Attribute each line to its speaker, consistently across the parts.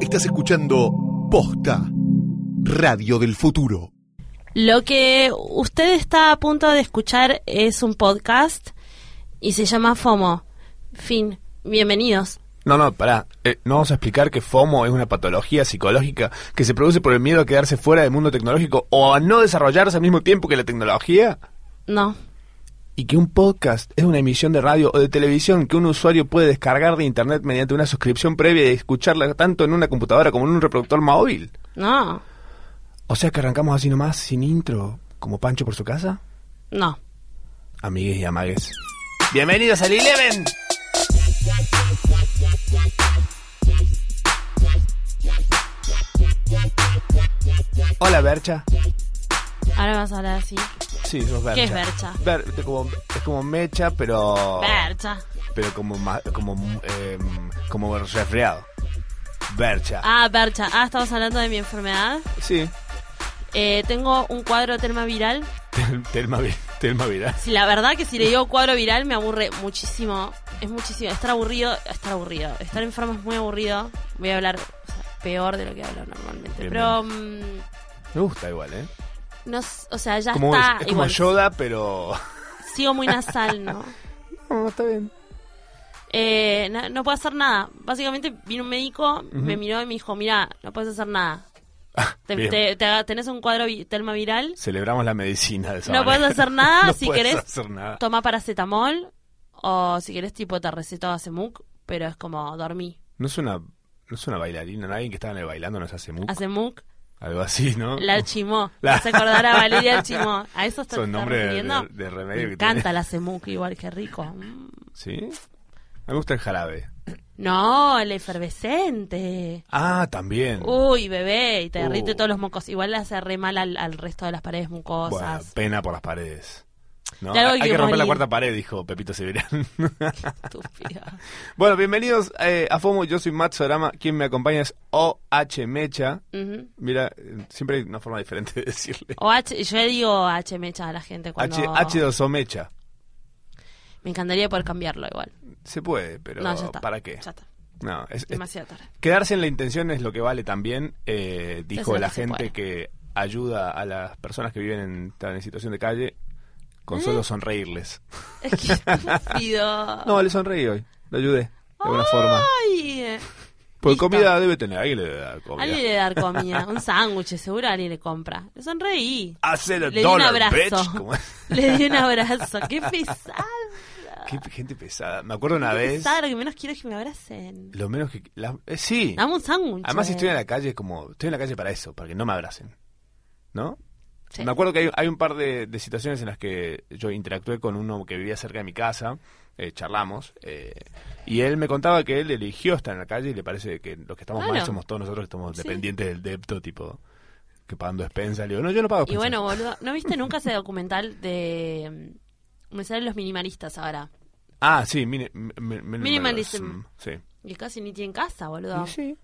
Speaker 1: Estás escuchando Posta, Radio del Futuro.
Speaker 2: Lo que usted está a punto de escuchar es un podcast y se llama FOMO. Fin. Bienvenidos.
Speaker 3: No, no, pará. Eh, no vamos a explicar que FOMO es una patología psicológica que se produce por el miedo a quedarse fuera del mundo tecnológico o a no desarrollarse al mismo tiempo que la tecnología.
Speaker 2: No.
Speaker 3: Y que un podcast es una emisión de radio o de televisión que un usuario puede descargar de internet mediante una suscripción previa y escucharla tanto en una computadora como en un reproductor móvil.
Speaker 2: No.
Speaker 3: O sea que arrancamos así nomás, sin intro, como Pancho por su casa.
Speaker 2: No.
Speaker 3: Amigues y amagues. Bienvenidos al Eleven. Hola, Bercha.
Speaker 2: Ahora vas a hablar así.
Speaker 3: Sí, sos Bercha.
Speaker 2: ¿Qué es Bercha?
Speaker 3: Ber- es como, es como mecha, pero.
Speaker 2: Bercha.
Speaker 3: Pero como, ma- como, em, como resfriado. Bercha.
Speaker 2: Ah, Bercha. Ah, estabas hablando de mi enfermedad.
Speaker 3: Sí.
Speaker 2: Eh, tengo un cuadro terma viral.
Speaker 3: Tel- Telma, Vi- Telma Vidal.
Speaker 2: Si la verdad que si le digo cuadro viral me aburre muchísimo. Es muchísimo. Estar aburrido, estar aburrido. Estar enfermo es muy aburrido. Voy a hablar o sea, peor de lo que hablo normalmente.
Speaker 3: Bien,
Speaker 2: Pero... mm,
Speaker 3: Me gusta igual, ¿eh?
Speaker 2: no, s- o sea, ya
Speaker 3: Como,
Speaker 2: está.
Speaker 3: es como
Speaker 2: igual,
Speaker 3: Yoda, pero.
Speaker 2: Sigo muy nasal, ¿no?
Speaker 3: No, está bien.
Speaker 2: Eh, no, no puedo hacer nada. Básicamente vino un médico, me miró y me dijo, mira, no puedes hacer nada. Te-
Speaker 3: Ah, Bien.
Speaker 2: te- te- tenés un cuadro vi- telma viral,
Speaker 3: Celebramos la medicina de esa
Speaker 2: no puedes
Speaker 3: manera.
Speaker 2: hacer nada.
Speaker 3: No
Speaker 2: si
Speaker 3: puedes
Speaker 2: querés,
Speaker 3: hacer nada.
Speaker 2: toma paracetamol o si querés, tipo, te receto Acemuc, pero es como dormí.
Speaker 3: No es una. No es una bailarina, ¿no? alguien que estaba en el bailando nos hace mucho.
Speaker 2: Acemuc,
Speaker 3: Algo así, ¿no?
Speaker 2: la chimó.
Speaker 3: Ah, La-
Speaker 2: Se acordará Valeria el chimó. A eso está
Speaker 3: Son nombres de- de remedio
Speaker 2: Me
Speaker 3: que
Speaker 2: encanta
Speaker 3: tiene.
Speaker 2: la Acemuc, igual, que rico. Mm.
Speaker 3: ¿Sí? A mí me gusta el jarabe.
Speaker 2: No, el efervescente.
Speaker 3: Ah, también.
Speaker 2: Uy, bebé, y te derrite
Speaker 3: Uh.
Speaker 2: todos los mocos. Igual le hace re mal al, al resto de las paredes
Speaker 3: Bueno,
Speaker 2: mucosas.
Speaker 3: pena por las paredes. No,
Speaker 2: Claro
Speaker 3: hay
Speaker 2: que
Speaker 3: que romper la
Speaker 2: morir.
Speaker 3: cuarta pared, dijo Pepito Severán.
Speaker 2: Estúpido.
Speaker 3: bueno, bienvenidos eh, a FOMO. Yo soy Matt Sorama. Quien me acompaña es OH Mecha.
Speaker 2: Ujú.
Speaker 3: Mira, eh, siempre hay una forma diferente de decirle.
Speaker 2: O H, yo le digo H mecha a la gente cuando...
Speaker 3: H, H2O Mecha.
Speaker 2: Me encantaría poder cambiarlo igual.
Speaker 3: Se puede, pero
Speaker 2: no, ya está.
Speaker 3: ¿para qué?
Speaker 2: Ya está.
Speaker 3: No, es- es-
Speaker 2: Demasiado tarde.
Speaker 3: quedarse en la intención es lo que vale también, eh, dijo
Speaker 2: lo
Speaker 3: la
Speaker 2: que se
Speaker 3: gente
Speaker 2: puede.
Speaker 3: que ayuda a las personas que viven en, están en situación de calle con
Speaker 2: ¿Eh?
Speaker 3: solo sonreírles.
Speaker 2: Es que estúpido.
Speaker 3: No, le sonreí hoy, lo ayudé de alguna forma.
Speaker 2: Ay. Ah,
Speaker 3: Porque
Speaker 2: Listo.
Speaker 3: comida debe tener, alguien le da comida.
Speaker 2: Alguien le da comida. Un sándwich, seguro alguien le compra. Le sonreí.
Speaker 3: Hacer
Speaker 2: Le
Speaker 3: el
Speaker 2: di un
Speaker 3: dólar,
Speaker 2: abrazo.
Speaker 3: bitch. Como-
Speaker 2: Le di un abrazo. Qué pesado.
Speaker 3: Qué gente pesada. Me acuerdo una
Speaker 2: Qué
Speaker 3: vez,
Speaker 2: pesado. Lo que menos quiero es que me abracen.
Speaker 3: lo menos que... la- eh, sí,
Speaker 2: Dame un sándwich.
Speaker 3: además si
Speaker 2: eh.
Speaker 3: estoy en la calle, como estoy en la calle para eso, para que no me abracen. ¿No?
Speaker 2: Sí.
Speaker 3: Me acuerdo que hay, hay un par de, de situaciones en las que yo interactué con uno que vivía cerca de mi casa, eh, charlamos, eh, y él me contaba que él eligió estar en la calle y le parece que los que estamos mal
Speaker 2: Claro.
Speaker 3: somos todos nosotros que estamos
Speaker 2: Sí.
Speaker 3: dependientes del depto, tipo, que pagando expensas. Le digo, no, yo no pago
Speaker 2: Y
Speaker 3: expensas.
Speaker 2: bueno, boludo, ¿no viste nunca ese documental de... mm, Me salen los minimalistas ahora.
Speaker 3: Ah, sí, mini- mi- mi- minimalism.
Speaker 2: Minimalism.
Speaker 3: Sí.
Speaker 2: Que casi ni tienen casa, boludo.
Speaker 3: Y sí,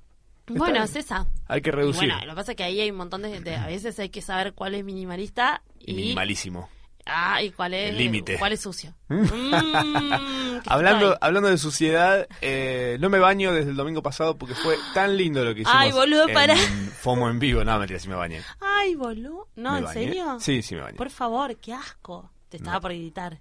Speaker 2: bueno, es
Speaker 3: está
Speaker 2: esa.
Speaker 3: hay que
Speaker 2: Y
Speaker 3: reducir.
Speaker 2: bueno, lo que pasa es que ahí hay un montón de, de- A veces hay que saber cuál es minimalista
Speaker 3: Y
Speaker 2: y...
Speaker 3: Minimalísimo.
Speaker 2: Ah, y cuál es...
Speaker 3: El límite.
Speaker 2: Cuál es sucio. Mm, ¿qué
Speaker 3: Hablando,
Speaker 2: estoy?
Speaker 3: hablando de suciedad, eh, no me baño desde el domingo pasado porque fue tan lindo lo que hicimos
Speaker 2: Ay, boludo,
Speaker 3: en
Speaker 2: pará.
Speaker 3: FOMO en vivo. No, mentira, sí me bañé.
Speaker 2: Ay, boludo. No,
Speaker 3: ¿Me
Speaker 2: ¿en
Speaker 3: bañé?
Speaker 2: serio?
Speaker 3: Sí, sí me bañé.
Speaker 2: Por favor, qué asco. Te estaba por gritar.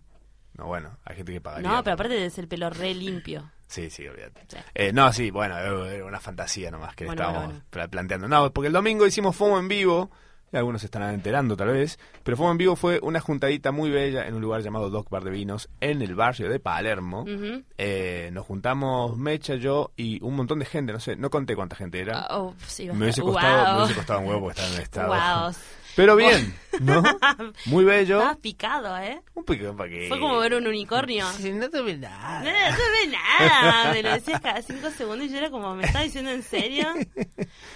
Speaker 3: No, bueno, hay gente que pagaría.
Speaker 2: No, pero aparte tenés el pelo re limpio.
Speaker 3: Sí, sí, olvídate.
Speaker 2: Sí.
Speaker 3: Eh, no, sí, bueno, era una fantasía nomás que le
Speaker 2: Bueno,
Speaker 3: estábamos
Speaker 2: bueno,
Speaker 3: pla- planteando. No, porque el domingo hicimos FOMO en vivo, y algunos se estarán enterando tal vez, pero FOMO en vivo fue una juntadita muy bella en un lugar llamado Doc Bar de Vinos, en el barrio de Palermo.
Speaker 2: Ujú.
Speaker 3: Eh, nos juntamos Mecha, yo y un montón de gente, no sé, no conté cuánta gente era.
Speaker 2: Ah, oh, sí,
Speaker 3: me, hubiese costado, me hubiese costado un huevo porque estaba en un estado.
Speaker 2: Wow.
Speaker 3: Pero bien, ¿no? Muy bello.
Speaker 2: Estabas picado, ¿eh?
Speaker 3: Un pico para que...
Speaker 2: Fue como ver un unicornio.
Speaker 3: Sí, no tuve nada.
Speaker 2: No, no ve nada. Me lo decías cada cinco segundos y yo era como, ¿me estás diciendo en serio?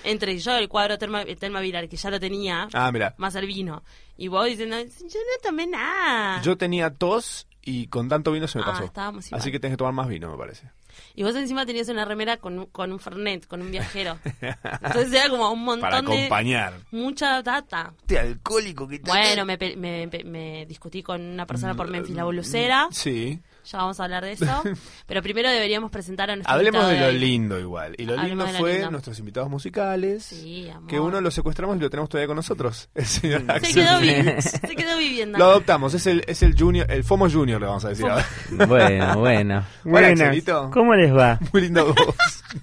Speaker 2: Entre yo, el cuadro Telma, Telma Viral, que ya lo tenía,
Speaker 3: Ah, mira.
Speaker 2: más el vino. Y vos diciendo, yo no tomé nada.
Speaker 3: Yo tenía tos y con tanto vino se me
Speaker 2: Ah,
Speaker 3: pasó.
Speaker 2: estábamos igual.
Speaker 3: Así que tenés que tomar más vino, me parece.
Speaker 2: Y vos encima tenías una remera con, un- con un Fernet, con un viajero. Entonces era como un montón
Speaker 3: Para
Speaker 2: de...
Speaker 3: acompañar.
Speaker 2: Mucha data.
Speaker 3: Este alcohólico que Mm,
Speaker 2: Bueno, me, pe- me- me- me discutí con una persona por Memphis la bolucera.
Speaker 3: Sí.
Speaker 2: Ya vamos a hablar de eso. Pero primero deberíamos presentar a nuestro
Speaker 3: Hablemos
Speaker 2: invitado
Speaker 3: de lo
Speaker 2: hoy.
Speaker 3: lindo igual. Y lo
Speaker 2: Hablemos de
Speaker 3: lindo
Speaker 2: lo
Speaker 3: fue
Speaker 2: lindo.
Speaker 3: nuestros invitados musicales.
Speaker 2: Sí, amor.
Speaker 3: Que uno lo secuestramos y lo tenemos todavía con nosotros. El señor
Speaker 2: Se
Speaker 3: Axel
Speaker 2: quedó, vi-
Speaker 3: Phoenix.
Speaker 2: se quedó viviendo.
Speaker 3: Lo adoptamos, es el, es el junior, el FOMO junior le vamos a decir
Speaker 2: Fomo.
Speaker 3: ahora.
Speaker 4: Bueno, bueno.
Speaker 3: Hola,
Speaker 4: Buenas.
Speaker 3: Axelito.
Speaker 4: ¿Cómo les va?
Speaker 3: Muy linda voz.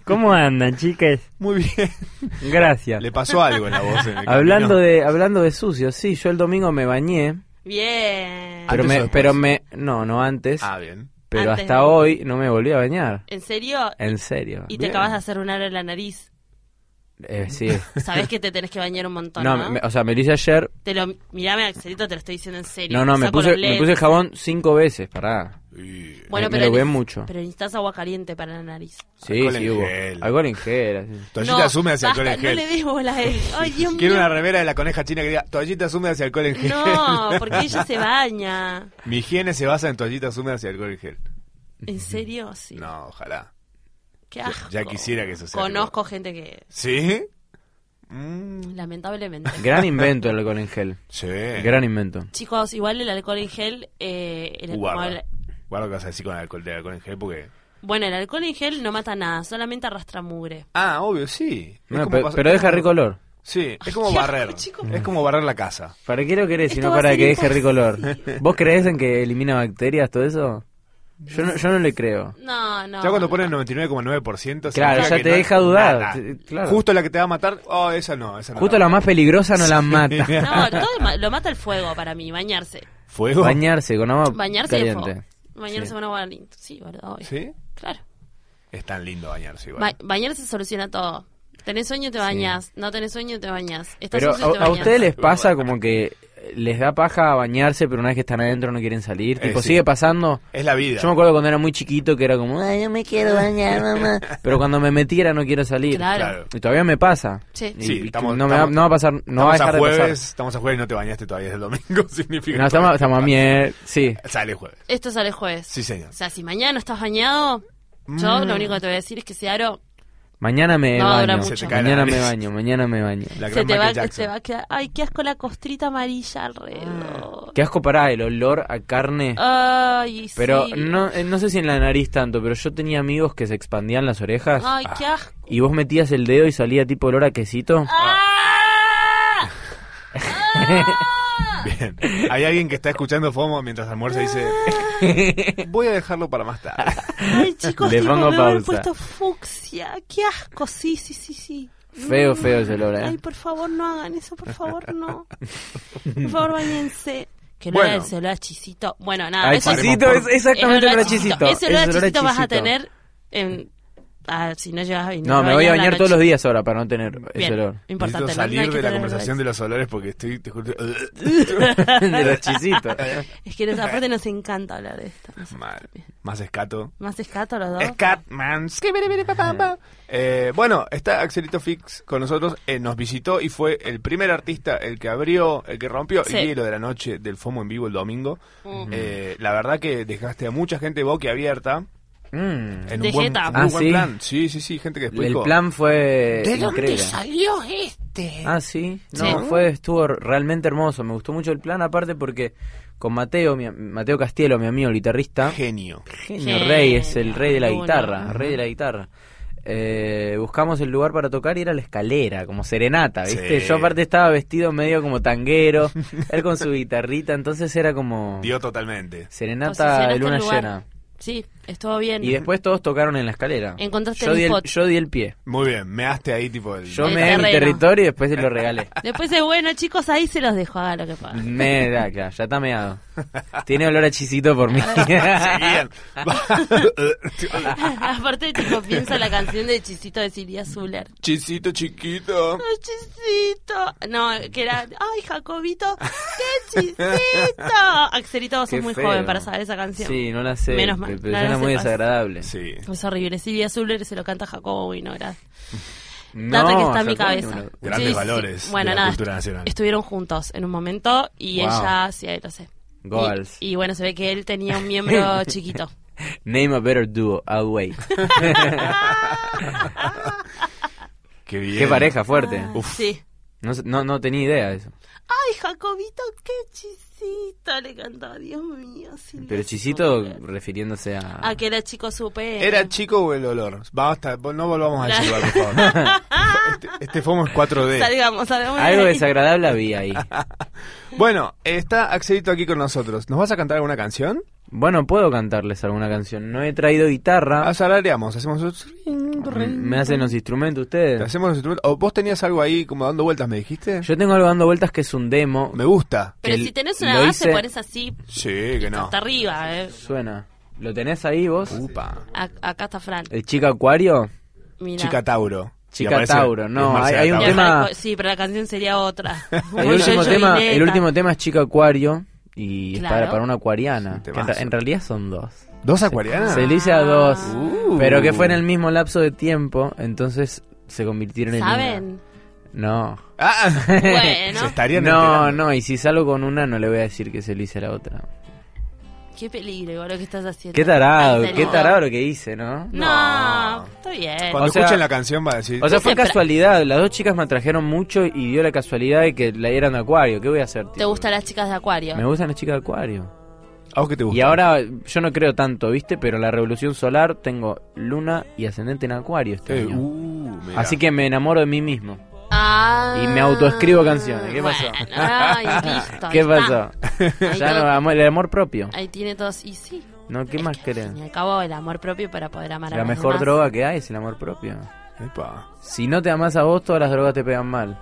Speaker 4: ¿Cómo andan, chicas?
Speaker 3: Muy bien.
Speaker 4: Gracias.
Speaker 3: Le pasó algo en la voz. en el
Speaker 4: Hablando
Speaker 3: camino.
Speaker 4: de hablando de sucio, sí, yo el domingo me bañé,
Speaker 2: Bien.
Speaker 4: pero
Speaker 3: ¿Antes o
Speaker 4: me
Speaker 3: después?
Speaker 4: pero me no, no antes,
Speaker 3: Ah, bien.
Speaker 4: pero
Speaker 2: Antes
Speaker 4: hasta
Speaker 2: no.
Speaker 4: hoy no me volví a bañar.
Speaker 2: ¿En serio?
Speaker 4: En serio.
Speaker 2: Y te
Speaker 3: Bien.
Speaker 2: acabas de hacer un aro en la nariz.
Speaker 4: Eh, sí.
Speaker 2: Sabés que te tenés que bañar un montón,
Speaker 4: No,
Speaker 2: ¿no?
Speaker 4: me- o sea, me lo hice ayer.
Speaker 2: Te lo... Mirame, Axelito, te lo estoy diciendo en serio.
Speaker 4: No, no, me
Speaker 2: Saco
Speaker 4: puse
Speaker 2: los
Speaker 4: me
Speaker 2: lentes.
Speaker 4: puse jabón cinco veces, pará.
Speaker 3: Y-
Speaker 2: Bueno,
Speaker 4: me- me
Speaker 2: pero
Speaker 4: lo ve
Speaker 2: neces-
Speaker 4: mucho.
Speaker 2: Pero necesitas agua caliente para la nariz.
Speaker 4: Sí,
Speaker 3: Alcohol
Speaker 4: sí
Speaker 3: en
Speaker 4: hubo.
Speaker 3: gel.
Speaker 4: Alcohol en gel. así.
Speaker 3: Toallitas
Speaker 2: no,
Speaker 3: húmedas y alcohol en
Speaker 2: basta,
Speaker 3: gel.
Speaker 2: No le des bola a él. Ay, Dios mío.
Speaker 3: Quiero una remera de la coneja china que diga toallitas húmedas y alcohol en gel.
Speaker 2: No, porque ella se baña.
Speaker 3: Mi higiene se basa en toallitas húmedas y alcohol en gel.
Speaker 2: ¿En serio? Sí.
Speaker 3: No, ojalá.
Speaker 2: Qué
Speaker 3: ya-
Speaker 2: asco.
Speaker 3: ya quisiera que eso sea
Speaker 2: Conozco gente que,
Speaker 3: ¿Sí? Mm,
Speaker 2: lamentablemente.
Speaker 4: Gran invento el alcohol en gel.
Speaker 3: sí.
Speaker 4: Gran invento.
Speaker 2: Chicos, igual el alcohol en gel. Eh, el- como
Speaker 3: Guarda.
Speaker 2: el-
Speaker 3: Guarda lo que vas a decir con el alcohol, del alcohol en gel porque...
Speaker 2: bueno, el alcohol en gel no mata nada, solamente arrastra mugre.
Speaker 3: Ah, obvio, sí. Es
Speaker 4: No,
Speaker 3: como
Speaker 4: pero,
Speaker 3: pas-
Speaker 4: pero
Speaker 3: es
Speaker 4: deja
Speaker 3: como-
Speaker 4: rico olor.
Speaker 3: Sí, es como
Speaker 2: Qué asco,
Speaker 3: barrer.
Speaker 2: chico.
Speaker 3: Es como barrer la casa.
Speaker 4: ¿Para qué lo querés si
Speaker 2: Esto
Speaker 4: no
Speaker 2: va a
Speaker 4: para
Speaker 2: ser
Speaker 4: que deje rico olor? ¿Vos creés en que elimina bacterias, todo eso? Yo no, yo no le creo.
Speaker 2: No, no.
Speaker 3: Ya cuando pones 99,9%...
Speaker 4: Claro,
Speaker 3: significa
Speaker 4: ya
Speaker 3: que
Speaker 4: te
Speaker 3: no-
Speaker 4: deja dudar,
Speaker 3: nada.
Speaker 4: te- claro.
Speaker 3: Justo la que te va a matar... Oh, esa no, esa no.
Speaker 4: Justo la más peligrosa no la mata.
Speaker 2: No, todo ma- lo mata el fuego para mí, bañarse.
Speaker 3: ¿Fuego?
Speaker 4: Bañarse con agua
Speaker 2: Bañarse y el fuego.
Speaker 4: caliente.
Speaker 2: Bañarse
Speaker 4: Sí.
Speaker 2: con agua caliente. Sí, boludo, obvio.
Speaker 3: ¿Sí?
Speaker 2: Claro.
Speaker 3: Es tan lindo bañarse igual.
Speaker 2: Ba- bañarse soluciona todo. Tenés sueño, te bañas. No tenés sueño, te bañas. Estás
Speaker 4: Pero
Speaker 2: sucio, este te
Speaker 4: a, a
Speaker 2: bañás.
Speaker 4: ustedes les pasa como que les da paja bañarse, pero una vez que están adentro no quieren salir.
Speaker 3: Eh,
Speaker 4: Tipo,
Speaker 3: sí.
Speaker 4: sigue pasando.
Speaker 3: Es la vida.
Speaker 4: Yo me acuerdo cuando era muy chiquito que era como, ay, yo me quiero bañar, mamá. Pero cuando me metiera no quiero salir.
Speaker 2: Claro.
Speaker 3: Claro.
Speaker 4: Y todavía me pasa.
Speaker 2: Sí.
Speaker 4: Y-
Speaker 3: Sí,
Speaker 4: y
Speaker 3: estamos-
Speaker 4: no, me va-
Speaker 3: estamos-
Speaker 4: no va a pasar, no va
Speaker 3: estamos
Speaker 4: a dejar
Speaker 3: a
Speaker 4: de
Speaker 3: jueves,
Speaker 4: pasar.
Speaker 3: estamos a jueves y no te bañaste todavía, es el domingo, significa.
Speaker 4: No,
Speaker 3: que
Speaker 4: estamos,
Speaker 3: todavía-
Speaker 4: estamos a mier... Sí.
Speaker 3: Sale jueves.
Speaker 2: Esto sale jueves.
Speaker 3: Sí, señor.
Speaker 2: O sea, si mañana no estás bañado, yo
Speaker 3: Mm.
Speaker 2: lo único que te voy a decir es que ese aro
Speaker 4: Mañana me
Speaker 2: No va a durar
Speaker 4: baño.
Speaker 2: mucho. Se te
Speaker 3: cae la
Speaker 4: Mañana me
Speaker 3: nariz.
Speaker 4: baño, mañana me baño.
Speaker 3: La
Speaker 2: se
Speaker 3: gran
Speaker 2: te va,
Speaker 3: Michael
Speaker 2: se
Speaker 3: Jackson.
Speaker 2: va a quedar. Ay, qué asco la costrita amarilla alrededor.
Speaker 4: Qué asco pará, el olor a carne.
Speaker 2: Ay,
Speaker 4: Ah, Pero
Speaker 2: Ah, sí.
Speaker 4: no, eh, no sé si en la nariz tanto, pero yo tenía amigos que se expandían las orejas
Speaker 2: Ay, qué asco.
Speaker 4: y vos metías el dedo y salía tipo olor a quesito.
Speaker 2: ¡Ah! ¡Ah!
Speaker 3: Bien. Hay alguien que está escuchando FOMO mientras almuerza y dice: Voy a dejarlo para más tarde.
Speaker 2: Ay, chicos,
Speaker 4: Le
Speaker 2: tipo,
Speaker 4: pongo
Speaker 2: me haber
Speaker 4: pausa.
Speaker 2: puesto fucsia. Qué asco, sí, sí, sí, sí.
Speaker 4: Feo,
Speaker 2: Mm.
Speaker 4: feo ese olor, ¿eh?
Speaker 2: Ay, por favor, no hagan eso, por favor, no. Por favor, bañense. Que no
Speaker 3: Bueno.
Speaker 2: era el olor a chisito. Bueno, nada,
Speaker 4: Ah,
Speaker 2: eso es-
Speaker 4: chisito,
Speaker 3: por-
Speaker 4: es exactamente
Speaker 2: el
Speaker 4: olor a
Speaker 2: chisito.
Speaker 4: chisito.
Speaker 2: Ese olor
Speaker 4: es
Speaker 2: a chisito vas a
Speaker 4: chisito.
Speaker 2: tener en... ah, si no llevas bien.
Speaker 4: No, me voy a bañar todos los días ahora para no tener ese olor.
Speaker 2: Importante, ¿no?
Speaker 3: Necesito
Speaker 2: No hay
Speaker 3: salir
Speaker 2: que
Speaker 3: de
Speaker 2: tener
Speaker 3: la
Speaker 2: olor a
Speaker 3: conversación de los olores porque estoy. te juro-
Speaker 4: De los chisitos.
Speaker 2: Es que nos- aparte nos encanta hablar de esto. Nos-
Speaker 3: Mal. Más escato.
Speaker 2: Más escato los dos.
Speaker 3: Scatman. skibiribiri, pa, pa, pa. Eh, bueno, está Axelito Fix con nosotros. eh, nos visitó y fue el primer artista, el que abrió, el que rompió
Speaker 2: Sí.
Speaker 3: el hielo de la noche del FOMO en vivo el domingo.
Speaker 2: Mm.
Speaker 3: Eh, la verdad que dejaste a mucha gente boquiabierta.
Speaker 4: Mm.
Speaker 3: En
Speaker 2: De
Speaker 3: un buen,
Speaker 2: jeta.
Speaker 3: en un
Speaker 4: Ah,
Speaker 3: buen
Speaker 4: ¿sí?
Speaker 3: plan. Sí, sí, sí, gente que
Speaker 4: El
Speaker 3: explicó.
Speaker 4: plan fue increíble.
Speaker 2: salió este?
Speaker 4: Ah, sí. No,
Speaker 2: Sí.
Speaker 4: fue, estuvo realmente hermoso. Me gustó mucho el plan, aparte porque con Mateo, mi- Mateo Castielo, mi amigo, el guitarrista.
Speaker 3: Genio.
Speaker 4: Genio,
Speaker 2: Genio.
Speaker 4: rey, es el rey de la
Speaker 2: Uno.
Speaker 4: guitarra, rey de la guitarra. Eh, buscamos el lugar para tocar y era la escalera, como serenata, ¿viste?
Speaker 3: Sí.
Speaker 4: Yo aparte estaba vestido medio como tanguero, él con su guitarrita, entonces era como
Speaker 3: Dio totalmente.
Speaker 4: serenata de luna
Speaker 2: lugar.
Speaker 4: llena.
Speaker 2: Sí, estuvo bien.
Speaker 4: Y después todos tocaron en la escalera.
Speaker 2: Encontraste
Speaker 4: yo,
Speaker 2: el
Speaker 4: di el,
Speaker 2: spot.
Speaker 4: yo di el pie.
Speaker 3: Muy bien, measte ahí tipo el...
Speaker 4: Yo
Speaker 2: El
Speaker 4: me di mi
Speaker 2: terreno.
Speaker 4: territorio y después se lo regalé.
Speaker 2: Después es bueno, chicos, ahí se los dejo, haga lo que puedan.
Speaker 4: Me da, claro, ya está meado. Tiene olor a chisito por mí.
Speaker 3: Seguían.
Speaker 2: Aparte, tipo, pienso la canción de Chisito de Silvia Zuller.
Speaker 3: Chisito chiquito.
Speaker 2: Ay, Chisito. No, que era. Ay, Jacobito. ¡Qué chisito! Axelito, vos sos
Speaker 4: Qué
Speaker 2: muy
Speaker 4: feo.
Speaker 2: joven para saber esa canción.
Speaker 4: Sí, no la sé.
Speaker 2: Menos mal, no
Speaker 4: Pero
Speaker 2: la
Speaker 4: suena muy
Speaker 2: sepas.
Speaker 4: desagradable.
Speaker 3: Sí.
Speaker 2: Es horrible. Silvia Zuller se lo canta a Jacobo Winograd.
Speaker 4: No,
Speaker 2: Data que está en mi
Speaker 4: Jacob,
Speaker 2: cabeza.
Speaker 4: no.
Speaker 3: Grandes valores
Speaker 2: Bueno,
Speaker 3: de la
Speaker 2: nada,
Speaker 3: cultura nacional.
Speaker 2: Estuvieron juntos en un momento y
Speaker 4: Wow.
Speaker 2: ella, sí, ahí lo sé. Y-
Speaker 4: Goals.
Speaker 2: Y, bueno, se ve que él tenía un miembro chiquito.
Speaker 4: Name a better duo, I'll wait.
Speaker 3: Qué bien.
Speaker 4: Qué pareja fuerte.
Speaker 2: Ah, Sí.
Speaker 4: No, sé- no, no tenía idea de eso.
Speaker 2: Ay, Jacobito, qué chisito le cantaba, Dios mío. Silvia
Speaker 4: Pero Chisito ah.
Speaker 2: Soler.
Speaker 4: refiriéndose a...
Speaker 2: A Ah, que era chico supe.
Speaker 3: ¿Era chico o el olor? Basta, vol- no volvamos a
Speaker 2: La-
Speaker 3: llevar, por favor. Este, este FOMO es 4D.
Speaker 2: Salgamos, salgamos. de
Speaker 4: Algo
Speaker 2: ahí.
Speaker 4: desagradable había ahí.
Speaker 3: Bueno, está Axelito aquí con nosotros. ¿Nos vas a cantar alguna canción?
Speaker 4: Bueno, puedo cantarles alguna canción. No he traído
Speaker 3: Ah,
Speaker 4: guitarra. Mm,
Speaker 3: Asalariamos, hacemos...
Speaker 4: Me hacen los instrumentos
Speaker 3: Te
Speaker 4: ustedes.
Speaker 3: hacemos los instrumentos. ¿O vos tenías algo ahí como dando vueltas, me dijiste?
Speaker 4: Yo tengo algo dando vueltas que es un demo.
Speaker 3: Me gusta.
Speaker 2: Pero
Speaker 4: el-
Speaker 2: si tenés una
Speaker 4: lo
Speaker 2: base,
Speaker 4: hice-
Speaker 2: pones así
Speaker 3: Sí, que no.
Speaker 2: hasta arriba. eh.
Speaker 4: Suena. ¿Lo tenés ahí vos?
Speaker 3: Uh, Upa.
Speaker 2: A- acá está Fran.
Speaker 4: ¿El Chica Acuario?
Speaker 2: Mirá.
Speaker 3: Chica Tauro.
Speaker 4: Eh, Chica
Speaker 3: Y aparece-
Speaker 4: Tauro, no,
Speaker 3: es Marcela
Speaker 4: hay- hay un
Speaker 2: Mirá,
Speaker 3: Tauro.
Speaker 4: tema-
Speaker 2: Marco- Sí, pero la canción sería otra.
Speaker 4: El
Speaker 2: Yo-
Speaker 4: último,
Speaker 2: yo-
Speaker 4: tema,
Speaker 2: Julieta.
Speaker 4: el último tema es Chica Acuario y es para,
Speaker 2: Claro.
Speaker 4: para una acuariana.
Speaker 3: un
Speaker 4: que en
Speaker 3: temazo.
Speaker 4: ra- en realidad son dos.
Speaker 3: ¿Dos acuarianas?
Speaker 4: Se le hice a dos.
Speaker 3: Uh.
Speaker 4: Pero que fue en el mismo lapso de tiempo, entonces se convirtieron en... una.
Speaker 2: ¿Saben?
Speaker 4: No.
Speaker 3: Ah,
Speaker 2: Bueno.
Speaker 3: se estarían
Speaker 4: No,
Speaker 3: enterando.
Speaker 4: no, y si salgo con una no le voy a decir que se le hice a la otra.
Speaker 2: Qué peligro igual lo que estás haciendo.
Speaker 4: Qué tarado,
Speaker 2: Ay,
Speaker 4: qué
Speaker 2: no.
Speaker 4: tarado lo que hice, ¿no?
Speaker 2: No,
Speaker 3: No.
Speaker 2: está bien.
Speaker 3: Cuando
Speaker 4: O sea-
Speaker 3: escuchen la canción va a decir...
Speaker 4: O sea, fue
Speaker 2: Siempre-
Speaker 4: casualidad, las dos chicas me atrajeron mucho y dio la casualidad de que la eran de acuario, ¿qué voy a hacer?
Speaker 2: ¿Te
Speaker 4: tío?
Speaker 2: gustan las chicas de Acuario?
Speaker 4: Me gustan las chicas de acuario.
Speaker 3: ¿A "Ah, vos qué te gusta?
Speaker 4: Y ahora yo no creo tanto, ¿viste? Pero la revolución solar tengo luna y ascendente en acuario este
Speaker 3: Eh,
Speaker 4: año.
Speaker 3: uh, mirá.
Speaker 4: Así que me enamoro de mí mismo.
Speaker 2: Ah.
Speaker 4: Y me autoescribo canciones. ¿Qué pasó?
Speaker 2: Bueno, ay, listo, ahí
Speaker 4: ¿Qué
Speaker 2: está.
Speaker 4: pasó?
Speaker 2: Ah, Ahí,
Speaker 4: Ya
Speaker 2: tiene-
Speaker 4: no, amo- el amor propio.
Speaker 2: ahí tiene todos. Y sí.
Speaker 4: No, ¿qué
Speaker 2: es
Speaker 4: más
Speaker 2: que
Speaker 4: querés?
Speaker 2: Al fin y al cabo, el amor propio para poder amar a
Speaker 4: La
Speaker 2: los
Speaker 4: mejor
Speaker 2: demás.
Speaker 4: droga que hay es el amor propio.
Speaker 3: Epa.
Speaker 4: Si no te amas a vos, todas las drogas te pegan mal.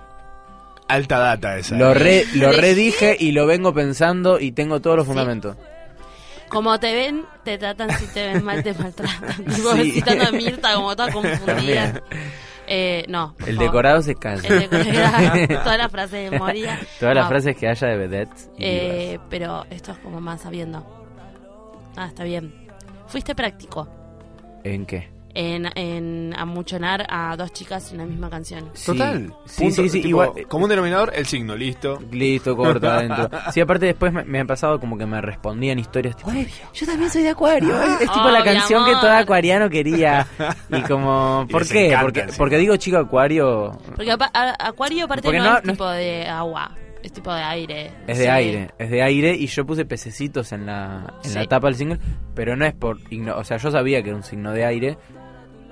Speaker 3: Alta data esa.
Speaker 4: Lo,
Speaker 3: eh.
Speaker 4: re, lo redije y lo vengo pensando y tengo todos los
Speaker 2: Sí.
Speaker 4: fundamentos.
Speaker 2: Como te ven, te tratan. Si te ven mal, te maltratan. Tipo,
Speaker 4: Sí.
Speaker 2: citando a Mirta como toda confundida. Eh, no. por
Speaker 4: El
Speaker 2: favor.
Speaker 4: decorado se cansa.
Speaker 2: El decorado. Todas las frases de memoria.
Speaker 4: Todas las
Speaker 2: No,
Speaker 4: frases que haya de vedettes. y
Speaker 2: Eh, pero esto es como más sabiendo. Ah, está bien. Fuiste práctico
Speaker 4: divas. ¿En qué?
Speaker 2: en, en amuchonar a dos chicas en la misma canción.
Speaker 4: Sí.
Speaker 3: Total.
Speaker 4: Sí,
Speaker 3: Punto-
Speaker 4: sí, sí.
Speaker 3: tipo,
Speaker 4: Igual, eh,
Speaker 3: Como un denominador, el signo, listo.
Speaker 4: Listo, corto adentro. Sí, aparte después me, me han pasado como que me respondían historias tipo, "Güey, yo también soy de acuario. Es es tipo
Speaker 2: Oh,
Speaker 4: la
Speaker 2: mi
Speaker 4: canción que
Speaker 2: amor.
Speaker 4: todo acuariano quería. Y como,
Speaker 3: Y
Speaker 4: ¿por
Speaker 3: les
Speaker 4: qué?
Speaker 3: encanta
Speaker 4: Porque,
Speaker 3: encima.
Speaker 4: porque digo chico acuario
Speaker 2: Porque apa- a- acuario aparte
Speaker 4: Porque
Speaker 2: no,
Speaker 4: no-
Speaker 2: es
Speaker 4: no-
Speaker 2: tipo de agua, es tipo de aire.
Speaker 4: es de
Speaker 2: Sí.
Speaker 4: aire, es de aire y yo puse pececitos en la, en la
Speaker 2: Sí.
Speaker 4: tapa del single, pero no es por, igno- o sea, yo sabía que era un signo de aire,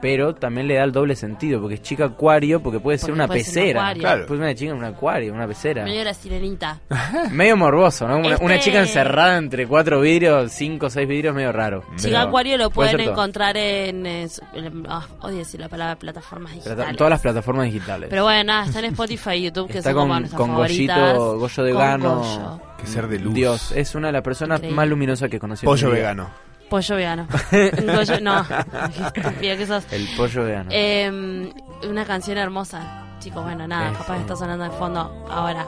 Speaker 4: pero también le da el doble sentido, porque es chica acuario, porque puede ser
Speaker 2: Porque
Speaker 4: una
Speaker 2: puede ser un
Speaker 4: pecera.
Speaker 2: acuario.
Speaker 3: Claro.
Speaker 4: Puse una chica en un acuario, una pecera.
Speaker 2: Medio la sirenita.
Speaker 4: Medio morboso, ¿no? Una,
Speaker 2: Este-
Speaker 4: una chica encerrada entre cuatro vidrios, cinco o seis vidrios, medio raro. Pero
Speaker 2: Chica Acuario lo
Speaker 4: puede
Speaker 2: pueden
Speaker 4: ser todo.
Speaker 2: encontrar en. eh, su- en- ah, odio decir la palabra plataformas
Speaker 4: Plata-
Speaker 2: digitales.
Speaker 4: Todas las plataformas digitales.
Speaker 2: Pero bueno, nada, está en Spotify y YouTube, que
Speaker 4: Está
Speaker 2: son
Speaker 4: con,
Speaker 2: como nuestras
Speaker 4: con
Speaker 2: favoritas.
Speaker 4: Goyito, Goyo de
Speaker 2: Con
Speaker 4: Gano.
Speaker 2: Goyo.
Speaker 3: Que ser de luz.
Speaker 4: Dios, es una de las personas
Speaker 2: Increíble.
Speaker 4: más luminosas que conocí. en
Speaker 3: Pollo
Speaker 4: mi vida.
Speaker 3: vegano.
Speaker 2: Pollo vegano. Goyo, no. Qué estúpida que sos.
Speaker 4: El pollo vegano.
Speaker 2: Eh, una canción hermosa. Chicos, bueno, nada,
Speaker 4: Sí,
Speaker 2: capaz
Speaker 4: sí.
Speaker 2: está sonando de fondo ahora.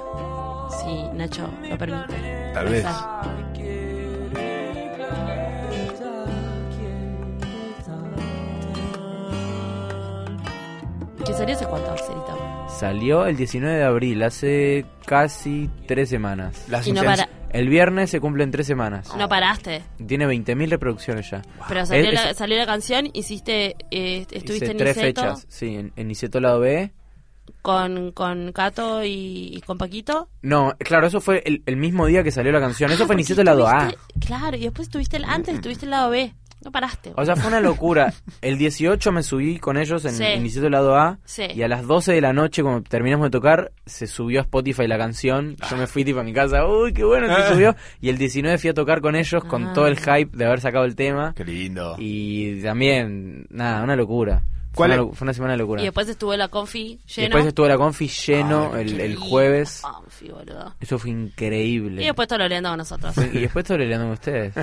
Speaker 2: Si Nacho lo permite.
Speaker 3: Tal vez.
Speaker 2: ¿Qué salió hace cuánto, Cerito?
Speaker 4: Salió el 19 de abril, hace casi tres semanas.
Speaker 3: Las
Speaker 2: Y no, para,
Speaker 3: intenciones-
Speaker 4: El viernes se cumplen tres semanas.
Speaker 2: no paraste.
Speaker 4: Tiene 20.000 reproducciones ya.
Speaker 2: Pero salió,
Speaker 4: Ah. Es-
Speaker 2: la,
Speaker 4: es-
Speaker 2: salió la canción, hiciste, eh, estuviste
Speaker 4: hice
Speaker 2: en
Speaker 4: tres
Speaker 2: Niceto
Speaker 4: fechas, sí, en, en Niceto Lado B.
Speaker 2: con, con Cato y, y con Paquito.
Speaker 4: No, claro, eso fue el, el mismo día que salió la canción. Eso
Speaker 2: Ah,
Speaker 4: fue
Speaker 2: porque
Speaker 4: en Niceto Lado A. Mm.
Speaker 2: estuviste- Claro, y después estuviste el antes, estuviste el lado B. No paraste.
Speaker 4: O sea, fue una locura. El 18 me subí con ellos en
Speaker 2: Sí.
Speaker 4: en Niceto Lado A.
Speaker 2: Sí.
Speaker 4: Y a las 12 de la noche, cuando terminamos de tocar, se subió a Spotify la canción. Yo me fui tipo a mi casa. Uy, qué bueno
Speaker 3: Ah.
Speaker 4: se subió. Y el 19 fui a tocar con ellos con
Speaker 2: Ah.
Speaker 4: todo el hype de haber sacado el tema.
Speaker 3: Qué lindo.
Speaker 4: Y también, nada, una locura. Fue
Speaker 3: ¿Cuál
Speaker 4: una
Speaker 3: es?
Speaker 4: lo- Fue una semana de locura.
Speaker 2: y después estuvo la confi
Speaker 4: Y
Speaker 2: lleno.
Speaker 4: después estuvo la confi lleno
Speaker 3: Ay,
Speaker 4: el,
Speaker 2: Qué
Speaker 4: el
Speaker 2: lindo,
Speaker 4: jueves.
Speaker 2: Confi, boludo.
Speaker 4: Eso fue increíble.
Speaker 2: Y después todo lo leando con nosotros.
Speaker 4: Fue- y después estuve leyendo con ustedes.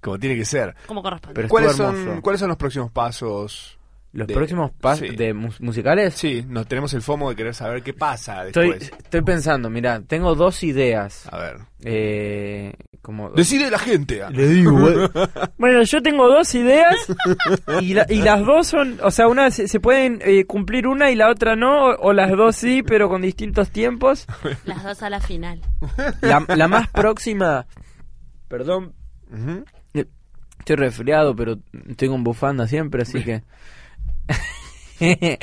Speaker 3: Como tiene que ser.
Speaker 2: Como corresponde.
Speaker 4: Pero estuvo
Speaker 3: ¿Cuáles son,
Speaker 4: hermoso.
Speaker 3: ¿Cuáles son los próximos pasos?
Speaker 4: Los
Speaker 3: De-
Speaker 4: próximos pasos
Speaker 3: sí.
Speaker 4: de mus- musicales.
Speaker 3: Sí, nos tenemos el FOMO de querer saber qué pasa
Speaker 4: Estoy,
Speaker 3: después. Ah.
Speaker 4: estoy pensando, mira, tengo dos ideas.
Speaker 3: A ver.
Speaker 4: Eh, como
Speaker 3: Decide la gente.
Speaker 4: Le digo, güey. Bueno, yo tengo dos ideas y, la- y las dos son, o sea, una se, se pueden eh, cumplir una y la otra no, o, o las dos sí, pero con distintos tiempos.
Speaker 2: Las dos a la final.
Speaker 4: La, la más próxima, perdón,
Speaker 3: Ujú.
Speaker 4: estoy resfriado, pero tengo un bufanda siempre, así que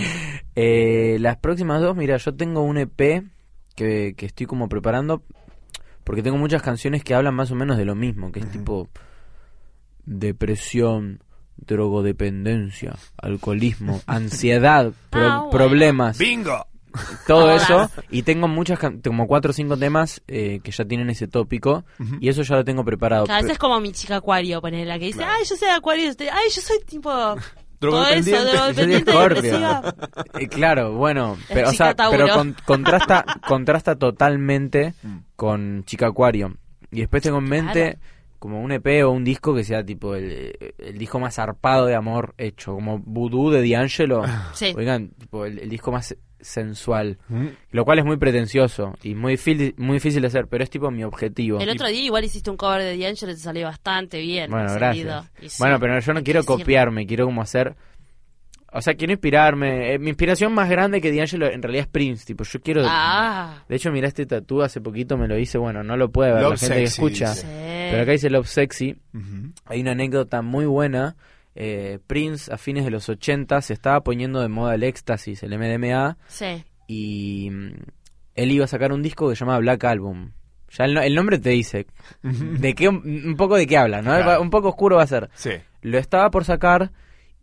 Speaker 4: Eh, las próximas dos, mira, yo tengo un EP que, que estoy como preparando porque tengo muchas canciones que hablan más o menos de lo mismo, que es tipo depresión, drogodependencia, alcoholismo, ansiedad, pro-
Speaker 2: Ah, bueno.
Speaker 4: problemas
Speaker 3: ¡Bingo!
Speaker 4: todo
Speaker 2: Todas.
Speaker 4: eso y tengo muchas can- como cuatro o cinco temas eh, que ya tienen ese tópico y eso ya lo tengo preparado
Speaker 2: A veces es como mi chica Acuario, ponele, la que dice, ay, yo soy de Acuario, este- ay, yo soy tipo... Todo eso,
Speaker 3: Drogodependiente.
Speaker 4: Yo soy de
Speaker 2: drogodependiente,
Speaker 4: Scorpio.
Speaker 2: depresiva.
Speaker 4: Eh, claro bueno pero, o
Speaker 2: chica
Speaker 4: sea, pero
Speaker 2: Tauro.
Speaker 4: con- contrasta contrasta totalmente con chica acuario y después tengo en mente como un EP o un disco que sea tipo el, el disco más zarpado de amor hecho como vudú de D'Angelo
Speaker 2: Sí.
Speaker 4: oigan tipo el- el disco más sensual
Speaker 3: Mm.
Speaker 4: lo cual es muy pretencioso y muy, fili- muy difícil de hacer, pero es tipo mi objetivo.
Speaker 2: El otro día igual hiciste un cover de D'Angelo y te salió bastante bien.
Speaker 4: bueno,
Speaker 2: ha
Speaker 4: gracias.
Speaker 2: salido. Y sí,
Speaker 4: bueno, pero yo no
Speaker 2: hay
Speaker 4: quiero
Speaker 2: que decirlo.
Speaker 4: copiarme, quiero como hacer... O sea, quiero inspirarme. Eh, mi inspiración más grande que D'Angelo en realidad es Prince, tipo, yo quiero...
Speaker 2: Ah,
Speaker 4: De hecho, mirá este tatú, hace poquito me lo hice, bueno, no lo puede ver
Speaker 3: Love
Speaker 4: la gente que
Speaker 3: Sexy,
Speaker 4: escucha.
Speaker 3: dice.
Speaker 2: sí.
Speaker 4: Pero acá dice Love Sexy.
Speaker 3: Ujú.
Speaker 4: Hay una anécdota muy buena. eh, Prince, a fines de los 80, se estaba poniendo de moda el éxtasis, el MDMA.
Speaker 2: Sí.
Speaker 4: y mm, él iba a sacar un disco que se llamaba Black Album. Ya el, no- el nombre te dice de qué un poco de qué habla, ¿no?
Speaker 3: Claro.
Speaker 4: Va- Un poco oscuro va a ser.
Speaker 3: Sí.
Speaker 4: Lo estaba por sacar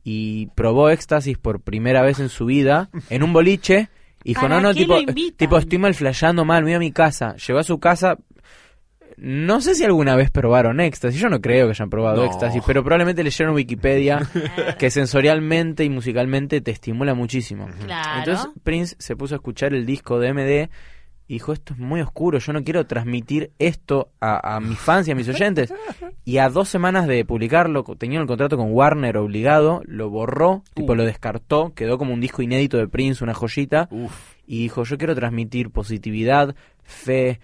Speaker 4: y probó éxtasis por primera vez en su vida en un boliche y dijo,
Speaker 2: ¿Para
Speaker 4: "No, no,
Speaker 2: qué
Speaker 4: tipo
Speaker 2: lo invitan?
Speaker 4: tipo estoy mal flasheando mal, me voy a mi casa." Llegó a su casa no sé si alguna vez probaron éxtasis, yo no creo que hayan probado
Speaker 3: No.
Speaker 4: éxtasis, pero probablemente leyeron Wikipedia
Speaker 2: eh,
Speaker 4: que sensorialmente y musicalmente te estimula muchísimo.
Speaker 2: Claro.
Speaker 4: Entonces Prince se puso a escuchar el disco de MD y dijo, esto es muy oscuro, yo no quiero transmitir esto a, a mis fans y a mis oyentes. Y a dos semanas de publicarlo, co- tenía el contrato con Warner obligado, lo
Speaker 2: Uh.
Speaker 4: borró, tipo lo descartó, quedó como un disco inédito de Prince, una joyita,
Speaker 2: Uh.
Speaker 3: Uf.
Speaker 4: y dijo, yo quiero transmitir positividad, fe,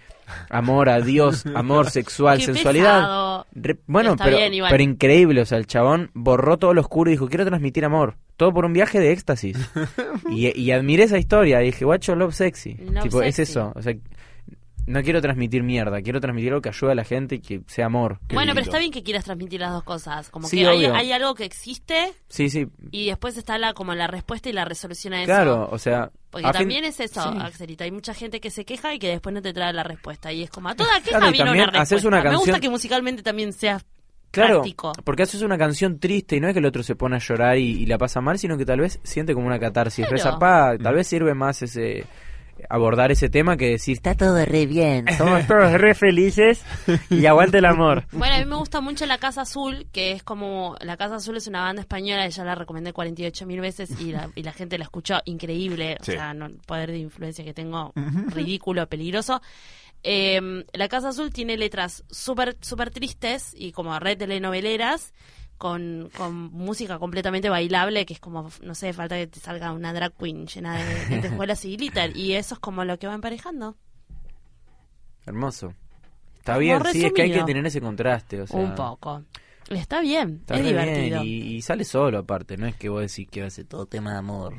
Speaker 4: amor a Dios, amor sexual,
Speaker 2: Qué
Speaker 4: sensualidad.
Speaker 2: pesado.
Speaker 4: Re- bueno,
Speaker 2: Está
Speaker 4: pero,
Speaker 2: bien, igual.
Speaker 4: pero increíble, o sea, el chabón borró todo lo oscuro y dijo, quiero transmitir amor. Todo por un viaje de éxtasis. y, y admiré esa historia, y dije, guacho, love sexy.
Speaker 2: Love
Speaker 4: tipo,
Speaker 2: sexy.
Speaker 4: es eso, o sea, no quiero transmitir mierda, quiero transmitir algo que ayude a la gente y que sea amor.
Speaker 3: Qué
Speaker 2: Bueno,
Speaker 3: lindo.
Speaker 2: pero está bien que quieras transmitir las dos cosas. Como
Speaker 4: Sí,
Speaker 2: que hay,
Speaker 4: obvio.
Speaker 2: hay algo que existe
Speaker 4: Sí, sí,
Speaker 2: y después está la como la respuesta y la resolución a eso.
Speaker 4: claro, o sea...
Speaker 2: Porque
Speaker 4: a fin-
Speaker 2: también es eso,
Speaker 4: Sí.
Speaker 2: Axelita. Hay mucha gente que se queja y que después no te trae la respuesta. Y es como, a toda queja
Speaker 4: Claro, y
Speaker 2: viene una
Speaker 4: también
Speaker 2: respuesta.
Speaker 4: haces una
Speaker 2: Me gusta
Speaker 4: canción-
Speaker 2: que musicalmente también seas
Speaker 4: Claro,
Speaker 2: práctico.
Speaker 4: porque haces una canción triste y no es que el otro se pone a llorar y, y la pasa mal, sino que tal vez siente como una catarsis,
Speaker 2: Claro.
Speaker 4: resarpada, tal vez sirve más ese abordar ese tema que decir está todo re bien.
Speaker 5: Somos todos re felices y aguante el amor.
Speaker 2: Bueno, a mí me gusta mucho La Casa Azul, que es como. La Casa Azul es una banda española, y ya la recomendé 48 mil veces y la, y la gente la escuchó increíble.
Speaker 3: Sí.
Speaker 2: O sea, no, el poder de influencia que tengo, ridículo, peligroso. Eh, la Casa Azul tiene letras súper super tristes y como red telenoveleras. Con, con música completamente bailable, que es como, no sé, falta que te salga una drag queen llena de, de tejuelas y glitter. Y eso es como lo que va emparejando.
Speaker 4: Hermoso. Está bien, sí, es que hay que
Speaker 2: resumido.
Speaker 4: tener ese contraste, o sea,
Speaker 2: Un poco. Está bien,
Speaker 4: Está
Speaker 2: es
Speaker 4: re bien,
Speaker 2: divertido.
Speaker 4: y, y sale solo aparte, no es que vos decís que va a ser todo tema de amor.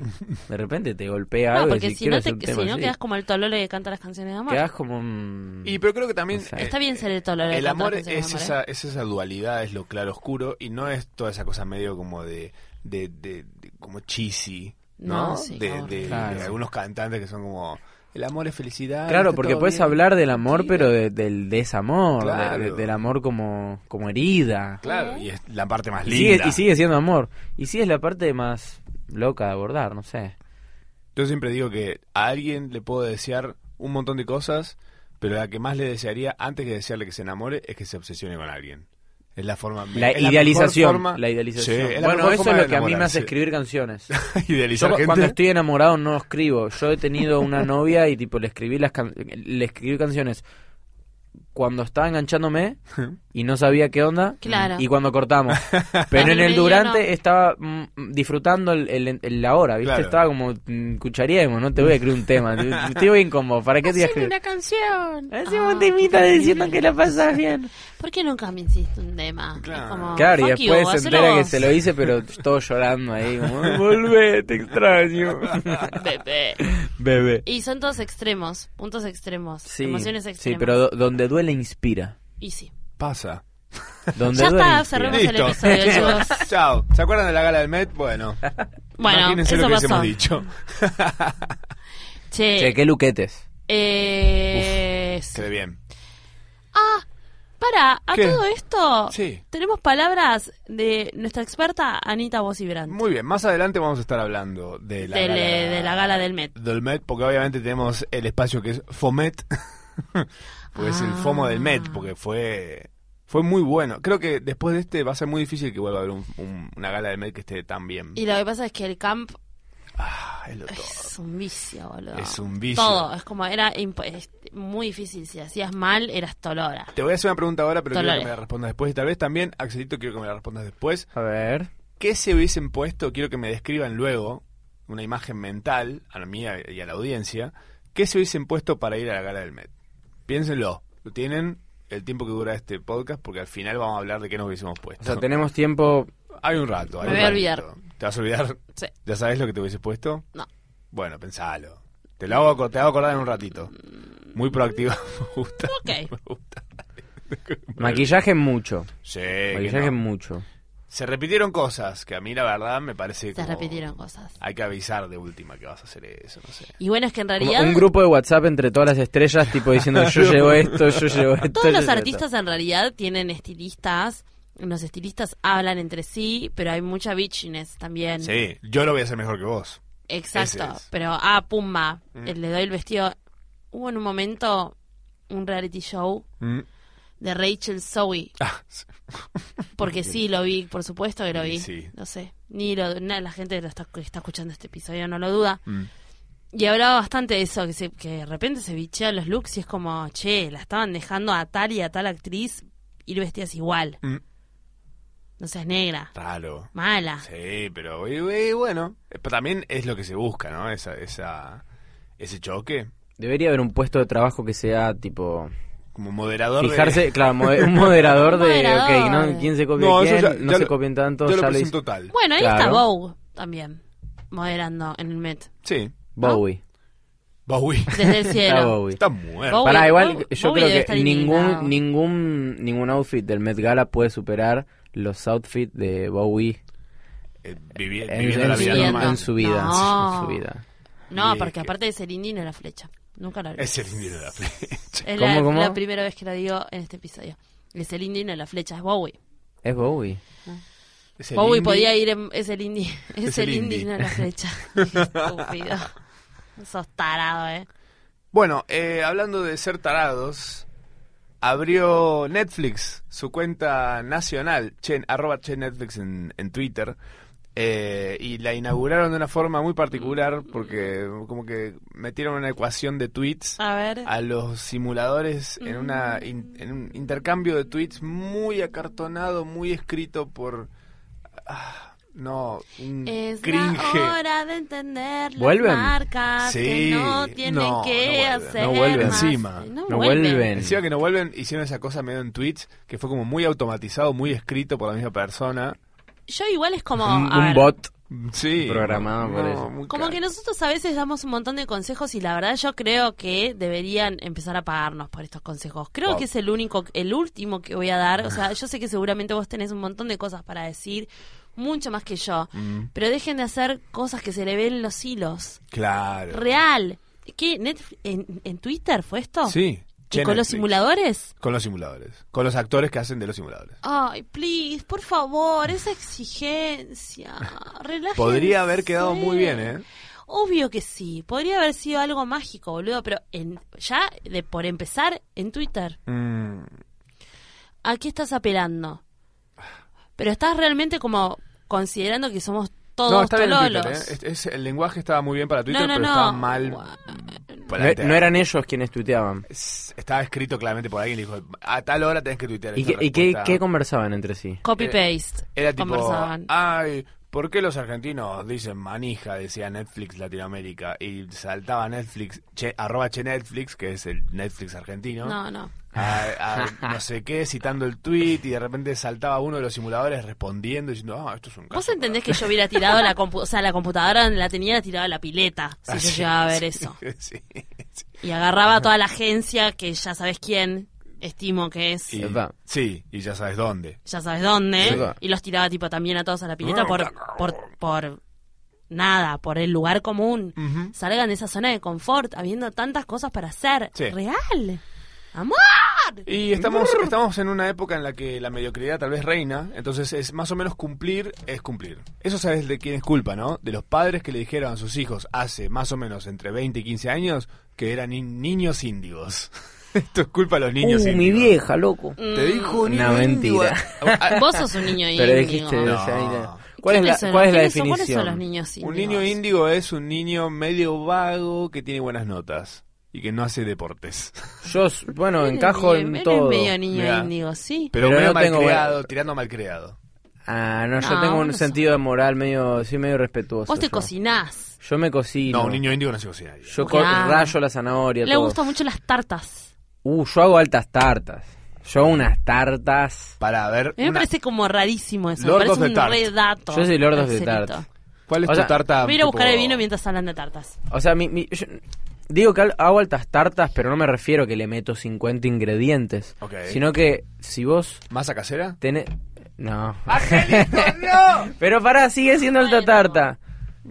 Speaker 4: De repente te golpea
Speaker 2: No,
Speaker 4: algo y
Speaker 2: porque
Speaker 4: decís,
Speaker 2: si
Speaker 4: "Quiero
Speaker 2: no,
Speaker 4: hacer
Speaker 2: te,
Speaker 4: un
Speaker 2: si
Speaker 4: tema
Speaker 2: no
Speaker 4: así".
Speaker 2: quedás como el tololo que canta las canciones de amor.
Speaker 4: Quedás como un-
Speaker 3: Y pero creo que también...
Speaker 4: No sé.
Speaker 3: eh,
Speaker 2: Está bien ser el tololo. que
Speaker 3: El
Speaker 2: canta
Speaker 3: amor
Speaker 2: las canciones
Speaker 3: es
Speaker 2: de amor,
Speaker 3: esa,
Speaker 2: ¿eh?
Speaker 3: es esa dualidad, es lo claro oscuro y no es toda esa cosa medio como de, de, de- de- como cheesy, ¿no?
Speaker 2: No, sí,
Speaker 3: de,
Speaker 2: claro.
Speaker 3: de-
Speaker 4: Claro.
Speaker 3: de algunos cantantes que son como el amor es felicidad. ah,
Speaker 4: Claro,
Speaker 3: está
Speaker 4: porque
Speaker 3: todo
Speaker 4: puedes
Speaker 3: bien,
Speaker 4: hablar del amor,
Speaker 3: tranquila.
Speaker 4: pero de- del desamor, de-
Speaker 3: Claro.
Speaker 4: de- del amor como, como herida.
Speaker 3: Claro, y es la parte más
Speaker 4: Y sigue,
Speaker 3: linda.
Speaker 4: y sigue siendo amor. Y sí es la parte más loca de abordar, no sé.
Speaker 3: Yo siempre digo que a alguien le puedo desear un montón de cosas, pero la que más le desearía antes que desearle que se enamore es que se obsesione con alguien. Es la forma
Speaker 4: La
Speaker 3: es
Speaker 4: idealización.
Speaker 3: mejor forma-
Speaker 4: La idealización.
Speaker 3: Sí, es la
Speaker 4: bueno,
Speaker 3: mejor
Speaker 4: eso
Speaker 3: forma
Speaker 4: es
Speaker 3: de
Speaker 4: lo que a mí me
Speaker 3: enamorarse.
Speaker 4: hace escribir canciones.
Speaker 3: Idealizar
Speaker 4: Yo cu-
Speaker 3: gente.
Speaker 4: cuando estoy enamorado no escribo. Yo he tenido una novia y tipo le escribí las can- le escribí canciones cuando estaba enganchándome y no sabía qué onda
Speaker 2: Claro.
Speaker 4: y cuando cortamos. Pero
Speaker 2: En
Speaker 4: en
Speaker 2: el
Speaker 4: el
Speaker 2: medio
Speaker 4: durante
Speaker 2: no.
Speaker 4: estaba mm, disfrutando el, el- el- la hora, ¿viste?
Speaker 3: Claro.
Speaker 4: Estaba como mm, cucharíamos, no te voy a escribir un tema, te- estoy bien como, ¿para qué te voy a
Speaker 2: Haceme
Speaker 4: escribir?
Speaker 2: una canción.
Speaker 4: Hacemos un
Speaker 2: Ah,
Speaker 4: temita
Speaker 2: qué
Speaker 4: diciendo que
Speaker 2: lindo.
Speaker 4: la pasas bien.
Speaker 2: ¿Por qué nunca me hiciste un tema?
Speaker 3: Claro.
Speaker 2: Es como,
Speaker 4: Claro, y
Speaker 2: fuck you,
Speaker 4: después se
Speaker 2: hacelo
Speaker 4: entera que
Speaker 2: vos.
Speaker 4: se lo hice, pero todo llorando ahí, como, volvé, te extraño.
Speaker 2: Bebé.
Speaker 4: Bebé.
Speaker 2: Y son todos extremos, puntos extremos,
Speaker 4: Sí,
Speaker 2: emociones
Speaker 4: sí,
Speaker 2: extremas.
Speaker 4: pero do- donde duele inspira.
Speaker 2: Y sí.
Speaker 3: Pasa.
Speaker 4: Donde
Speaker 2: Ya
Speaker 4: duele
Speaker 2: está,
Speaker 4: inspira.
Speaker 2: cerremos el episodio, chicos.
Speaker 3: Chao. ¿Se acuerdan de la gala del Met? Bueno.
Speaker 2: Bueno,
Speaker 3: Imagínense
Speaker 2: eso
Speaker 3: lo que
Speaker 2: pasó.
Speaker 3: hubiésemos dicho.
Speaker 2: Che,
Speaker 4: Che, qué luquetes.
Speaker 2: eh, sí.
Speaker 3: Quede bien.
Speaker 2: Ah, para, a
Speaker 3: ¿Qué?
Speaker 2: todo esto
Speaker 3: Sí.
Speaker 2: tenemos palabras de nuestra experta Anita Bosibrand.
Speaker 3: Muy bien, más adelante vamos a estar hablando de la,
Speaker 2: Del,
Speaker 3: gala,
Speaker 2: eh, de la gala del Met.
Speaker 3: Del Met, porque obviamente tenemos el espacio que es FOMET, porque es el
Speaker 2: Ah.
Speaker 3: FOMO del Met, porque fue fue muy bueno. Creo que después de este va a ser muy difícil que vuelva a haber un- un- una gala del Met que esté tan bien.
Speaker 2: Y lo que pasa es que el camp
Speaker 3: Ah, es lo todo.
Speaker 2: es un vicio, boludo.
Speaker 3: Es un vicio.
Speaker 2: Todo, es como, era impo- es muy difícil. Si hacías mal, eras tolora.
Speaker 3: Te voy a hacer una pregunta ahora, pero quiero
Speaker 2: Dolores.
Speaker 3: que me la respondas después. Y tal vez también, Axelito, quiero que me la respondas después.
Speaker 4: A ver.
Speaker 3: ¿Qué se hubiesen puesto? Quiero que me describan luego una imagen mental a la mía y a la audiencia. ¿Qué se hubiesen puesto para ir a la gala del Met? Piénsenlo. Lo tienen el tiempo que dura este podcast porque al final vamos a hablar de qué nos hubiésemos puesto.
Speaker 4: O sea, tenemos tiempo.
Speaker 3: Hay un rato. hay
Speaker 2: Me
Speaker 3: un
Speaker 2: voy a
Speaker 3: ratito. ¿Te vas a olvidar?
Speaker 2: Sí.
Speaker 3: ¿Ya sabes lo que te hubieses puesto?
Speaker 2: No.
Speaker 3: Bueno, pensalo. Te lo hago, aco- te hago acordar en un ratito. Muy proactivo. Me gusta.
Speaker 2: Mm. Ok.
Speaker 3: Me gusta.
Speaker 4: Maquillaje mucho.
Speaker 3: Sí. Eh, que
Speaker 4: Maquillaje
Speaker 3: no.
Speaker 4: mucho.
Speaker 3: Se repitieron cosas que a mí la verdad me parece
Speaker 2: Se
Speaker 3: como-
Speaker 2: repitieron cosas.
Speaker 3: Hay que avisar de última que vas a hacer eso, no sé.
Speaker 2: Y bueno, es que en
Speaker 4: Como
Speaker 2: realidad
Speaker 4: un grupo de WhatsApp entre todas las estrellas, tipo diciendo yo llevo esto, yo llevo esto. yo
Speaker 2: todos los
Speaker 4: llevo
Speaker 2: artistas en realidad tienen estilistas. Los estilistas hablan entre sí, pero hay mucha bitchiness
Speaker 4: Mm.
Speaker 2: también.
Speaker 3: Sí, yo lo voy a hacer mejor que vos.
Speaker 2: Exacto.
Speaker 3: Ese es. Mm.
Speaker 2: Pero, ah, pumba, eh, le doy el vestido. Hubo en un momento un reality show de Rachel Zoe.
Speaker 3: Ah, sí.
Speaker 2: Porque sí, lo vi, por supuesto que lo
Speaker 3: Y
Speaker 2: vi.
Speaker 3: sí.
Speaker 2: No sé. Ni lo- na- la gente que lo está, que está escuchando este episodio no lo duda.
Speaker 3: Mm.
Speaker 2: Y hablaba bastante de eso, que, se- que de repente se bichean los looks y es como, che, la estaban dejando a tal y a tal actriz ir vestidas igual.
Speaker 3: Mm.
Speaker 2: No seas negra,
Speaker 3: Raro.
Speaker 2: mala.
Speaker 3: Sí, pero y- y bueno, eh, pero también es lo que se busca, ¿no? Esa, esa, ese choque.
Speaker 4: esto. Debería haber un puesto de trabajo que sea tipo.
Speaker 3: Como moderador. de-
Speaker 4: Fijarse, claro, mode- un moderador
Speaker 2: Un
Speaker 4: de.
Speaker 2: moderador.
Speaker 4: Ok, no, quién se copia
Speaker 3: No, eso
Speaker 4: quién,
Speaker 3: ya-
Speaker 4: no
Speaker 3: ya
Speaker 4: se
Speaker 3: lo-
Speaker 4: copian tanto.
Speaker 3: Yo lo
Speaker 4: ya lo
Speaker 3: presento
Speaker 4: hizo
Speaker 3: total.
Speaker 2: Bueno, ahí está
Speaker 4: Claro.
Speaker 2: Vogue también, moderando en el Met.
Speaker 3: Sí.
Speaker 4: Bowie.
Speaker 2: Ah,
Speaker 3: Bowie.
Speaker 2: Desde el
Speaker 4: Está
Speaker 2: cielo.
Speaker 4: Bowie.
Speaker 3: Está muerto.
Speaker 2: Bowie.
Speaker 4: Pará, igual
Speaker 2: Bowie-
Speaker 4: yo
Speaker 2: Bowie debe
Speaker 4: creo
Speaker 2: estar
Speaker 4: que
Speaker 2: indignado.
Speaker 4: ningún, ningún, ningún outfit del Met Gala puede superar los outfits de Bowie
Speaker 3: Eh, vivi-
Speaker 4: en,
Speaker 3: viviendo
Speaker 4: en
Speaker 3: la
Speaker 4: su,
Speaker 3: vida
Speaker 2: viviendo.
Speaker 4: en
Speaker 3: normal.
Speaker 4: su vida.
Speaker 2: No.
Speaker 4: en su vida.
Speaker 2: No,
Speaker 3: Y-
Speaker 2: porque aparte de ser indie no era flecha. Nunca lo hablé.
Speaker 3: Es el indio de la flecha.
Speaker 2: Es
Speaker 4: ¿Cómo,
Speaker 2: la,
Speaker 4: cómo?
Speaker 2: la primera vez que lo digo en este episodio. Es el indie, no la flecha, es Bowie.
Speaker 4: Es Bowie.
Speaker 3: Es Este, el
Speaker 2: Bowie
Speaker 3: indie.
Speaker 2: podía ir en... Es el indie, es,
Speaker 3: Es
Speaker 2: el
Speaker 3: el
Speaker 2: indie,
Speaker 3: indie.
Speaker 2: no la flecha. Estúpido. Sos tarado, eh.
Speaker 3: Bueno, eh, hablando de ser tarados, abrió Netflix su cuenta nacional, che, arroba che Netflix en, en Twitter, eh, y la inauguraron de una forma muy particular porque como que metieron una ecuación de tweets
Speaker 2: A ver.
Speaker 3: a los simuladores en, una, in- en un intercambio de tweets muy acartonado, muy escrito por... ah, no, un
Speaker 2: Es
Speaker 3: cringe.
Speaker 2: la hora de entender las
Speaker 4: ¿Vuelven?
Speaker 2: marcas
Speaker 3: Sí,
Speaker 2: que no tienen
Speaker 3: no, no
Speaker 2: que
Speaker 3: vuelven,
Speaker 2: hacer
Speaker 3: no vuelven.
Speaker 2: más.
Speaker 3: Encima,
Speaker 2: No,
Speaker 4: no
Speaker 2: vuelven.
Speaker 4: vuelven.
Speaker 3: Encima que no vuelven, hicieron esa cosa medio en tweets, que fue como muy automatizado, muy escrito por la misma persona. Mm,
Speaker 2: Yo igual es como...
Speaker 4: un,
Speaker 2: a
Speaker 4: un
Speaker 2: ver,
Speaker 4: bot.
Speaker 3: Sí.
Speaker 4: Programado por eso.
Speaker 3: muy
Speaker 2: Como
Speaker 3: caro.
Speaker 2: que nosotros a veces damos un montón de consejos y la verdad yo creo que deberían empezar a pagarnos por estos consejos. Creo
Speaker 3: Wow.
Speaker 2: que es el único, el último que voy a dar. O sea, yo sé que seguramente vos tenés un montón de cosas para decir, mucho más que yo.
Speaker 3: Mm,
Speaker 2: Pero dejen de hacer cosas que se le ven los hilos.
Speaker 3: claro.
Speaker 2: Real. ¿Qué? Netf- en, en Twitter fue esto?
Speaker 3: Sí.
Speaker 2: ¿Y
Speaker 3: Che
Speaker 2: con los
Speaker 3: Netflix.
Speaker 2: simuladores?
Speaker 3: Con los simuladores. Con los actores que hacen de los simuladores.
Speaker 2: Ay, please, por favor, esa exigencia. Relájense.
Speaker 3: Podría haber quedado muy bien, ¿eh?
Speaker 2: Obvio que sí, podría haber sido algo mágico, boludo, pero en, ya de por empezar en Twitter,
Speaker 3: Mm,
Speaker 2: ¿a qué estás apelando? Pero estás realmente como considerando que somos todos
Speaker 3: No, está bien en
Speaker 2: tololos.
Speaker 3: Twitter, ¿eh? Es- es- el lenguaje estaba muy bien para Twitter,
Speaker 2: No, no,
Speaker 3: pero
Speaker 2: no.
Speaker 3: estaba mal.
Speaker 2: Guau.
Speaker 4: No,
Speaker 3: planteado.
Speaker 4: no eran ellos quienes tuiteaban.
Speaker 3: Es- Estaba escrito claramente por alguien, dijo, a tal hora tenés que tuitear
Speaker 4: ¿Y,
Speaker 3: esta
Speaker 4: qué, y qué-
Speaker 3: respuesta".
Speaker 4: qué conversaban entre sí?
Speaker 2: Copy paste.
Speaker 3: eh, Era tipo,
Speaker 2: conversaban.
Speaker 3: ay, ¿por qué los argentinos dicen manija? Decía Netflix Latinoamérica. Y saltaba Netflix, che, arroba che Netflix, que es el Netflix argentino.
Speaker 2: No, no.
Speaker 3: A, a no sé qué, citando el tweet y de repente saltaba uno de los simuladores respondiendo diciendo, ah, esto es un caso.
Speaker 2: Vos entendés que yo hubiera tirado la compu o sea, la computadora la tenía la tiraba a la pileta, si
Speaker 3: Ah,
Speaker 2: yo
Speaker 3: sí,
Speaker 2: llegaba a ver
Speaker 3: sí,
Speaker 2: eso.
Speaker 3: sí, sí.
Speaker 2: Y agarraba a toda la agencia, que ya sabes quién, estimo que es,
Speaker 3: Y,
Speaker 4: Epa.
Speaker 3: sí, y ya sabes dónde.
Speaker 2: ya sabes dónde,
Speaker 4: Sí.
Speaker 2: y los tiraba tipo también a todos a la pileta por, por, por nada, por el lugar común.
Speaker 3: Ujú.
Speaker 2: Salgan de esa zona de confort, habiendo tantas cosas para hacer.
Speaker 3: Sí.
Speaker 2: Real. Amor.
Speaker 3: Y estamos, estamos en una época en la que la mediocridad tal vez reina, entonces es más o menos cumplir es cumplir. Eso sabes de quién es culpa, ¿no? De los padres que le dijeron a sus hijos hace más o menos entre 20 y 15 años que eran ni- niños índigos. Esto es culpa de los niños
Speaker 5: Uh,
Speaker 3: índigos.
Speaker 5: mi vieja, loco.
Speaker 3: Te dijo un
Speaker 4: Una
Speaker 3: indio.
Speaker 4: mentira.
Speaker 3: Ah,
Speaker 2: Mm. Vos sos un niño
Speaker 4: Pero
Speaker 2: índigo.
Speaker 4: dijiste
Speaker 3: No.
Speaker 4: esa idea. ¿Cuál es
Speaker 2: ¿Quiénes
Speaker 4: la,
Speaker 2: son-
Speaker 4: cuál es la
Speaker 2: quiénes son- ¿Cuáles son los
Speaker 4: definición?
Speaker 2: niños índigos?
Speaker 3: Un niño índigo es un niño medio vago que tiene buenas notas y que no hace deportes.
Speaker 4: Yo, s- bueno,
Speaker 2: Eres
Speaker 4: encajo
Speaker 2: medio-
Speaker 4: en
Speaker 2: eres
Speaker 4: todo.
Speaker 2: medio niño
Speaker 3: Mirá.
Speaker 2: índigo, sí.
Speaker 3: Pero,
Speaker 4: Pero
Speaker 3: medio
Speaker 4: no tengo
Speaker 3: malcriado,
Speaker 4: buena-
Speaker 3: tirando a malcriado.
Speaker 4: Ah, no, yo
Speaker 2: No,
Speaker 4: tengo
Speaker 2: vos
Speaker 4: un
Speaker 2: no
Speaker 4: sentido de moral medio, sí, medio respetuoso.
Speaker 2: Vos te
Speaker 4: yo.
Speaker 2: cocinás.
Speaker 4: Yo me cocino.
Speaker 3: No, un niño índigo no se cocina.
Speaker 4: Yo co-
Speaker 2: Claro.
Speaker 4: rayo la zanahoria.
Speaker 2: Le
Speaker 4: todo.
Speaker 2: gustan mucho las tartas.
Speaker 4: Uh, yo hago altas tartas. Yo hago unas tartas.
Speaker 3: Para ver,
Speaker 2: A mí me
Speaker 3: una-
Speaker 2: parece como rarísimo eso.
Speaker 3: Lord
Speaker 2: me
Speaker 3: of the
Speaker 2: parece
Speaker 3: Tart.
Speaker 2: un re dato.
Speaker 4: Yo soy Lord of the
Speaker 2: Marcelito.
Speaker 4: Tart.
Speaker 3: ¿cuál es
Speaker 4: O
Speaker 3: tu
Speaker 4: sea,
Speaker 3: tarta?
Speaker 2: Voy a ir a
Speaker 3: tipo-
Speaker 2: buscar el vino mientras hablan de tartas.
Speaker 4: O sea, mi, mi- yo- digo que al- hago altas tartas, pero no me refiero que le meto 50 ingredientes.
Speaker 3: Ok.
Speaker 4: Sino que si vos
Speaker 3: ¿Masa casera?
Speaker 4: tenés... No.
Speaker 2: ¡Ah,
Speaker 3: no!
Speaker 4: Pero pará, sigue siendo alta
Speaker 2: Bueno.
Speaker 4: tarta.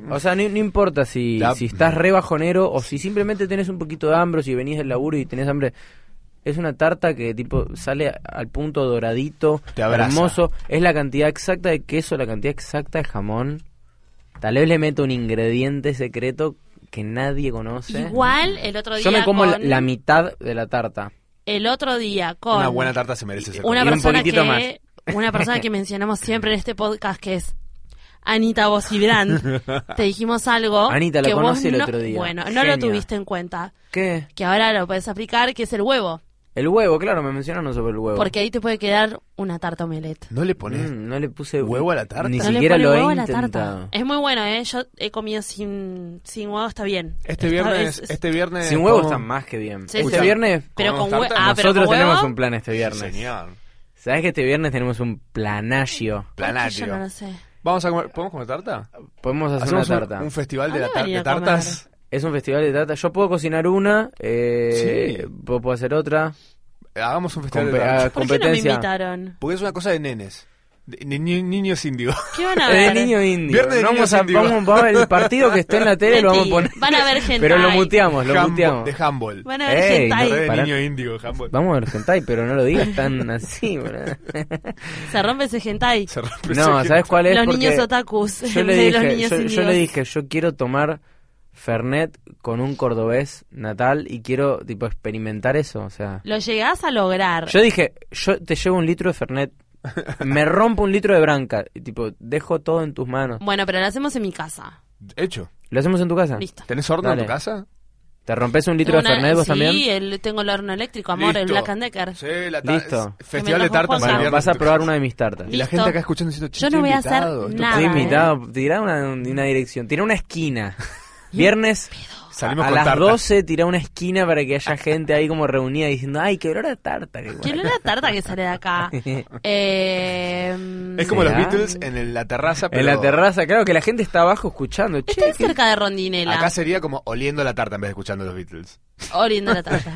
Speaker 4: O sea, no, no importa si,
Speaker 3: La-
Speaker 4: si estás re bajonero o si simplemente tenés un poquito de hambre o si venís del laburo y tenés hambre. Es una tarta que tipo sale a- al punto doradito,
Speaker 3: Te abraza.
Speaker 4: hermoso. Es la cantidad exacta de queso, la cantidad exacta de jamón. Tal vez le meto un ingrediente secreto que nadie conoce.
Speaker 2: Igual el otro día.
Speaker 4: Yo me como la,
Speaker 2: con-
Speaker 4: la mitad de la tarta.
Speaker 2: El otro día con.
Speaker 3: Una buena tarta se merece ser
Speaker 2: Oh, una
Speaker 4: Y un
Speaker 2: persona
Speaker 4: poquitito
Speaker 2: que una persona que mencionamos siempre en este podcast que es Anita Bosibrand te dijimos algo
Speaker 4: Anita, lo
Speaker 2: que vos
Speaker 4: conocí el
Speaker 2: no-
Speaker 4: otro día.
Speaker 2: bueno no
Speaker 4: Genia.
Speaker 2: lo tuviste en cuenta
Speaker 4: ¿Qué?
Speaker 2: que ahora lo puedes aplicar que es el huevo
Speaker 4: El huevo, claro, me mencionaron sobre el huevo.
Speaker 2: porque ahí te puede quedar una tarta omelette
Speaker 3: ¿No le pones?
Speaker 4: Mm, no le puse
Speaker 3: huevo a la tarta?
Speaker 4: Ni
Speaker 3: No
Speaker 2: No le
Speaker 4: siquiera
Speaker 2: pone
Speaker 4: lo
Speaker 2: huevo
Speaker 4: he
Speaker 2: a la tarta.
Speaker 4: intentado.
Speaker 2: es muy bueno eh yo he comido sin sin huevo está bien
Speaker 3: Este
Speaker 2: Está-
Speaker 3: viernes,
Speaker 2: es-
Speaker 3: este viernes...
Speaker 4: Sin huevo
Speaker 3: como-
Speaker 4: está más que bien.
Speaker 2: Sí,
Speaker 4: este
Speaker 2: sí.
Speaker 4: viernes
Speaker 2: pero
Speaker 3: ¿comemos
Speaker 2: con huevo
Speaker 3: tarta?
Speaker 2: ah pero
Speaker 4: nosotros
Speaker 2: con huevo,
Speaker 4: tenemos un plan este viernes.
Speaker 3: Señor.
Speaker 4: ¿Sabes que este viernes tenemos un planacio?
Speaker 2: yo
Speaker 3: Planatio.
Speaker 2: no lo sé
Speaker 3: Vamos a comer, ¿Podemos comer tarta?
Speaker 4: Podemos hacer
Speaker 3: Hacemos
Speaker 4: una
Speaker 3: un-
Speaker 4: tarta.
Speaker 3: Un, festival de,
Speaker 2: Ah,
Speaker 3: la
Speaker 2: me
Speaker 3: tar-
Speaker 2: venía
Speaker 3: de
Speaker 2: a comer.
Speaker 3: tartas.
Speaker 4: es un festival de tarta. Yo puedo cocinar una, eh,
Speaker 3: Sí.
Speaker 4: vos puedo hacer otra.
Speaker 3: Hagamos un festival
Speaker 4: Compe-
Speaker 3: de tartas.
Speaker 4: ah,
Speaker 2: por qué no me
Speaker 4: Competencia.
Speaker 2: invitaron
Speaker 3: Porque es una cosa de nenes. De, de ni- niños indios.
Speaker 2: qué van a
Speaker 4: Es
Speaker 2: ver
Speaker 4: de niño indio.
Speaker 3: Viernes de
Speaker 4: No vamos
Speaker 3: niños
Speaker 4: a,
Speaker 3: indio.
Speaker 4: vamos- vamos- el partido que esté en la tele lo vamos a poner.
Speaker 2: Mentira. van a ver gente
Speaker 4: Pero lo muteamos, lo
Speaker 3: Handball-
Speaker 4: muteamos.
Speaker 3: De handball.
Speaker 2: van a ver
Speaker 4: Ey,
Speaker 2: gente
Speaker 4: no eh.
Speaker 2: ahí.
Speaker 4: re-
Speaker 3: Red de
Speaker 4: Pará.
Speaker 3: niño indio, handball.
Speaker 4: Vamos a ver hentai, pero no lo digas tan así, boludo.
Speaker 2: se rompe ese hentai
Speaker 3: Se rompe
Speaker 4: No,
Speaker 3: ese-
Speaker 4: ¿sabes cuál es?
Speaker 2: Los
Speaker 4: Porque
Speaker 2: niños otakus.
Speaker 4: Yo
Speaker 2: en
Speaker 4: le,
Speaker 2: vez de los
Speaker 4: dije,
Speaker 2: niños
Speaker 4: yo, yo
Speaker 2: indios.
Speaker 4: le dije, yo quiero tomar Fernet con un cordobés natal y quiero, tipo, experimentar eso, o sea...
Speaker 2: Lo llegás a lograr.
Speaker 4: Yo dije, yo te llevo un litro de Fernet, me rompo un litro de branca, y, tipo, dejo todo en tus manos.
Speaker 2: Bueno, pero lo hacemos en mi casa.
Speaker 3: Hecho.
Speaker 4: ¿Lo hacemos en tu casa?
Speaker 2: Listo.
Speaker 3: ¿Tenés horno
Speaker 4: Dale.
Speaker 3: en tu casa?
Speaker 4: ¿Te rompes un litro
Speaker 2: Una-
Speaker 4: de Fernet vos
Speaker 2: sí,
Speaker 4: también?
Speaker 2: el- tengo el horno eléctrico, amor, el
Speaker 3: Listo.
Speaker 2: Black and Decker.
Speaker 3: Sí, la
Speaker 4: Listo.
Speaker 3: tarta. Festival de
Speaker 2: Que me lo
Speaker 3: tartas.
Speaker 2: pongan.
Speaker 3: el
Speaker 4: Bueno,
Speaker 3: viernes
Speaker 4: vas a
Speaker 3: en tu
Speaker 4: probar
Speaker 3: casa.
Speaker 4: una de mis tartas.
Speaker 3: Y la
Speaker 2: Listo.
Speaker 3: gente acá escuchando diciendo, che,
Speaker 2: Yo no
Speaker 3: estoy
Speaker 2: voy a hacer
Speaker 3: invitado, estoy-
Speaker 2: nada.
Speaker 4: Estoy
Speaker 2: eh.
Speaker 4: invitado, tirá una, una dirección, tirá una esquina. Viernes
Speaker 3: Salimos
Speaker 4: a
Speaker 3: con
Speaker 4: las
Speaker 3: tarta.
Speaker 4: 12 tirá una esquina para que haya gente ahí como reunida diciendo, ay, qué olor a tarta. qué
Speaker 2: ¿Quién
Speaker 4: bueno".
Speaker 2: es la tarta que sale de acá? Eh,
Speaker 3: Es como
Speaker 4: ¿Será?
Speaker 3: los Beatles en el- la terraza, Ah, pero
Speaker 4: En la terraza, claro que la gente está abajo escuchando. Che,
Speaker 2: Estoy
Speaker 4: qué-
Speaker 2: cerca de Rondinela.
Speaker 3: Acá sería como oliendo la tarta en vez de escuchando los Beatles.
Speaker 2: Oriendo la tarta.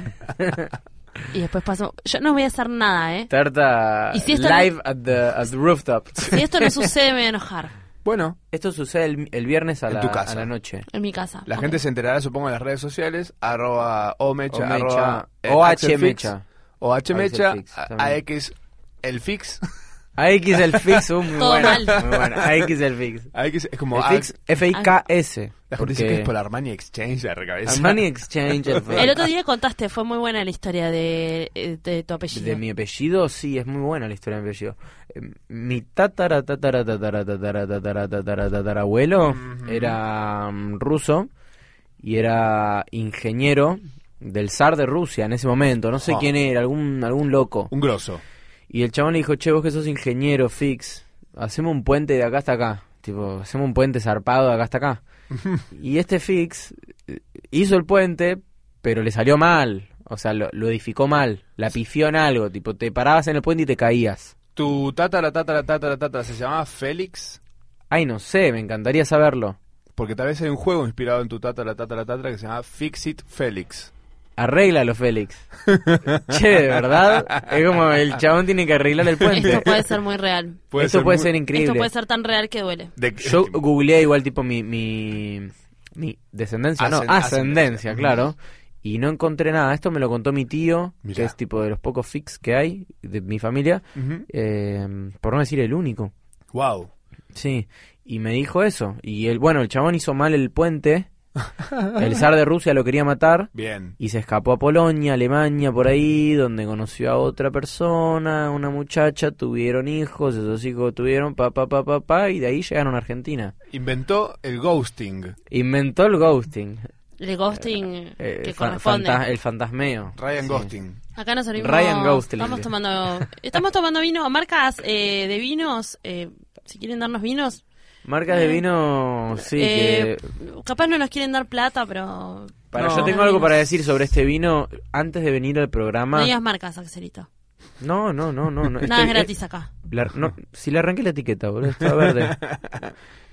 Speaker 2: y después paso. Yo no voy a hacer nada, ¿eh?
Speaker 4: tarta
Speaker 2: ¿Y si esto no-
Speaker 4: live at, the, at the rooftop.
Speaker 2: Si esto no sucede, me voy a enojar
Speaker 3: Bueno,
Speaker 4: Esto sucede el, el viernes a
Speaker 3: En
Speaker 4: la,
Speaker 3: tu casa.
Speaker 4: a la noche.
Speaker 2: en mi casa.
Speaker 3: la
Speaker 2: Ok.
Speaker 3: gente se enterará, supongo, en las redes sociales, arroba omecha,
Speaker 4: Omecha,
Speaker 3: arroba eh,
Speaker 4: OH
Speaker 3: Axel Fix,
Speaker 4: Mecha.
Speaker 3: o hmecha,
Speaker 4: Axel Fix,
Speaker 3: a-
Speaker 4: también.
Speaker 3: ax el fix,
Speaker 4: AX el fix, uh, muy
Speaker 2: Todo
Speaker 4: bueno.
Speaker 2: mal.
Speaker 4: Muy bueno. AX el fix.
Speaker 3: ax es como
Speaker 4: El
Speaker 3: ax-
Speaker 4: fix F-I-K-S.
Speaker 3: la gente
Speaker 4: porque
Speaker 3: dice que es por Armani Exchange la recabeza.
Speaker 4: Armani Exchange el fix.
Speaker 2: El otro día contaste, fue muy buena la historia de, eh, de tu apellido.
Speaker 4: De mi apellido, sí, es muy buena la historia de mi apellido. Eh, Mi tatara, tatara, tatara, tatara, tatara, tatara, tatarabuelo era mm, ruso y era ingeniero del zar de Rusia en ese momento. No sé
Speaker 3: Ah.
Speaker 4: quién era, algún, algún loco.
Speaker 3: Un grosso.
Speaker 4: Y el chabón le dijo, che, vos que sos ingeniero, fix, hacemos un puente de acá hasta acá. Tipo, hacemos un puente zarpado de acá hasta acá. y este fix eh, hizo el puente, pero le salió mal. O sea, lo, lo edificó mal. La pifió en algo. Tipo, te parabas en el puente y te caías.
Speaker 3: Tu tatara, tatara, tatara, tatara, ¿se llamaba Félix?
Speaker 4: Ay, no sé, me encantaría saberlo.
Speaker 3: Porque tal vez hay un juego inspirado en tu tatara, tatara, tatara que se llama Fix It Félix.
Speaker 4: Arréglalo, Félix. che, de verdad. Es como el chabón tiene que arreglar el puente.
Speaker 2: Esto puede ser muy real.
Speaker 3: Puede
Speaker 4: Esto
Speaker 3: ser
Speaker 4: puede
Speaker 3: muy-
Speaker 4: ser increíble.
Speaker 2: Esto puede ser tan real que duele.
Speaker 3: de-
Speaker 4: Yo googleé igual tipo mi, mi, mi descendencia,
Speaker 3: Ascen-
Speaker 4: no, ascendencia,
Speaker 3: ascendencia.
Speaker 4: claro. Y no encontré nada. Esto me lo contó mi tío, que
Speaker 3: Mirá.
Speaker 4: es tipo de los pocos fix que hay de mi familia,
Speaker 3: Ujú.
Speaker 4: eh, por no decir el único.
Speaker 3: Wow.
Speaker 4: Sí. Y me dijo eso. Y el, bueno, el chabón hizo mal el puente. El zar de Rusia lo quería matar.
Speaker 3: Bien.
Speaker 4: Y se escapó a Polonia, Alemania, por ahí, donde conoció a otra persona, una muchacha, tuvieron hijos, esos hijos tuvieron pa, pa, pa, pa, pa, y de ahí llegaron a Argentina.
Speaker 3: Inventó el ghosting.
Speaker 4: Inventó el ghosting.
Speaker 2: El ghosting
Speaker 4: eh,
Speaker 2: que
Speaker 4: fa-
Speaker 2: corresponde.
Speaker 4: fanta- el fantasmeo.
Speaker 3: Ryan
Speaker 4: Sí.
Speaker 3: Ghosting.
Speaker 2: Acá nos servimos.
Speaker 4: Ryan Gosling.
Speaker 2: Estamos tomando, estamos tomando vino. Marcas eh, de vinos. eh, si quieren darnos vinos.
Speaker 4: Marcas de vino, sí,
Speaker 2: Eh,
Speaker 4: que...
Speaker 2: Capaz no nos quieren dar plata, pero.
Speaker 4: Para,
Speaker 3: no.
Speaker 4: Yo tengo algo para decir sobre este vino antes de venir al
Speaker 2: No
Speaker 4: programa.
Speaker 2: digas marcas, Axelito.
Speaker 4: No, no, no, no. no,
Speaker 2: Nada
Speaker 4: estoy- eh,
Speaker 2: es gratis acá.
Speaker 4: La- no, si le arranqué la etiqueta, boludo, estaba verde.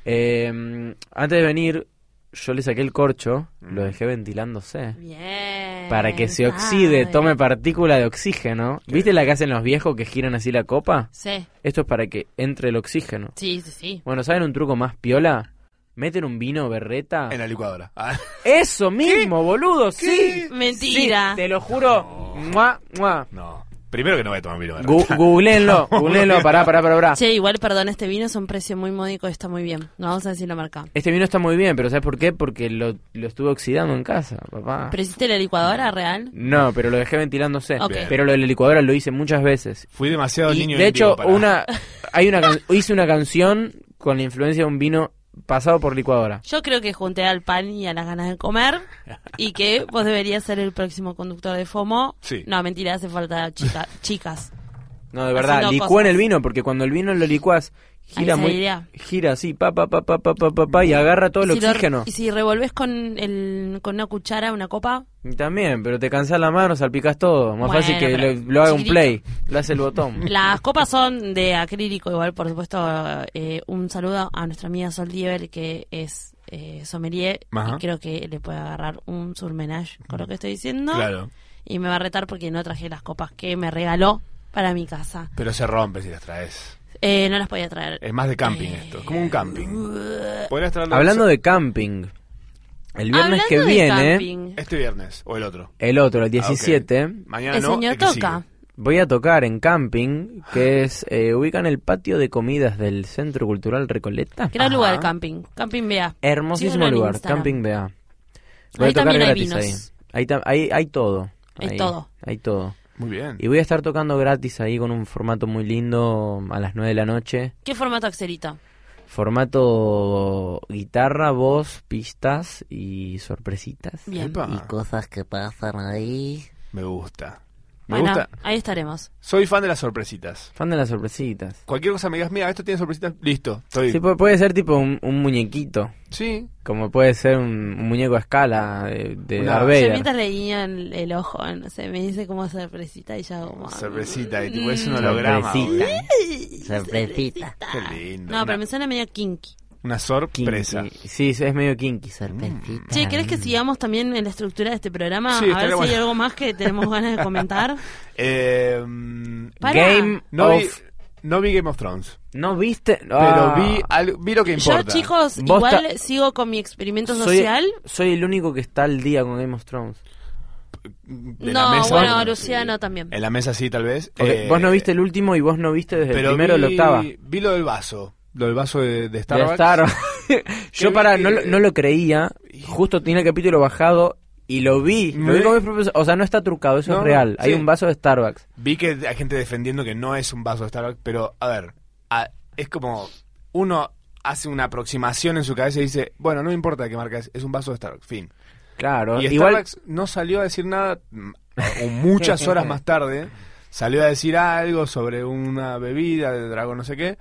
Speaker 4: Eh, antes de venir, yo le saqué el corcho, lo dejé ventilándose.
Speaker 2: Bien.
Speaker 4: Para que se oxide,
Speaker 2: sabe.
Speaker 4: tome partícula de oxígeno. ¿Viste la que hacen los viejos que giran así la copa?
Speaker 2: Sí,
Speaker 4: Esto es para que entre el oxígeno.
Speaker 2: sí, sí. sí.
Speaker 4: Bueno, ¿saben un truco más piola? Meten un vino berreta.
Speaker 3: En la licuadora. Ah,
Speaker 4: Eso mismo, boludo, sí.
Speaker 2: Mentira.
Speaker 4: Sí, te lo juro. Mua, mua.
Speaker 3: no. Primero que no voy a tomar vino. verde.
Speaker 4: Gu- Googleenlo, googleenlo, pará, pará, pará, pará.
Speaker 2: Che, igual, perdón, este vino es un precio muy módico y está muy bien. No vamos a decir la marca.
Speaker 4: Este vino está muy bien, pero ¿sabes por qué? Porque lo, lo estuve oxidando en casa, papá.
Speaker 2: ¿Pero hiciste la licuadora real?
Speaker 4: No, pero lo dejé ventilándose.
Speaker 2: Ok.
Speaker 4: Pero lo de la licuadora lo hice muchas veces.
Speaker 3: Fui demasiado
Speaker 4: Y,
Speaker 3: niño
Speaker 4: de
Speaker 3: índigo
Speaker 4: hecho,
Speaker 3: para-
Speaker 4: una hay una can- hice una canción con la influencia de un vino pasado por licuadora.
Speaker 2: Yo creo que junté al pan y a las ganas de comer y que vos deberías ser el próximo conductor de FOMO.
Speaker 3: Sí.
Speaker 2: No, mentira, hace falta chica- chicas.
Speaker 4: No, de verdad,
Speaker 2: Haciendo
Speaker 4: licúen
Speaker 2: cosas.
Speaker 4: el vino porque cuando el vino lo licuás gira
Speaker 2: Ahí
Speaker 4: muy
Speaker 2: saliría.
Speaker 4: gira así, pa pa pa pa pa pa pa, pa, y agarra todo el
Speaker 2: Si lo-
Speaker 4: oxígeno.
Speaker 2: y si revolvés con, el, con una cuchara, una copa,
Speaker 4: Y También, pero te cansás la mano, salpicás todo, más
Speaker 2: Bueno,
Speaker 4: fácil que
Speaker 2: pero
Speaker 4: lo, lo haga un
Speaker 2: chiquitito.
Speaker 4: play, lo hace el botón.
Speaker 2: Las copas son de acrílico, igual, por supuesto. eh, un saludo a nuestra amiga Sol Dievel, que es eh, sommelier.
Speaker 3: Ajá.
Speaker 2: Y creo que le puede agarrar un surmenage con lo que estoy diciendo.
Speaker 3: Claro.
Speaker 2: Y me va a retar porque no traje las copas que me regaló para mi casa.
Speaker 3: Pero se rompe si las traes.
Speaker 2: Eh, no las podía traer.
Speaker 3: Es más de camping esto. Es como un camping. Podrías traerlo
Speaker 4: Eh. Hablando de camping, el viernes que
Speaker 2: Hablando de
Speaker 4: viene,
Speaker 2: camping,
Speaker 3: Este viernes o el otro.
Speaker 4: el otro,
Speaker 3: Ah,
Speaker 4: el
Speaker 3: ok.
Speaker 4: 17,
Speaker 3: Mañana
Speaker 2: el
Speaker 3: no,
Speaker 2: señor
Speaker 3: el que sigue.
Speaker 2: toca.
Speaker 4: voy a tocar en camping, que es, eh, ubican el patio de comidas del Centro Cultural Recoleta.
Speaker 2: Gran lugar el camping. Camping Bea. Síganlo
Speaker 4: Hermosísimo
Speaker 2: en
Speaker 4: lugar,
Speaker 2: Instagram.
Speaker 4: Camping BA.
Speaker 2: Ahí
Speaker 4: Voy a tocar
Speaker 2: también hay
Speaker 4: gratis ahí.
Speaker 2: vinos.
Speaker 4: Ahí, tam- ahí- hay todo.
Speaker 2: Hay
Speaker 4: Ahí-
Speaker 2: todo.
Speaker 4: Hay todo.
Speaker 3: Muy bien.
Speaker 4: Y voy a estar tocando gratis ahí con un formato muy lindo a las 9 de la noche.
Speaker 2: ¿Qué formato, Axelito?
Speaker 4: Formato guitarra, voz, pistas y sorpresitas.
Speaker 2: Bien.
Speaker 3: Epa,
Speaker 6: y cosas que pasan ahí.
Speaker 3: me gusta. Me
Speaker 2: Bueno,
Speaker 3: gusta.
Speaker 2: ahí estaremos.
Speaker 3: Soy fan de las sorpresitas.
Speaker 4: Fan de las sorpresitas.
Speaker 3: Cualquier cosa me digas, mira, esto tiene sorpresitas, listo. Estoy.
Speaker 4: Sí, pues.
Speaker 3: Sí.
Speaker 4: pu- puede ser tipo un, un muñequito. Como puede ser un, un muñeco a escala de, de
Speaker 3: Una-
Speaker 4: Darth
Speaker 2: Yo
Speaker 4: Vader.
Speaker 2: mientras le guiño el, el ojo, no sé, me dice como sorpresita y yo como... "Mm,
Speaker 3: Sorpresita, y tipo, es un holograma.
Speaker 4: Sorpresita.
Speaker 3: boludo.
Speaker 6: Sorpresita.
Speaker 3: Qué lindo.
Speaker 2: No,
Speaker 3: una,
Speaker 2: pero me suena medio kinky.
Speaker 3: una sorpresa.
Speaker 4: Kinky. Sí, sí, es medio kinky.
Speaker 6: Sorpresita.
Speaker 4: Ah.
Speaker 2: Che, ¿querés que sigamos también en la estructura de este programa?
Speaker 3: Sí,
Speaker 2: a ver
Speaker 3: estaría
Speaker 2: si hay
Speaker 3: bueno.
Speaker 2: algo más que tenemos ganas de comentar.
Speaker 3: Eh, mm,
Speaker 2: Pará.
Speaker 4: Game
Speaker 3: no, vi,
Speaker 4: of...
Speaker 3: no vi Game of Thrones,
Speaker 4: ¿No viste?
Speaker 3: pero
Speaker 4: Ah.
Speaker 3: vi, algo- vi lo que
Speaker 2: Yo,
Speaker 3: importa.
Speaker 2: chicos,
Speaker 4: Vos
Speaker 2: igual
Speaker 4: ta-
Speaker 2: sigo con mi experimento
Speaker 4: soy,
Speaker 2: social.
Speaker 4: Soy el único que está al día con Game of Thrones.
Speaker 3: De
Speaker 2: No,
Speaker 3: la mesa,
Speaker 2: bueno,
Speaker 3: sí.
Speaker 2: Luciano también.
Speaker 3: En la mesa sí, tal vez.
Speaker 4: Ok,
Speaker 3: Eh,
Speaker 4: vos no viste el último y vos no viste desde el
Speaker 3: pero
Speaker 4: primero
Speaker 3: vi,
Speaker 4: al octava.
Speaker 3: Vi lo del vaso. Lo del vaso de, de
Speaker 4: De
Speaker 3: Starbucks.
Speaker 4: Starbucks. Yo
Speaker 3: vi
Speaker 4: para,
Speaker 3: que-
Speaker 4: no, lo- no lo creía. Justo tenía el capítulo bajado y lo vi. Lo vi con mis propios- O sea, no está trucado, eso
Speaker 3: No,
Speaker 4: es real.
Speaker 3: no,
Speaker 4: Hay
Speaker 3: sí.
Speaker 4: un vaso de Starbucks.
Speaker 3: Vi que hay gente defendiendo que no es un vaso de Starbucks, pero a ver, a- es como uno hace una aproximación en su cabeza y dice, bueno, no me importa de qué marca es, es un vaso de Starbucks, fin.
Speaker 4: Claro.
Speaker 3: Y
Speaker 4: Igual,
Speaker 3: Starbucks no salió a decir nada, mm, o muchas horas más tarde, salió a decir algo sobre una bebida de dragón no sé qué,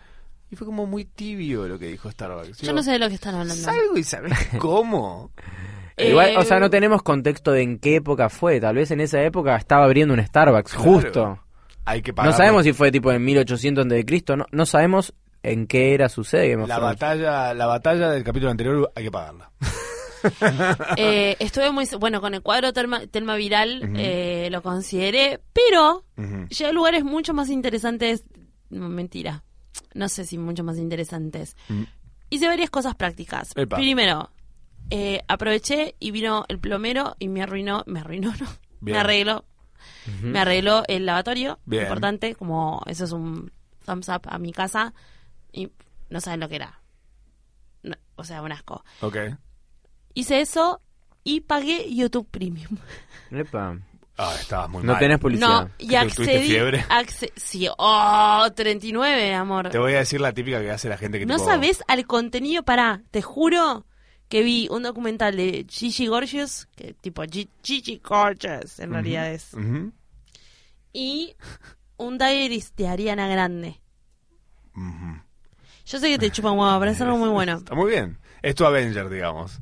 Speaker 3: y fue como muy tibio lo que dijo Starbucks.
Speaker 2: Yo no sé de lo que están hablando.
Speaker 3: Salgo y sabes cómo.
Speaker 4: igual, o
Speaker 2: Eh,
Speaker 4: sea, no tenemos contexto de en qué época fue. Tal vez en esa época estaba abriendo un Starbucks,
Speaker 3: Claro.
Speaker 4: justo.
Speaker 3: Hay que pagar
Speaker 4: No sabemos si fue tipo en 1800 antes de Cristo. No, no sabemos en qué era su sede Game of
Speaker 3: la
Speaker 4: Thrones.
Speaker 3: batalla, la batalla del capítulo anterior hay que pagarla.
Speaker 2: Eh, estuve muy... Bueno, con el cuadro Telma, Telma Viral
Speaker 3: Ujú.
Speaker 2: eh, lo consideré, pero
Speaker 3: Ujú.
Speaker 2: llegué a lugares mucho más interesantes. no, Mentira. No sé si mucho más interesantes.
Speaker 3: Mm.
Speaker 2: Hice varias cosas prácticas.
Speaker 3: Epa.
Speaker 2: Primero, eh, aproveché y vino el plomero y me arruinó, me arruinó, no,
Speaker 3: Bien.
Speaker 2: me arregló, me arregló el lavatorio,
Speaker 3: Bien.
Speaker 2: importante, como eso es un thumbs up a mi casa y no saben lo que era. No, o sea, un asco.
Speaker 3: Ok.
Speaker 2: Hice eso y pagué YouTube Premium.
Speaker 4: Epa.
Speaker 3: Ah, estabas muy
Speaker 4: No
Speaker 3: mal.
Speaker 4: tenés publicidad.
Speaker 2: No, y
Speaker 3: ¿Tuviste
Speaker 2: accedí.
Speaker 3: fiebre?
Speaker 2: acce- sí, oh, 39, amor.
Speaker 3: Te voy a decir la típica que hace la gente que
Speaker 2: No
Speaker 3: tipo-
Speaker 2: sabes al contenido, pará, te juro que vi un documental de Gigi Gorgeous, que tipo Gi- Gigi Gorgeous en realidad es,
Speaker 3: Ujú.
Speaker 2: y un diaries de Ariana Grande.
Speaker 3: Ujú.
Speaker 2: Yo sé que te chupa un huevo, pero es algo muy bueno.
Speaker 3: Está muy bien. Es tu Avenger, digamos.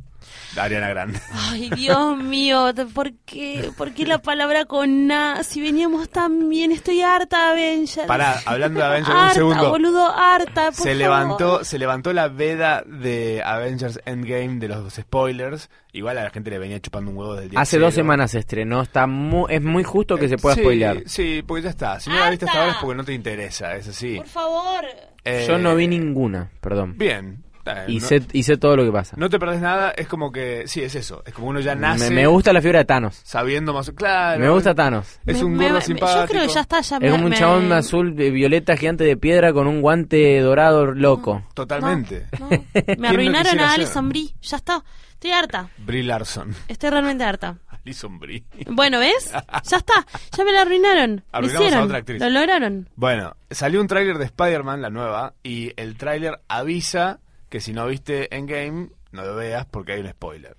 Speaker 3: Ariana Grande.
Speaker 2: Ay, Dios mío, ¿de- ¿por qué, por qué la palabra con na? Si veníamos tan bien, estoy harta, Avenger.
Speaker 3: Pará, hablando de Avenger, un
Speaker 2: harta,
Speaker 3: segundo.
Speaker 2: boludo, harta. por
Speaker 3: se
Speaker 2: favor.
Speaker 3: levantó se levantó la veda de Avengers Endgame de los spoilers igual a la gente le venía chupando un huevo desde el día
Speaker 4: Hace
Speaker 3: cero.
Speaker 4: dos semanas se estrenó. Está mu- es muy justo que se pueda
Speaker 3: sí,
Speaker 4: spoilear.
Speaker 3: sí porque ya está si no la viste hasta
Speaker 2: ¡Ata!
Speaker 3: ahora es porque no te interesa es así
Speaker 2: Por favor.
Speaker 3: Eh,
Speaker 4: Yo no vi ninguna, perdón.
Speaker 3: bien Eh,
Speaker 4: Y
Speaker 3: no,
Speaker 4: sé, y sé todo lo que pasa.
Speaker 3: no te perdés nada es como que sí es eso es como uno ya nace
Speaker 4: me, me gusta la figura de Thanos.
Speaker 3: sabiendo más claro
Speaker 4: Me gusta Thanos.
Speaker 3: es
Speaker 2: Me-
Speaker 3: un
Speaker 2: me-
Speaker 3: gordo
Speaker 2: me-
Speaker 3: simpático
Speaker 2: Yo creo que ya está, ya me-
Speaker 4: Es como un
Speaker 2: me-
Speaker 4: chabón azul, eh, violeta, gigante de piedra con un guante dorado loco.
Speaker 3: totalmente
Speaker 2: No,
Speaker 3: lo
Speaker 2: Me arruinaron
Speaker 3: quisiera
Speaker 2: a
Speaker 3: hacer?
Speaker 2: Alison Brie, ya está. Estoy harta,
Speaker 3: Brie Larson
Speaker 2: estoy realmente harta.
Speaker 3: Alison Brie
Speaker 2: Bueno, ¿ves? Ya está, ya me la arruinaron. Lo
Speaker 3: Arruinamos a
Speaker 2: hicieron,
Speaker 3: otra actriz.
Speaker 2: lo lograron.
Speaker 3: Bueno, salió un tráiler de Spider-Man, la nueva, y el tráiler avisa que si no viste Endgame, no lo veas porque hay un spoiler.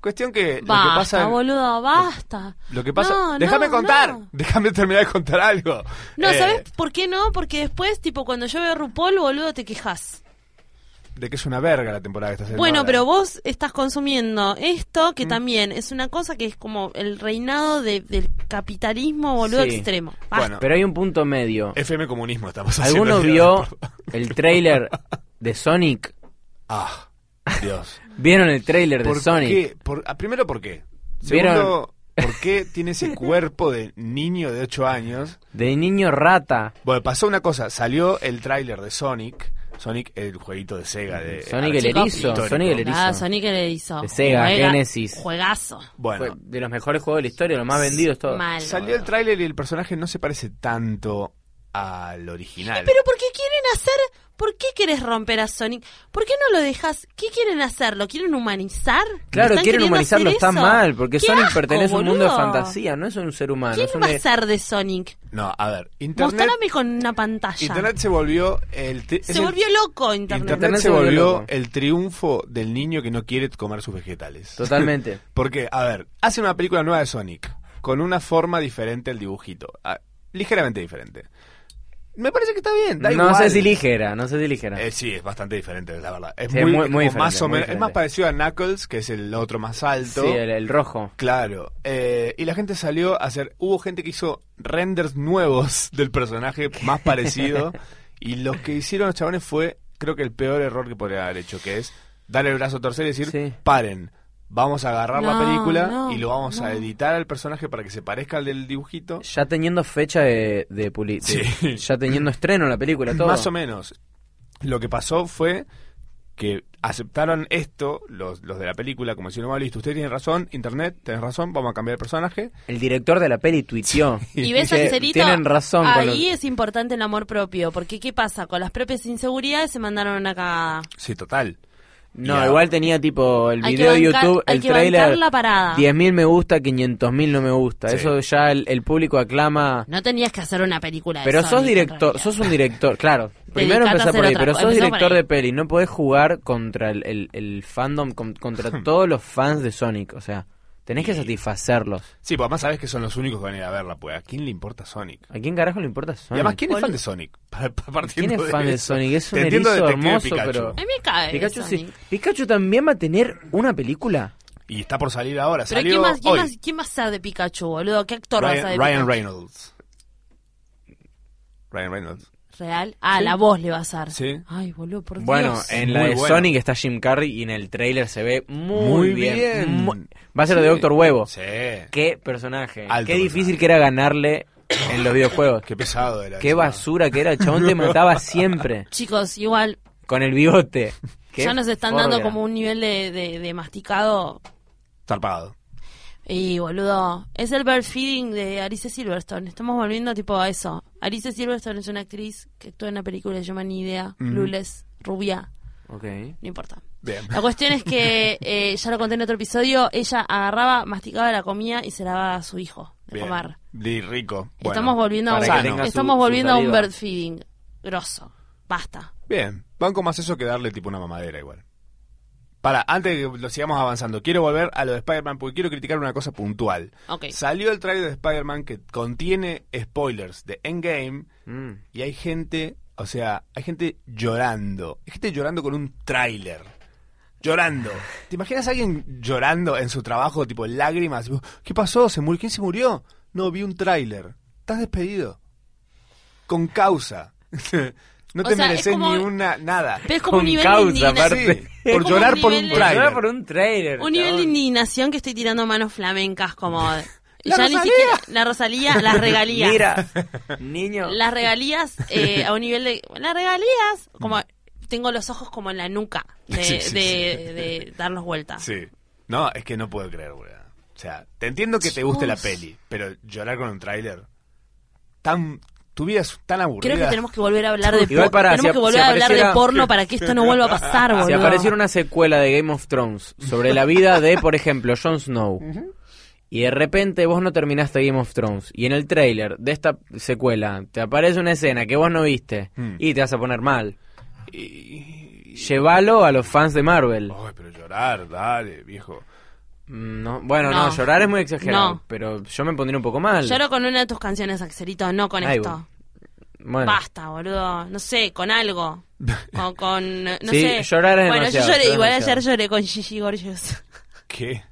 Speaker 3: Cuestión que lo que
Speaker 2: Basta,
Speaker 3: pasa...
Speaker 2: boludo, basta.
Speaker 3: Lo que pasa...
Speaker 2: No,
Speaker 3: déjame
Speaker 2: no,
Speaker 3: contar,
Speaker 2: No,
Speaker 3: déjame terminar de contar algo.
Speaker 2: No,
Speaker 3: Eh,
Speaker 2: ¿sabes por qué no? Porque después, tipo, cuando yo veo RuPaul, boludo, te quejas.
Speaker 3: De que es una verga la temporada que estás
Speaker 2: Bueno, pero vos estás consumiendo esto,
Speaker 4: Mm.
Speaker 2: que también es una cosa que es como el reinado de- del capitalismo, boludo,
Speaker 4: Sí.
Speaker 2: extremo. Ah,
Speaker 3: Bueno.
Speaker 4: Pero hay un punto medio.
Speaker 3: FM comunismo estamos haciendo.
Speaker 4: ¿Alguno vio el tráiler de Sonic?
Speaker 3: Ah, Dios.
Speaker 4: ¿Vieron el tráiler de
Speaker 3: ¿Por
Speaker 4: Sonic?
Speaker 3: qué? Por- ah, primero, ¿por qué?
Speaker 4: ¿Vieron?
Speaker 3: Segundo, ¿por qué tiene ese cuerpo de niño de 8 años?
Speaker 4: De niño rata.
Speaker 3: Bueno, pasó una cosa, salió el tráiler de Sonic, Sonic el jueguito de Sega de
Speaker 4: Sonic el
Speaker 3: archivo
Speaker 4: erizo,
Speaker 3: histórico.
Speaker 4: Sonic el erizo.
Speaker 2: Ah, Sonic le hizo.
Speaker 4: De Sega, Genesis.
Speaker 2: Juegazo.
Speaker 3: Bueno,
Speaker 4: Fue de los mejores juegos de la historia, los más vendidos todos.
Speaker 2: Mal.
Speaker 3: salió el tráiler y el personaje no se parece tanto al original.
Speaker 2: Eh, Pero ¿por qué quieren hacer? ¿Por qué querés romper a Sonic? ¿Por qué no lo dejas? ¿Qué quieren hacer? ¿Lo quieren humanizar? ¿Están
Speaker 4: Claro, quieren
Speaker 2: queriendo
Speaker 4: humanizarlo,
Speaker 2: hacer
Speaker 4: está
Speaker 2: eso?
Speaker 4: mal, porque
Speaker 2: ¡Qué
Speaker 4: Sonic
Speaker 2: asco,
Speaker 4: pertenece a un mundo de
Speaker 2: boludo!
Speaker 4: fantasía, no es un ser humano.
Speaker 2: ¿Quién
Speaker 4: es un
Speaker 2: va a
Speaker 4: e-
Speaker 2: ser de Sonic?
Speaker 3: No, a ver, internet
Speaker 2: Mostrame con una pantalla.
Speaker 3: internet se volvió el tri- es
Speaker 2: se
Speaker 3: el-
Speaker 2: volvió loco Internet.
Speaker 3: Internet, se volvió el triunfo del niño que no quiere comer sus vegetales.
Speaker 4: Totalmente.
Speaker 3: Porque, a ver, hacen una película nueva de Sonic, con una forma diferente al dibujito, ah, ligeramente diferente. Me parece que está bien, da
Speaker 4: no
Speaker 3: igual.
Speaker 4: sé si ligera, no sé si ligera.
Speaker 3: Eh, sí, es bastante diferente, la verdad. Es
Speaker 4: Sí,
Speaker 3: muy,
Speaker 4: muy- muy
Speaker 3: como más
Speaker 4: diferente,
Speaker 3: o
Speaker 4: muy
Speaker 3: menos. Es más
Speaker 4: diferente.
Speaker 3: parecido a Knuckles, que es el otro más alto.
Speaker 4: sí, el, el rojo.
Speaker 3: Claro. Eh, y la gente salió a hacer. Hubo gente que hizo renders nuevos del personaje más parecido. y lo que hicieron los chavales fue, creo que el peor error que podría haber hecho, que es darle el brazo a torcer y decir:
Speaker 4: Sí.
Speaker 3: paren. Vamos a agarrar la
Speaker 2: No,
Speaker 3: película
Speaker 2: no,
Speaker 3: y lo vamos
Speaker 2: no.
Speaker 3: a editar al personaje para que se parezca al del dibujito.
Speaker 4: Ya teniendo fecha de, de puli- de-
Speaker 3: Sí.
Speaker 4: ya teniendo estreno la película, todo.
Speaker 3: Más o menos. Lo que pasó fue que aceptaron esto, los, los de la película, como si no listo, usted tiene razón, internet, tenés razón, vamos a cambiar el personaje.
Speaker 4: El director de la peli tuiteó.
Speaker 2: Y ves al
Speaker 4: Dice,
Speaker 2: cerito,
Speaker 4: Tienen razón con lo-
Speaker 2: ahí es importante el amor propio, porque ¿qué pasa? Con las propias inseguridades se mandaron una cagada.
Speaker 3: Sí, total.
Speaker 4: No,
Speaker 3: Ya.
Speaker 4: igual tenía tipo el
Speaker 2: Hay
Speaker 4: video de
Speaker 2: que bancar-
Speaker 4: YouTube,
Speaker 2: hay
Speaker 4: el
Speaker 2: que
Speaker 4: trailer.
Speaker 2: bancar la parada.
Speaker 4: 10.000 me gusta, 500.000 no me gusta.
Speaker 3: Sí.
Speaker 4: Eso ya el, el público aclama.
Speaker 2: No tenías que hacer una película de
Speaker 4: Pero sos
Speaker 2: Sonic, en
Speaker 4: director,
Speaker 2: realidad.
Speaker 4: sos un director, claro. Primero
Speaker 2: Dedicate a
Speaker 4: empezá
Speaker 2: hacer
Speaker 4: por ahí,
Speaker 2: otra
Speaker 4: pero
Speaker 2: cosa,
Speaker 4: sos
Speaker 2: empezá por
Speaker 4: director
Speaker 2: ahí.
Speaker 4: de peli. No podés jugar contra el, el- el fandom, con- contra todos los fans de Sonic. O sea, tenés que satisfacerlos.
Speaker 3: Sí, pues además sabes que son los únicos que van a ir a verla, pues ¿a quién le importa Sonic?
Speaker 4: ¿A quién carajo le importa Sonic?
Speaker 3: Y además, ¿quién es
Speaker 2: Boludo.
Speaker 3: fan de Sonic? Pa- pa- partiendo
Speaker 4: ¿Quién es fan de
Speaker 3: eso.
Speaker 4: Sonic? Es
Speaker 3: Te
Speaker 4: un
Speaker 3: entiendo
Speaker 4: erizo
Speaker 3: Detective
Speaker 4: hermoso,
Speaker 3: Pikachu.
Speaker 4: pero...
Speaker 2: A mí me cae
Speaker 4: Pikachu, sí.
Speaker 2: eh, Sonic.
Speaker 4: Pikachu también va a tener una película.
Speaker 3: Y está por salir ahora,
Speaker 2: Pero
Speaker 3: salió
Speaker 2: ¿quién, más, quién,
Speaker 3: hoy.
Speaker 2: más, ¿quién va a ser de Pikachu, boludo? ¿Qué actor va a ser de
Speaker 3: Ryan, Ryan
Speaker 2: Pikachu?
Speaker 3: Reynolds. Ryan Reynolds.
Speaker 2: real. Ah, la voz le va a hacer.
Speaker 3: Sí.
Speaker 2: Ay, boludo, por
Speaker 4: Bueno, eh,
Speaker 2: Dios.
Speaker 4: en la
Speaker 3: Muy
Speaker 4: de
Speaker 3: bueno.
Speaker 4: Sonic está Jim Carrey y en el trailer se ve muy,
Speaker 3: Muy
Speaker 4: bien.
Speaker 3: bien.
Speaker 4: Mu- Va a ser de
Speaker 3: Sí.
Speaker 4: Doctor Huevo.
Speaker 3: Sí.
Speaker 4: Qué personaje.
Speaker 3: Alto
Speaker 4: Qué difícil
Speaker 3: personaje.
Speaker 4: que era ganarle en los videojuegos.
Speaker 3: Qué pesado era.
Speaker 4: Qué
Speaker 3: encima.
Speaker 4: basura que era. El chabón te mataba siempre.
Speaker 2: Chicos, igual
Speaker 4: Con el bigote. Qué
Speaker 2: ya nos están
Speaker 4: forra.
Speaker 2: dando como un nivel de, de- de masticado.
Speaker 3: Zarpado.
Speaker 2: Y boludo, es el bird feeding de Alice Silverstone. Estamos volviendo tipo a eso. Alice Silverstone es una actriz que actúa en una película que se llama Ni Idea,
Speaker 3: Ujú.
Speaker 2: Clueless, rubia,
Speaker 4: Ok.
Speaker 2: no importa.
Speaker 3: Bien.
Speaker 2: La cuestión es que, eh, ya lo conté en otro episodio, ella agarraba, masticaba la comida y se la daba a su hijo de
Speaker 3: Bien.
Speaker 2: comer.
Speaker 3: Di rico. Bueno,
Speaker 2: estamos volviendo a
Speaker 4: para
Speaker 2: un,
Speaker 4: que
Speaker 2: sano.
Speaker 4: tenga su-
Speaker 2: estamos
Speaker 4: su
Speaker 2: volviendo a un
Speaker 4: saliva.
Speaker 2: bird feeding grosso. Basta.
Speaker 3: Bien. Banco más eso que darle tipo una mamadera igual. Para, antes de que lo sigamos avanzando, quiero volver a lo de Spider-Man porque quiero criticar una cosa puntual.
Speaker 2: Ok.
Speaker 3: Salió el trailer de Spider-Man que contiene spoilers de Endgame
Speaker 4: Mm.
Speaker 3: y hay gente, o sea, hay gente llorando. Hay gente llorando con un tráiler. Llorando. ¿Te imaginas a alguien llorando en su trabajo, tipo lágrimas? Tipo, ¿Qué pasó? ¿Se murió? ¿Quién se murió? No, vi un tráiler. Estás despedido. Con causa. no
Speaker 2: O
Speaker 3: te
Speaker 2: sea, es
Speaker 3: mereces
Speaker 2: como-
Speaker 3: ni una nada.
Speaker 2: Pero es como un
Speaker 4: Con
Speaker 2: nivel
Speaker 4: causa,
Speaker 2: de indignación.
Speaker 4: aparte.
Speaker 3: Sí, por
Speaker 2: como un
Speaker 3: llorar por un
Speaker 2: nivel de-
Speaker 4: Por
Speaker 3: tráiler.
Speaker 4: llorar por un trailer.
Speaker 2: Un nivel de
Speaker 4: chabón.
Speaker 2: indignación que estoy tirando manos flamencas como...
Speaker 3: La
Speaker 2: ya ni
Speaker 3: Rosalía.
Speaker 2: siquiera la Rosalía, las regalías.
Speaker 4: Mira, niño.
Speaker 2: Las regalías eh, a un nivel de... Las regalías, como...
Speaker 4: Mm.
Speaker 2: Tengo los ojos como en la nuca de,
Speaker 3: Sí,
Speaker 2: de,
Speaker 3: sí, sí.
Speaker 2: de darnos vueltas.
Speaker 3: Sí. No, es que no puedo creer, boludo. O sea, te entiendo que te guste la
Speaker 2: Chicos.
Speaker 3: peli, pero llorar con un tráiler tan tu vida es tan aburrida.
Speaker 2: Creo que tenemos que volver a hablar de
Speaker 4: Igual
Speaker 2: porno.
Speaker 4: para,
Speaker 2: Tenemos
Speaker 4: si ap-
Speaker 2: que volver
Speaker 4: si
Speaker 2: a hablar de
Speaker 4: apareciera-
Speaker 2: porno para que esto no vuelva a pasar, boludo.
Speaker 4: Si apareciera una secuela de Game of Thrones sobre la vida de, por ejemplo, Jon Snow, y de repente vos no terminaste Game of Thrones, y en el tráiler de esta secuela te aparece una escena que vos no viste,
Speaker 3: Mm.
Speaker 4: y te vas a poner mal.
Speaker 3: Y-
Speaker 4: Llévalo a los fans de Marvel.
Speaker 3: Ay, pero llorar, dale, viejo.
Speaker 4: Mm, no- bueno, no.
Speaker 2: No.
Speaker 4: llorar es muy exagerado,
Speaker 2: No.
Speaker 4: pero yo me pondría un poco mal.
Speaker 2: Lloro con una de tus canciones, Axelito, no con
Speaker 4: Ahí
Speaker 2: esto.
Speaker 4: voy. Bueno.
Speaker 2: Basta, boludo. No sé, con algo. Con, con no
Speaker 4: Sí,
Speaker 2: sé.
Speaker 4: llorar es
Speaker 2: bueno, yo lloré,
Speaker 4: demasiado, llorar es
Speaker 2: igual
Speaker 4: demasiado.
Speaker 2: ayer lloré con Gigi Gorgeous.
Speaker 3: ¿Qué?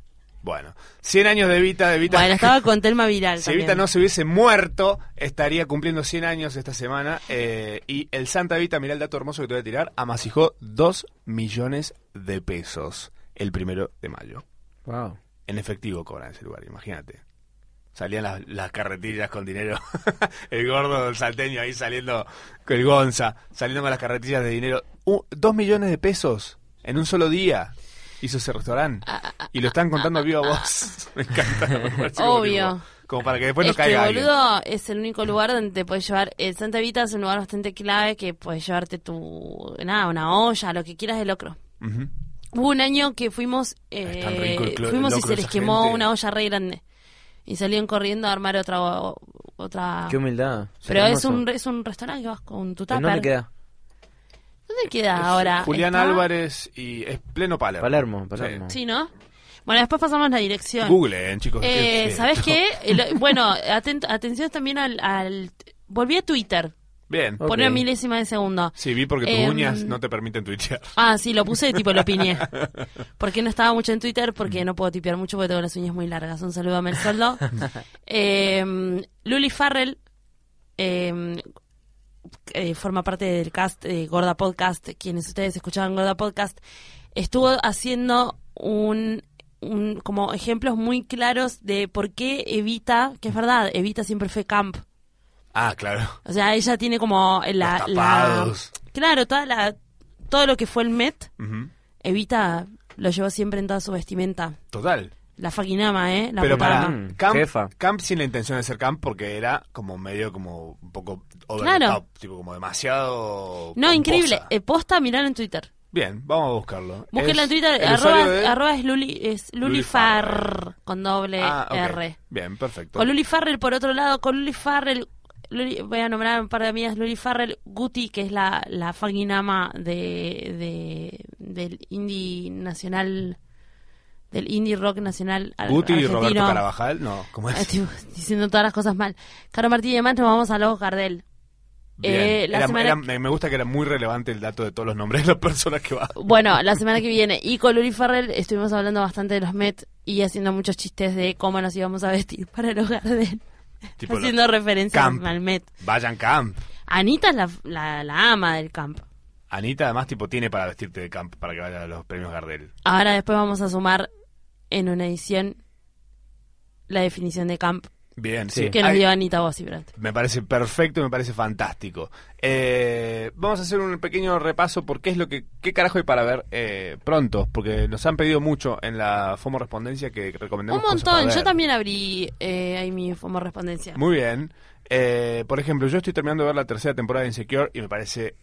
Speaker 3: Bueno, 100 años de Vita, de Vita.
Speaker 2: Bueno, estaba con Telma Viral
Speaker 3: si
Speaker 2: también.
Speaker 3: Vita no se hubiese muerto, estaría cumpliendo 100 años esta semana. eh, y el Santa Vita, mirá el dato hermoso que te voy a tirar, amasijó 2 millones de pesos el primero de mayo.
Speaker 4: Wow.
Speaker 3: En efectivo cobran ese lugar, imagínate. Salían las, las carretillas con dinero. el gordo salteño ahí saliendo, con el Gonza, saliendo con las carretillas de dinero. U- dos millones de pesos en un solo día hizo ese restaurante.
Speaker 2: Ah,
Speaker 3: Y lo están contando a viva voz. Me encanta. me parece como
Speaker 2: Obvio.
Speaker 3: tipo- Como para que después no
Speaker 2: es que,
Speaker 3: caiga alguien.
Speaker 2: boludo, es el único lugar donde te puedes llevar. El Santa Vita es un lugar bastante clave que puedes llevarte tu. Nada, una olla, lo que quieras de locro.
Speaker 3: Ujú.
Speaker 2: Hubo un año que fuimos, eh,
Speaker 3: Están re inclu-
Speaker 2: fuimos y
Speaker 3: locro
Speaker 2: se les
Speaker 3: esa
Speaker 2: quemó
Speaker 3: gente.
Speaker 2: una olla re grande. Y salieron corriendo a armar otra. o- otra...
Speaker 4: Qué humildad.
Speaker 2: Ah. Pero
Speaker 4: Sí,
Speaker 2: es
Speaker 4: hermoso.
Speaker 2: un, es un restaurante que vas con tu tupper.
Speaker 4: ¿En dónde queda?
Speaker 2: ¿Dónde queda ahora?
Speaker 3: Julián
Speaker 2: ¿Está?
Speaker 3: Álvarez y es pleno Palermo.
Speaker 4: Palermo, Palermo.
Speaker 2: Sí, ¿no? Bueno, después pasamos la dirección.
Speaker 3: Google, chicos.
Speaker 2: Eh,
Speaker 3: ¿Qué es
Speaker 2: ¿Sabes
Speaker 3: esto?
Speaker 2: qué? El- bueno, atento- atención también al, al- Volví a Twitter.
Speaker 3: Bien.
Speaker 4: Ok.
Speaker 2: Poner milésima de segundo.
Speaker 3: Sí, vi porque tus
Speaker 2: Em,
Speaker 3: uñas no te permiten tuitear.
Speaker 2: Ah, sí, lo puse tipo lo piñé. Porque no estaba mucho en Twitter, porque no puedo tipear mucho porque tengo las uñas muy largas. Un saludo a Mel Soldo. Eh, Luli Farrell eh, eh, forma parte del cast eh, Gorda Podcast. Quienes ustedes escuchaban Gorda Podcast, estuvo haciendo un, un- como ejemplos muy claros de por qué Evita, que es verdad, Evita siempre fue camp.
Speaker 3: Ah, claro.
Speaker 2: O sea, ella tiene como la,
Speaker 3: Los
Speaker 2: la-
Speaker 3: tapados.
Speaker 2: claro, toda la, todo lo que fue el Met.
Speaker 3: Ujú.
Speaker 2: Evita lo llevó siempre en toda su vestimenta.
Speaker 3: Total.
Speaker 2: La fucking ama, ¿eh? La
Speaker 3: Pero
Speaker 2: puta
Speaker 3: para
Speaker 2: ama.
Speaker 4: Mm,
Speaker 3: camp,
Speaker 4: jefa.
Speaker 3: camp sin la intención de ser camp porque era como medio como un poco over the
Speaker 2: Claro.
Speaker 3: top, tipo como demasiado
Speaker 2: No,
Speaker 3: pomposa.
Speaker 2: increíble. Eh, posta, miralo en Twitter.
Speaker 3: Bien, vamos a buscarlo.
Speaker 2: Búsquenla en
Speaker 3: Es
Speaker 2: Twitter.
Speaker 3: el
Speaker 2: Arroba,
Speaker 3: usuario de-
Speaker 2: arroba es Luli, es Luli
Speaker 3: Luli Farrell.
Speaker 2: Farr, con doble
Speaker 3: Ah, ok.
Speaker 2: R.
Speaker 3: Bien, perfecto.
Speaker 2: Con Luli Farrell, por otro lado, con Luli Farrell, Luli- voy a nombrar un par de amigas, Luli Farrell, Guti, que es la, la fucking ama de, de- del indie nacional, del indie rock nacional ar-
Speaker 3: Guti y
Speaker 2: argentino.
Speaker 3: Roberto Carabajal, no, ¿cómo
Speaker 2: Ah,
Speaker 3: es?
Speaker 2: estoy diciendo todas las cosas mal. Caro Martí y demás, nos vamos a Logos Gardel.
Speaker 3: Bien.
Speaker 2: eh, la
Speaker 3: Era-
Speaker 2: semana
Speaker 3: era-
Speaker 2: que-
Speaker 3: me me gusta que era muy relevante el dato de todos los nombres de las personas que va.
Speaker 2: Bueno, la semana que viene. Y con Luli Farrell estuvimos hablando bastante de los Met y haciendo muchos chistes de cómo nos íbamos a vestir para Logos Gardel.
Speaker 3: Tipo,
Speaker 2: haciendo referencia
Speaker 3: camp.
Speaker 2: al Met.
Speaker 3: Vayan camp.
Speaker 2: Anita es la, la- la ama del campo.
Speaker 3: Anita además tipo tiene para vestirte de campo para que vaya a los premios Gardel.
Speaker 2: Ahora después vamos a sumar en una edición la definición de camp
Speaker 3: Bien,
Speaker 4: Sí.
Speaker 3: sí.
Speaker 2: que nos
Speaker 3: Hay-
Speaker 2: dio Anita Bossi Brandt.
Speaker 3: Me parece perfecto, me parece fantástico. Eh, vamos a hacer un pequeño repaso por qué es lo que, qué carajo hay para ver eh, pronto, porque nos han pedido mucho en la FOMO Respondencia que recomendemos.
Speaker 2: Un
Speaker 3: cosas para
Speaker 2: montón,
Speaker 3: ver.
Speaker 2: yo también abrí eh, ahí mi como respondencia.
Speaker 3: Muy bien. Eh, por ejemplo, yo estoy terminando de ver la tercera temporada de Insecure y me parece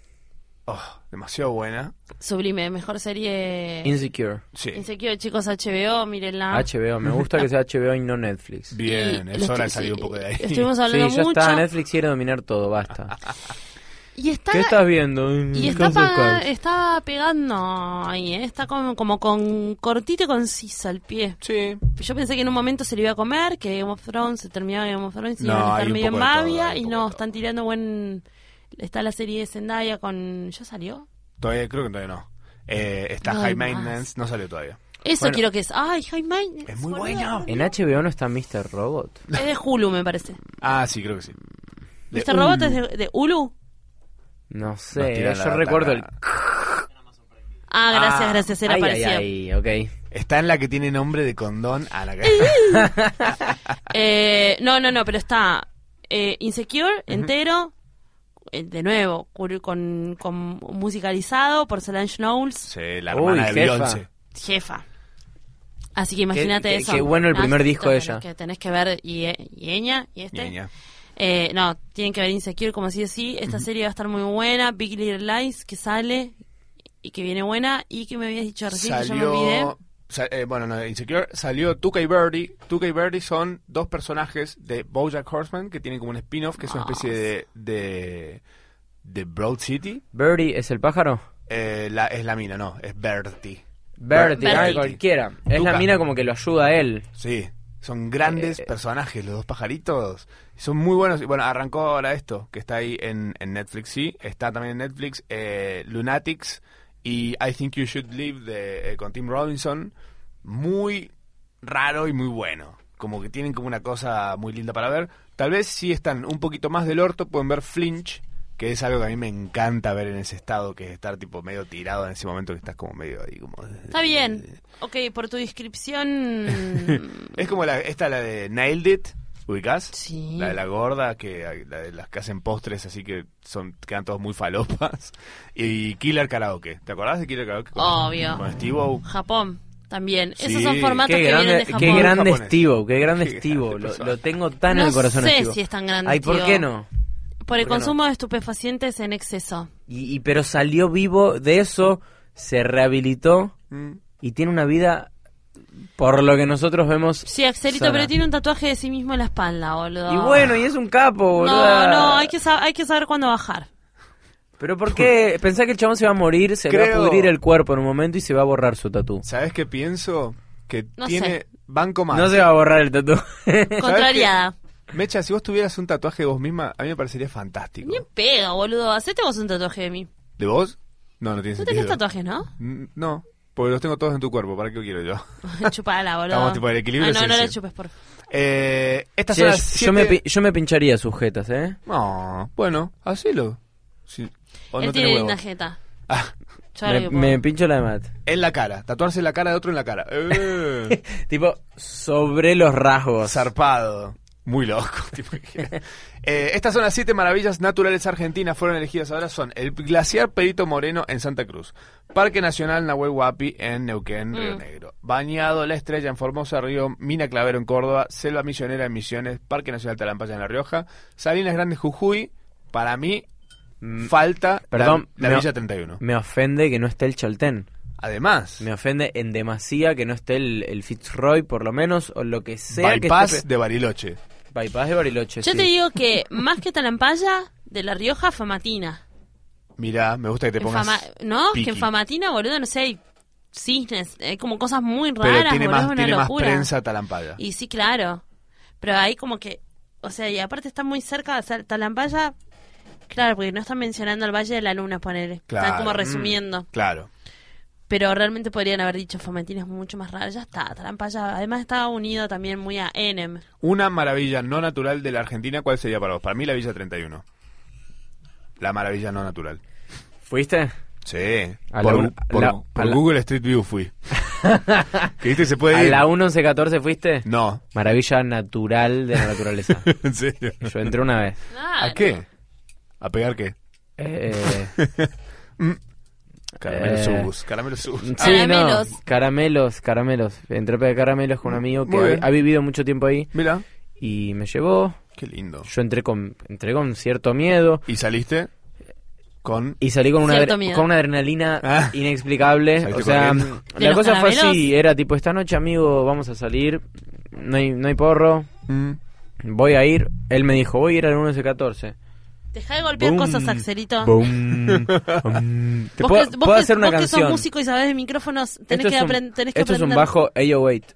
Speaker 3: oh, demasiado buena.
Speaker 2: Sublime, mejor serie
Speaker 4: Insecure.
Speaker 3: Sí.
Speaker 2: Insecure, chicos, HBO, mírenla.
Speaker 4: HBO. Me gusta que sea HBO y no Netflix.
Speaker 3: Bien,
Speaker 2: Y
Speaker 3: es
Speaker 2: estu-
Speaker 3: hora de salir un
Speaker 2: sí,
Speaker 3: poco de ahí.
Speaker 2: Estuvimos hablando
Speaker 4: Sí, ya
Speaker 2: mucho.
Speaker 4: está. Netflix quiere dominar todo, basta.
Speaker 2: Y está,
Speaker 4: ¿Qué estás viendo?
Speaker 3: Mm,
Speaker 2: y está, pa- está pegando ahí, ¿eh? está como, como con cortito y conciso al pie.
Speaker 3: Sí.
Speaker 2: Yo pensé que en un momento se le iba a comer, que Game of Thrones se terminaba Game of Thrones y
Speaker 3: No,
Speaker 2: iban a
Speaker 3: hay
Speaker 2: estar
Speaker 3: un
Speaker 2: medio en
Speaker 3: poco de todo,
Speaker 2: babia
Speaker 3: hay un
Speaker 2: y
Speaker 3: poco de
Speaker 2: no,
Speaker 3: todo.
Speaker 2: están tirando buen... Está la serie de Zendaya con... ¿Ya salió?
Speaker 3: Todavía, creo que todavía no. Eh, está
Speaker 2: No hay
Speaker 3: High
Speaker 2: más.
Speaker 3: Maintenance, no salió todavía.
Speaker 2: Eso
Speaker 4: Bueno.
Speaker 2: quiero que es... ¡Ay, Jaime!
Speaker 3: Es muy
Speaker 2: boludo!
Speaker 3: bueno.
Speaker 4: En HBO no está Mr. Robot.
Speaker 2: Es de Hulu, me parece.
Speaker 3: Ah, sí, creo que sí. De
Speaker 2: ¿Este robot
Speaker 3: Hulu.
Speaker 2: es de, de Hulu?
Speaker 4: No
Speaker 3: Nos
Speaker 4: sé,
Speaker 3: tira la
Speaker 4: yo
Speaker 3: data
Speaker 4: recuerdo el...
Speaker 3: acá.
Speaker 2: Ah, gracias,
Speaker 3: Ah,
Speaker 2: gracias, era
Speaker 4: ay, ay,
Speaker 2: parecido.
Speaker 4: ay, ok.
Speaker 3: Está en la que tiene nombre de condón a la que...
Speaker 2: Eh, no, no, no, pero está eh, Insecure entero, eh, de nuevo, cur- con, con musicalizado por Solange Knowles,
Speaker 3: Sí, la
Speaker 4: Uy,
Speaker 3: hermana de
Speaker 4: jefa.
Speaker 3: Beyoncé.
Speaker 2: jefa. Así que imagínate
Speaker 4: qué-
Speaker 2: eso.
Speaker 4: qué bueno el
Speaker 2: Ah,
Speaker 4: primer
Speaker 2: sí,
Speaker 4: disco de
Speaker 2: tenés
Speaker 4: ella.
Speaker 2: Que tenés que ver y, eh, y ella y este.
Speaker 3: Ñaña.
Speaker 2: Eh, no, tienen que ver Insecure como así así. Esta serie va a estar muy buena. Big Little Lies que sale y que viene buena y que me habías dicho recién que yo me olvidé.
Speaker 3: Salió... sa- eh, bueno, no, Insecure salió Tuca y Birdie. Tuca y Birdie son dos personajes de Bojack Horseman que tienen como un spin-off que es una
Speaker 2: Ah.
Speaker 3: especie de... de, de Broad City.
Speaker 4: Birdie es el pájaro.
Speaker 3: Eh, la, es la mina, no, es Bertie.
Speaker 4: Birdie,
Speaker 2: Birdie.
Speaker 4: ay, cualquiera. Es
Speaker 3: Tuca.
Speaker 4: la mina como que lo ayuda a él.
Speaker 3: Sí, son
Speaker 2: Eh,
Speaker 3: grandes personajes los dos pajaritos. Son muy buenos. Y Bueno, arrancó ahora esto, que está ahí en, en Netflix, sí. Está también en Netflix eh, Lunatics y I Think You Should Live de, eh, con Tim Robinson. Muy raro y muy bueno. Como que tienen como una cosa muy linda para ver. Tal vez si están un poquito más del orto, pueden ver Flinch, que es algo que a mí me encanta ver en ese estado, que es estar tipo medio tirado en ese momento que estás como medio ahí como...
Speaker 2: Está
Speaker 4: eh,
Speaker 2: bien. Ok, por tu descripción.
Speaker 3: Es como la, esta, la de Nailed It, ¿ubicás?
Speaker 2: Sí.
Speaker 3: La de la gorda, que la de las que hacen postres, así que son quedan todos muy falopas. Y Killer Karaoke, ¿te acordás de Killer Karaoke? Con,
Speaker 2: Obvio.
Speaker 3: Con Steve-O.
Speaker 2: Japón también.
Speaker 3: Sí,
Speaker 2: Esos son formatos
Speaker 4: Qué
Speaker 2: que vienen de
Speaker 4: grande,
Speaker 2: Japón.
Speaker 4: qué grande
Speaker 3: Japonés.
Speaker 4: Steve, qué grande
Speaker 3: Qué
Speaker 4: Steve.
Speaker 3: grande
Speaker 4: Lo,
Speaker 3: persona.
Speaker 4: lo tengo tan en
Speaker 2: No
Speaker 4: el corazón.
Speaker 2: sé
Speaker 4: Steve-O.
Speaker 2: si es tan grande,
Speaker 4: Ay, ¿por
Speaker 2: tío.
Speaker 4: qué no?
Speaker 2: Por el
Speaker 4: ¿Por qué
Speaker 2: consumo de estupefacientes en exceso.
Speaker 4: Y, y- pero salió vivo de eso, se rehabilitó
Speaker 3: Mm.
Speaker 4: y tiene una vida, por lo que nosotros vemos.
Speaker 2: Sí, Axelito,
Speaker 4: sana.
Speaker 2: pero tiene un tatuaje de sí mismo en la espalda, boludo.
Speaker 4: Y bueno, y es un capo,
Speaker 2: No,
Speaker 4: boluda.
Speaker 2: no, hay que, sab- hay que saber cuándo bajar.
Speaker 4: Pero ¿por qué? Pensá que el chabón se va a morir, se le va
Speaker 3: Creo-
Speaker 4: a pudrir el cuerpo en un momento y se va a borrar su tatú.
Speaker 3: ¿Sabes qué pienso? Que
Speaker 2: No
Speaker 3: tiene
Speaker 2: sé.
Speaker 3: banco más.
Speaker 4: No se va a borrar el tatú.
Speaker 2: Contrariada.
Speaker 3: Mecha, si vos tuvieras un tatuaje de vos misma, a mí me parecería fantástico.
Speaker 2: Ni en pega, boludo. Hacete vos un tatuaje de mí.
Speaker 3: ¿De vos? No, no tiene
Speaker 2: Tú
Speaker 3: sentido.
Speaker 2: tenés tatuajes, ¿no?
Speaker 3: Mm, No, porque los tengo todos en tu cuerpo, ¿para qué quiero yo?
Speaker 2: Chupala, boludo.
Speaker 3: Estamos tipo, el equilibrio
Speaker 2: Ah, no,
Speaker 3: es
Speaker 2: no
Speaker 3: ese.
Speaker 2: la chupes, por favor.
Speaker 3: Eh, estas
Speaker 4: Che,
Speaker 3: son
Speaker 4: yo,
Speaker 3: las
Speaker 4: yo me,
Speaker 3: siete-
Speaker 4: pi- yo me pincharía sujetas, ¿eh?
Speaker 3: No, bueno, hacelo. Sí. O
Speaker 2: Él
Speaker 3: no
Speaker 2: tiene
Speaker 3: tenés
Speaker 2: linda
Speaker 3: huevos.
Speaker 2: jeta.
Speaker 3: Ah,
Speaker 2: Yo ahora
Speaker 4: Me,
Speaker 2: que puedo.
Speaker 4: me pincho la de Matt.
Speaker 3: en la cara, tatuarse la cara de otro en la cara. Eh,
Speaker 4: Tipo, sobre los rasgos.
Speaker 3: zarpado. Muy loco. ¿te imaginas? Eh, estas son las siete maravillas naturales argentinas fueron elegidas ahora. Son el glaciar Perito Moreno en Santa Cruz, Parque Nacional Nahuel Huapi en Neuquén, Río
Speaker 2: Mm.
Speaker 3: Negro, Bañado La Estrella en Formosa, Río Mina Clavero en Córdoba, Selva Misionera en Misiones, Parque Nacional Talampaya en La Rioja, Salinas Grande Jujuy. Para mí falta la-
Speaker 4: Mm. Perdón,
Speaker 3: la,
Speaker 4: me-
Speaker 3: Villa 31.
Speaker 4: Me ofende que no esté el Chaltén.
Speaker 3: Además,
Speaker 4: Me ofende en demasía que no esté el, el Fitzroy, por lo menos, o lo que sea
Speaker 3: bypass
Speaker 4: que esté.
Speaker 3: de Bariloche.
Speaker 4: Bypass de Bariloche.
Speaker 2: Yo
Speaker 4: sí.
Speaker 2: te digo que más que Talampaya, de La Rioja, Famatina.
Speaker 3: Mira, me gusta que te
Speaker 2: En
Speaker 3: pongas.
Speaker 2: Fama- ¿No? Que en
Speaker 3: piqui.
Speaker 2: Famatina, boludo, no sé, hay cisnes, hay como cosas muy raras,
Speaker 3: Pero tiene
Speaker 2: boludo,
Speaker 3: más,
Speaker 2: es una
Speaker 3: tiene más
Speaker 2: locura.
Speaker 3: prensa talampaya.
Speaker 2: Y sí, claro. Pero ahí como que, o sea, y aparte está muy cerca, o sea, Talampaya, claro, porque no están mencionando el Valle de la Luna, ponele.
Speaker 3: Claro,
Speaker 2: Están como
Speaker 3: mm.
Speaker 2: resumiendo.
Speaker 3: Claro.
Speaker 2: Pero realmente podrían haber dicho Famatina es mucho más raro. Ya está, Talampaya. Además está unido también muy a Enem.
Speaker 3: Una maravilla no natural de la Argentina, ¿cuál sería para vos? Para mí la Villa 31. La maravilla no natural.
Speaker 4: ¿Fuiste?
Speaker 3: Sí.
Speaker 4: A
Speaker 3: por
Speaker 4: la un-
Speaker 3: por-
Speaker 4: a la-
Speaker 3: por
Speaker 4: a la-
Speaker 3: Google Street View fui. ¿Que viste? Se puede
Speaker 4: ¿A
Speaker 3: ir.
Speaker 4: la 1114 fuiste?
Speaker 3: No.
Speaker 4: Maravilla natural de la naturaleza.
Speaker 3: en serio.
Speaker 4: Yo entré una vez.
Speaker 2: Claro.
Speaker 3: ¿A qué? ¿A pegar qué?
Speaker 4: Eh,
Speaker 3: Caramelo
Speaker 4: Eh.
Speaker 3: subus. Caramelo subus.
Speaker 4: sí,
Speaker 2: Caramelos.
Speaker 4: no. Caramelos, caramelos. Entré de caramelos con un amigo que
Speaker 3: Muy bien.
Speaker 4: ha, ha vivido mucho tiempo ahí
Speaker 3: Mira,
Speaker 4: y me llevó.
Speaker 3: qué lindo.
Speaker 4: Yo entré con, entré con cierto miedo
Speaker 3: ¿Y saliste? Con.
Speaker 4: y salí con una,
Speaker 2: Cierto
Speaker 4: adre-
Speaker 2: miedo.
Speaker 4: con una adrenalina
Speaker 3: Ah.
Speaker 4: inexplicable.
Speaker 3: Saliste
Speaker 4: O sea,
Speaker 3: corriendo.
Speaker 2: ¿De
Speaker 4: la
Speaker 2: los
Speaker 4: cosa fue así.
Speaker 2: caramelos?
Speaker 4: Era tipo, esta noche, amigo, vamos a salir. No hay, no hay porro.
Speaker 3: Mm.
Speaker 4: Voy a ir. Él me dijo, voy a ir al 1114.
Speaker 2: Deja de golpear
Speaker 4: Boom.
Speaker 2: cosas, Axelito.
Speaker 4: Boom. Mm. Te
Speaker 2: Vos
Speaker 4: puedo,
Speaker 2: que- vos
Speaker 4: puedo
Speaker 2: que-
Speaker 4: hacer una
Speaker 2: vos que sos
Speaker 4: canción.
Speaker 2: músico y sabés de micrófonos, tenés,
Speaker 4: Esto
Speaker 2: que,
Speaker 4: es un-
Speaker 2: aprend- tenés que
Speaker 4: Esto es
Speaker 2: aprender.
Speaker 4: un bajo 808.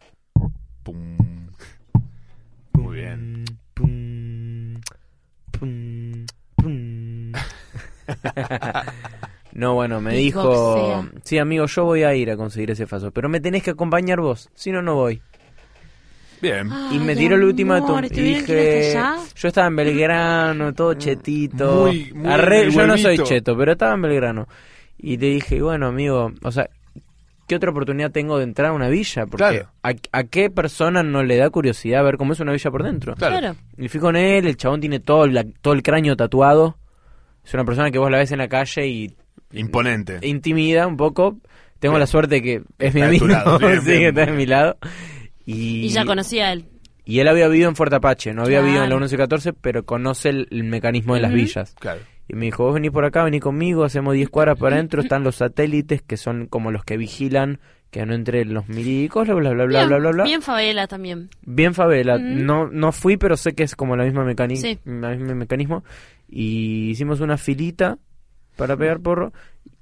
Speaker 3: Pum. Muy bien.
Speaker 4: Pum, pum, pum. no, bueno, me dijo,
Speaker 2: Beatboxea.
Speaker 4: sí, amigo, yo voy a ir a conseguir ese faso, pero me tenés que acompañar vos, si no, no voy.
Speaker 3: Bien.
Speaker 2: Ay,
Speaker 4: Y me tiró el
Speaker 2: amor,
Speaker 4: ultimátum. Y
Speaker 2: ¿estuvieron que ir
Speaker 4: dije,
Speaker 2: hasta allá?
Speaker 4: yo estaba en Belgrano, todo
Speaker 2: Ah,
Speaker 4: chetito.
Speaker 3: Muy- muy
Speaker 4: Arre-
Speaker 3: el
Speaker 4: yo no soy
Speaker 3: huevito.
Speaker 4: cheto, pero estaba en Belgrano. Y le dije, bueno, amigo, o sea, ¿qué otra oportunidad tengo de entrar a una villa? Porque
Speaker 3: Claro.
Speaker 4: ¿a, a qué persona no le da curiosidad ver cómo es una villa por dentro?
Speaker 2: Claro.
Speaker 4: Y fui con él, el chabón tiene todo, la- todo el cráneo tatuado. Es una persona que vos la ves en la calle y
Speaker 3: Imponente.
Speaker 4: intimida un poco. Tengo
Speaker 3: Bien.
Speaker 4: la suerte que es mi
Speaker 3: Está de tu
Speaker 4: amigo,
Speaker 3: lado, bien,
Speaker 4: sí,
Speaker 3: bien,
Speaker 4: que está
Speaker 3: bien.
Speaker 4: de mi lado. Y,
Speaker 2: Y ya conocí a él.
Speaker 4: y él había vivido en Fuerte Apache, no había
Speaker 2: Claro.
Speaker 4: vivido en la 1114, pero conoce el, el mecanismo de las
Speaker 2: Ujú.
Speaker 4: villas.
Speaker 3: Claro.
Speaker 4: Y me dijo, vos venís por acá, venís conmigo, hacemos 10 cuadras para adentro, están los satélites que son como los que vigilan que no entren los milicos, bla, bla, bla, bla,
Speaker 2: bien,
Speaker 4: bla, bla, bla.
Speaker 2: bien favela también.
Speaker 4: Bien favela,
Speaker 2: Ujú.
Speaker 4: no, no fui, pero sé que es como la misma mecánica,
Speaker 2: Sí.
Speaker 4: la misma mecanismo. Y hicimos una filita para pegar porro.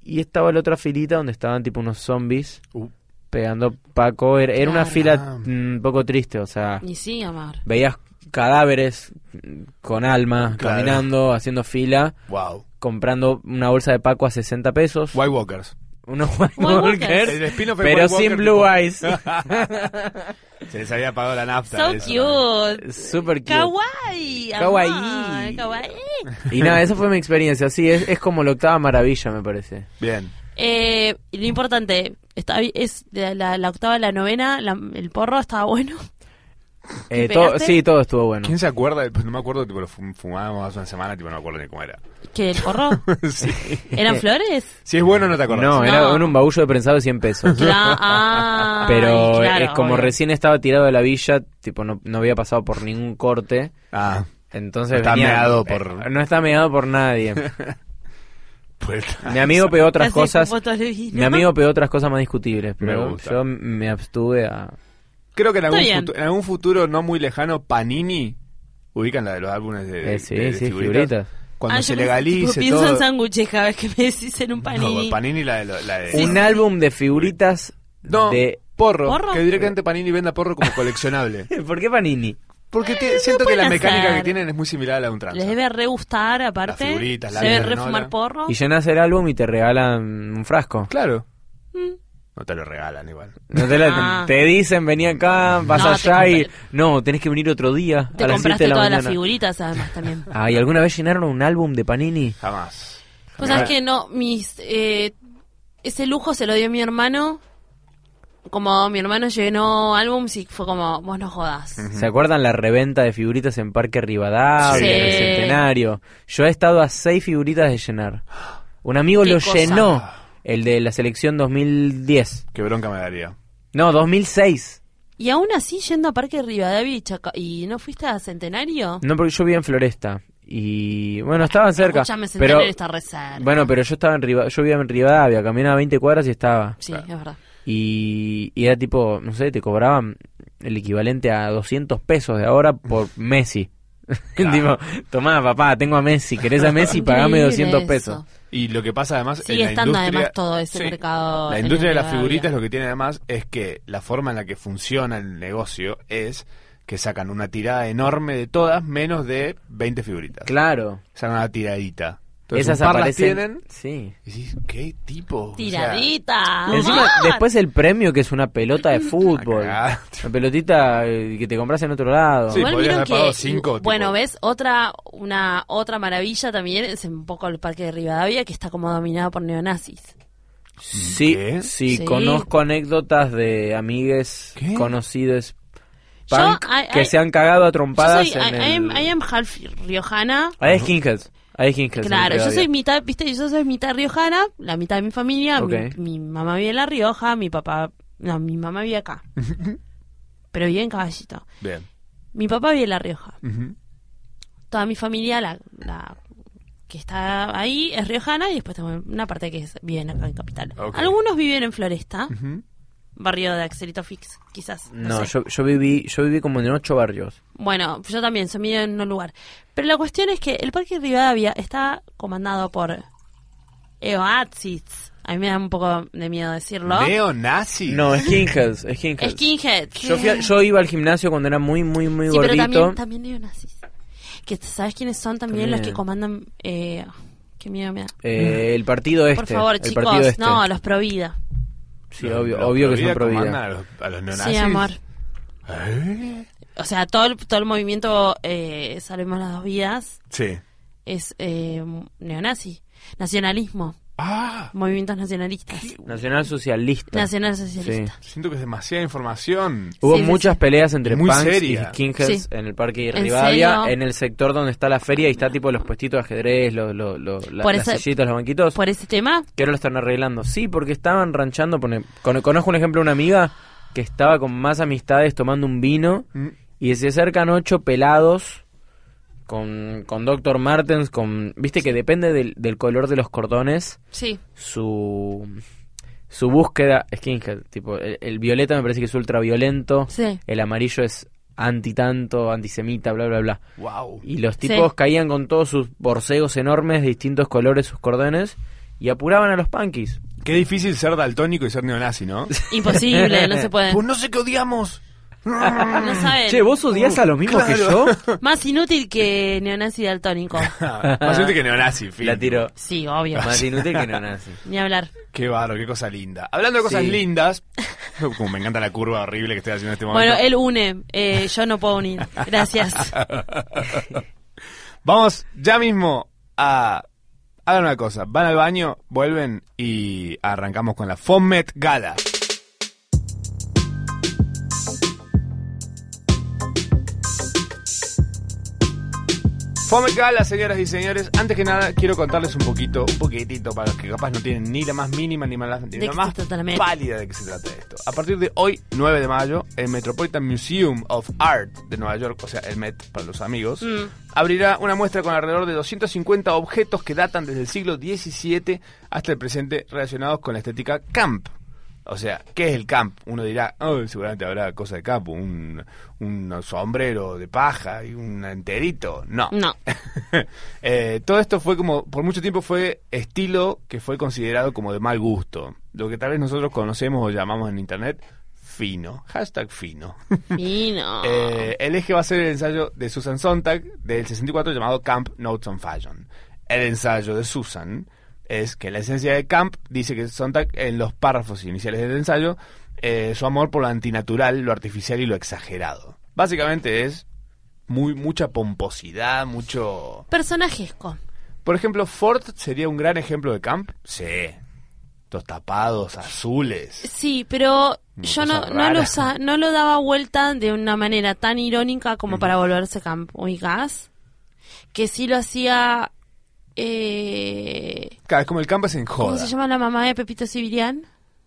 Speaker 4: Y estaba la otra filita donde estaban tipo unos zombies
Speaker 3: Uh.
Speaker 4: pegando Paco. Era, era una
Speaker 2: Claro.
Speaker 4: fila mm, un poco triste, o sea,
Speaker 2: Y sí, amar.
Speaker 4: veías cadáveres mm, con alma
Speaker 3: Claro.
Speaker 4: caminando, haciendo fila,
Speaker 3: Wow.
Speaker 4: comprando una bolsa de Paco a 60 pesos.
Speaker 3: White Walkers.
Speaker 4: Unos White
Speaker 2: White Walkers.
Speaker 4: Walkers,
Speaker 3: El spin-off de
Speaker 4: pero
Speaker 3: White
Speaker 4: sin
Speaker 3: Walker,
Speaker 4: Blue
Speaker 3: tipo-
Speaker 4: Eyes.
Speaker 3: Se les había apagado la nafta.
Speaker 2: So
Speaker 3: eso también.
Speaker 2: cute.
Speaker 4: Super cute.
Speaker 2: Kawaii. amor,
Speaker 4: Kawaii.
Speaker 2: Kawaii.
Speaker 4: Y nada, esa fue mi experiencia. Sí, es, es como la octava maravilla, me parece.
Speaker 3: Bien.
Speaker 2: Eh, y lo importante, está, bi- es la, la- la octava, la novena, la- el porro estaba bueno.
Speaker 4: Eh,
Speaker 2: ¿Te
Speaker 4: todo-
Speaker 2: pegaste?
Speaker 4: sí, todo estuvo bueno.
Speaker 3: ¿Quién se acuerda? del- No me acuerdo, tipo, lo fum- fumábamos hace una semana, tipo, no me acuerdo ni cómo era.
Speaker 2: ¿Qué, el porro?
Speaker 3: Sí.
Speaker 2: ¿Eran flores?
Speaker 3: Si es bueno, no te acordás.
Speaker 4: No,
Speaker 2: No.
Speaker 4: era un baullo de prensado de 100 pesos.
Speaker 2: Cla- ah,
Speaker 4: Pero
Speaker 2: claro,
Speaker 4: eh, como
Speaker 2: obvio.
Speaker 4: recién estaba tirado de la villa, tipo no, no había pasado por ningún corte.
Speaker 3: Ah,
Speaker 4: Entonces
Speaker 3: Está
Speaker 4: venía-
Speaker 3: meado por-
Speaker 4: eh, no está meado por nadie.
Speaker 3: pues.
Speaker 4: Mi amigo pegó otras
Speaker 2: Así,
Speaker 4: cosas.
Speaker 2: como todos los vinos.
Speaker 4: Mi amigo pegó otras cosas más discutibles,
Speaker 3: Me
Speaker 4: pero
Speaker 3: gusta.
Speaker 4: yo me abstuve a...
Speaker 3: Creo que en algún,
Speaker 2: Está bien.
Speaker 3: futu- en algún futuro no muy lejano, Panini. Ubican la de los álbumes de. de-
Speaker 4: Eh, sí,
Speaker 3: de
Speaker 4: sí,
Speaker 3: figuritas.
Speaker 4: figuritas.
Speaker 3: Cuando
Speaker 2: Ah, yo pensé,
Speaker 3: se
Speaker 2: tipo,
Speaker 3: legalice
Speaker 2: Pienso
Speaker 3: todo.
Speaker 2: en sándwiches cada vez que me decís en un
Speaker 3: No,
Speaker 2: panini.
Speaker 3: Panini la de. lo- la de-
Speaker 4: Un álbum de figuritas
Speaker 3: No,
Speaker 4: de...
Speaker 3: porro,
Speaker 2: ¿Porro?
Speaker 3: Que directamente Panini venda porro como coleccionable.
Speaker 4: ¿Por qué Panini?
Speaker 3: Porque te- siento que la
Speaker 2: pueden
Speaker 3: mecánica
Speaker 2: hacer.
Speaker 3: que tienen es muy similar a la de un tranza.
Speaker 2: Les debe re gustar, aparte.
Speaker 3: Las figuritas, la
Speaker 2: Se debe
Speaker 3: lana,
Speaker 2: re
Speaker 3: ¿no? La-
Speaker 2: fumar porro.
Speaker 4: Y llenas el álbum y te regalan un frasco.
Speaker 3: Claro.
Speaker 2: Mm.
Speaker 3: No te lo regalan igual.
Speaker 4: No te, la-
Speaker 2: Ah.
Speaker 4: te dicen, vení acá, vas
Speaker 2: No, te
Speaker 4: allá y...
Speaker 2: compra-
Speaker 4: No, tenés que venir otro día
Speaker 2: Te
Speaker 4: a las 7
Speaker 2: compraste
Speaker 4: de la
Speaker 2: todas las
Speaker 4: mañana.
Speaker 2: figuritas, además, también.
Speaker 4: Ah, ¿y alguna vez llenaron un álbum de Panini?
Speaker 3: Jamás.
Speaker 2: Pues sabes que no, mis eh, ese lujo se lo dio mi hermano. Como mi hermano llenó álbums y fue como, vos no jodas.
Speaker 3: Mm.
Speaker 4: ¿Se acuerdan la reventa de figuritas en Parque Rivadavia,
Speaker 2: Sí.
Speaker 4: en el Centenario? Yo he estado a seis figuritas de llenar. Un amigo
Speaker 2: Qué
Speaker 4: lo
Speaker 2: cosa.
Speaker 4: llenó, el de la selección 2010.
Speaker 3: Qué bronca me daría.
Speaker 4: No, 2006.
Speaker 2: Y aún así, yendo a Parque Rivadavia y, Chaca- y no fuiste a Centenario.
Speaker 4: No, porque yo vivía en Floresta. Y bueno, estaban cerca.
Speaker 2: Escuchame, Centenario
Speaker 4: Pero,
Speaker 2: está re cerca.
Speaker 4: bueno, pero yo estaba en Riva- yo vivía en Rivadavia, caminaba 20 cuadras y estaba.
Speaker 2: sí, es verdad.
Speaker 4: Y, y era tipo, no sé, te cobraban el equivalente a 200 pesos de ahora por Messi. tipo, tomá, papá, tengo a Messi, querés a Messi, pagame
Speaker 2: Increíble
Speaker 4: 200
Speaker 2: eso.
Speaker 4: pesos.
Speaker 3: Y lo que pasa además
Speaker 2: Sigue
Speaker 3: en la
Speaker 2: estando
Speaker 3: industria-
Speaker 2: además todo ese
Speaker 3: Sí.
Speaker 2: mercado.
Speaker 3: La
Speaker 2: en
Speaker 3: industria de las
Speaker 2: Rivadavia.
Speaker 3: figuritas lo que tiene además es que la forma en la que funciona el negocio es que sacan una tirada enorme de todas menos de 20 figuritas.
Speaker 4: Claro.
Speaker 3: Sacan una tiradita. Entonces,
Speaker 4: Esas
Speaker 3: un par las
Speaker 4: aparecen.
Speaker 3: tienen.
Speaker 4: Sí.
Speaker 3: Y dices, ¿qué tipo? O sea,
Speaker 2: Tiradita.
Speaker 4: Encima,
Speaker 2: man.
Speaker 4: después el premio que es una pelota
Speaker 2: Ah,
Speaker 4: de fútbol.
Speaker 3: cagada.
Speaker 4: Una pelotita eh, que te compras en otro lado.
Speaker 3: Sí.
Speaker 2: Igual
Speaker 3: podrías
Speaker 2: vieron
Speaker 3: haber
Speaker 2: que-
Speaker 3: pagado cinco,
Speaker 2: Bueno,
Speaker 3: tipo.
Speaker 2: ves, otra una otra maravilla también es un poco el parque de Rivadavia que está como dominado por neonazis.
Speaker 4: Sí,
Speaker 3: ¿Qué?
Speaker 4: sí,
Speaker 2: Sí.
Speaker 4: conozco anécdotas de amigues
Speaker 3: ¿Qué?
Speaker 4: conocidos
Speaker 2: Yo,
Speaker 4: punk
Speaker 2: I- I-
Speaker 4: que se han cagado a
Speaker 2: Yo
Speaker 4: trompadas
Speaker 2: soy, I,
Speaker 4: en
Speaker 2: I am,
Speaker 4: el...
Speaker 2: I am half riojana.
Speaker 4: Hay skinheads. Hay skinheads. en
Speaker 2: Claro, yo
Speaker 4: Rivadavia.
Speaker 2: soy mitad, viste, yo soy mitad riojana, la mitad de mi familia, mi-
Speaker 4: Ok.
Speaker 2: mi, mamá vive en La Rioja, mi papá, no, mi mamá vive acá. pero vive en Caballito.
Speaker 3: Bien.
Speaker 2: Mi papá vive en La Rioja.
Speaker 3: Ujú.
Speaker 2: Toda mi familia, la, la que está ahí, es riojana y después tengo una parte que es- viven acá en Capital.
Speaker 3: Ok.
Speaker 2: Algunos viven en Floresta,
Speaker 3: Ujú.
Speaker 2: barrio de Axelito Fix, quizás. No,
Speaker 4: No,
Speaker 2: sé.
Speaker 4: yo, yo viví yo viví como en ocho barrios.
Speaker 2: Bueno, yo también, soy medio en un lugar. Pero la cuestión es que el Parque Rivadavia está comandado por Eoatzitz. A mí me da un poco de miedo decirlo.
Speaker 3: Neonazis.
Speaker 4: No, skinheads, skinheads.
Speaker 2: Skinhead.
Speaker 4: Yo, fui a- yo iba al gimnasio cuando era muy, muy, muy
Speaker 2: sí, pero
Speaker 4: gordito.
Speaker 2: también, también neonazis. Que sabes quiénes son también, los
Speaker 4: También.
Speaker 2: que comandan... Eh, qué miedo me da.
Speaker 4: Eh, el partido este.
Speaker 2: Por favor,
Speaker 4: el
Speaker 2: chicos,
Speaker 4: partido este.
Speaker 2: no, los Provida.
Speaker 4: Sí, obvio, obvio que son pro vida.
Speaker 3: comandan A los, a los neonazis.
Speaker 2: Sí, amor.
Speaker 3: ¿Eh?
Speaker 2: O sea, todo el, todo el movimiento eh, Salvemos las dos vidas
Speaker 3: Sí.
Speaker 2: es eh, neonazi. Nacionalismo.
Speaker 3: Ah,
Speaker 2: Movimientos nacionalistas.
Speaker 4: Nacional Socialista.
Speaker 2: Nacional socialista.
Speaker 3: siento que es demasiada información.
Speaker 4: Hubo
Speaker 2: Sí, sí,
Speaker 4: muchas
Speaker 2: sí.
Speaker 4: peleas entre
Speaker 3: Muy
Speaker 4: punks
Speaker 3: seria.
Speaker 4: y skinheads
Speaker 2: Sí.
Speaker 4: en el parque de
Speaker 2: ¿En
Speaker 4: Rivadavia,
Speaker 2: serio?
Speaker 4: en el sector donde está la feria y está tipo los puestitos de ajedrez, los, los, los, la-
Speaker 2: Por
Speaker 4: las
Speaker 2: eso-
Speaker 4: sillitas, los banquitos.
Speaker 2: Por ese tema,
Speaker 4: que ahora lo están arreglando. Sí, porque estaban ranchando. pone- con- conozco un ejemplo de una amiga que estaba con más amistades tomando un vino
Speaker 3: Mm.
Speaker 4: y se acercan ocho pelados con, con Dr. Martens, con... Viste que depende del, del color de los cordones,
Speaker 2: sí.
Speaker 4: su, su búsqueda skinhead. Tipo, el, el violeta me parece que es ultraviolento,
Speaker 2: Sí.
Speaker 4: el amarillo es anti tanto, antisemita, bla, bla, bla.
Speaker 3: Wow.
Speaker 4: Y los tipos
Speaker 2: Sí.
Speaker 4: caían con todos sus borcegos enormes de distintos colores, sus cordones, y apuraban a los punkis.
Speaker 3: Qué difícil ser daltónico y ser neonazi, ¿no?
Speaker 2: Imposible, no se puede.
Speaker 3: pues no sé qué odiamos.
Speaker 2: No saben.
Speaker 4: Che, ¿vos odias a los mismos que yo?
Speaker 2: Más inútil que neonazi daltónico.
Speaker 3: Más gente que neonazi, fin.
Speaker 4: La tiro.
Speaker 2: Sí, obvio.
Speaker 4: Más inútil que no nazi.
Speaker 2: Ni hablar.
Speaker 3: Qué barro, qué cosa linda. Hablando de cosas
Speaker 4: Sí.
Speaker 3: lindas, como me encanta la curva horrible que estoy haciendo en este momento.
Speaker 2: Bueno, él une. eh, yo no puedo unir. Gracias.
Speaker 3: Vamos ya mismo a. Hagan una cosa, van al baño, vuelven y arrancamos con la FOMET Gala. FOMET Gala, señoras y señores. Antes que nada, quiero contarles un poquito, un poquitito, para los que capaz no tienen ni la más mínima ni, la- ni
Speaker 2: ¿De
Speaker 3: la
Speaker 2: qué
Speaker 3: más
Speaker 2: se trata la Met?
Speaker 3: pálida de qué se trata esto. A partir de hoy, 9 de mayo, el Metropolitan Museum of Art de Nueva York, o sea, el Met para los amigos, abrirá una muestra con alrededor de 250 objetos que datan desde el siglo XVII hasta el presente relacionados con la estética camp. O sea, ¿qué es el camp? Uno dirá, "Oh, seguramente habrá cosa de campo, un, un sombrero de paja y un enterito. No.
Speaker 2: No.
Speaker 3: Eh, todo esto fue como, por mucho tiempo fue estilo que fue considerado como de mal gusto. Lo que tal vez nosotros conocemos o llamamos en internet fino. Hashtag fino.
Speaker 2: Fino.
Speaker 3: Eh, el eje va a ser el ensayo de Susan Sontag del 64 llamado Camp Notes on Fashion. El ensayo de Susan es que la esencia de Camp dice que Sontag en los párrafos iniciales del ensayo eh, su amor por lo antinatural, lo artificial y lo exagerado. Básicamente es muy mucha pomposidad, mucho
Speaker 2: Personajesco.
Speaker 3: por ejemplo, Ford sería un gran ejemplo de camp. Sí. Los tapados azules.
Speaker 2: Sí, pero
Speaker 3: Una
Speaker 2: yo
Speaker 3: cosa
Speaker 2: no, no,
Speaker 3: rara.
Speaker 2: lo usa- no lo daba vuelta de una manera tan irónica como para volverse campo y gas. Que sí lo hacía. Eh,
Speaker 3: Claro, es como el camp es en
Speaker 2: ¿Cómo
Speaker 3: joda.
Speaker 2: se llama la mamá de Pepito Sibirian?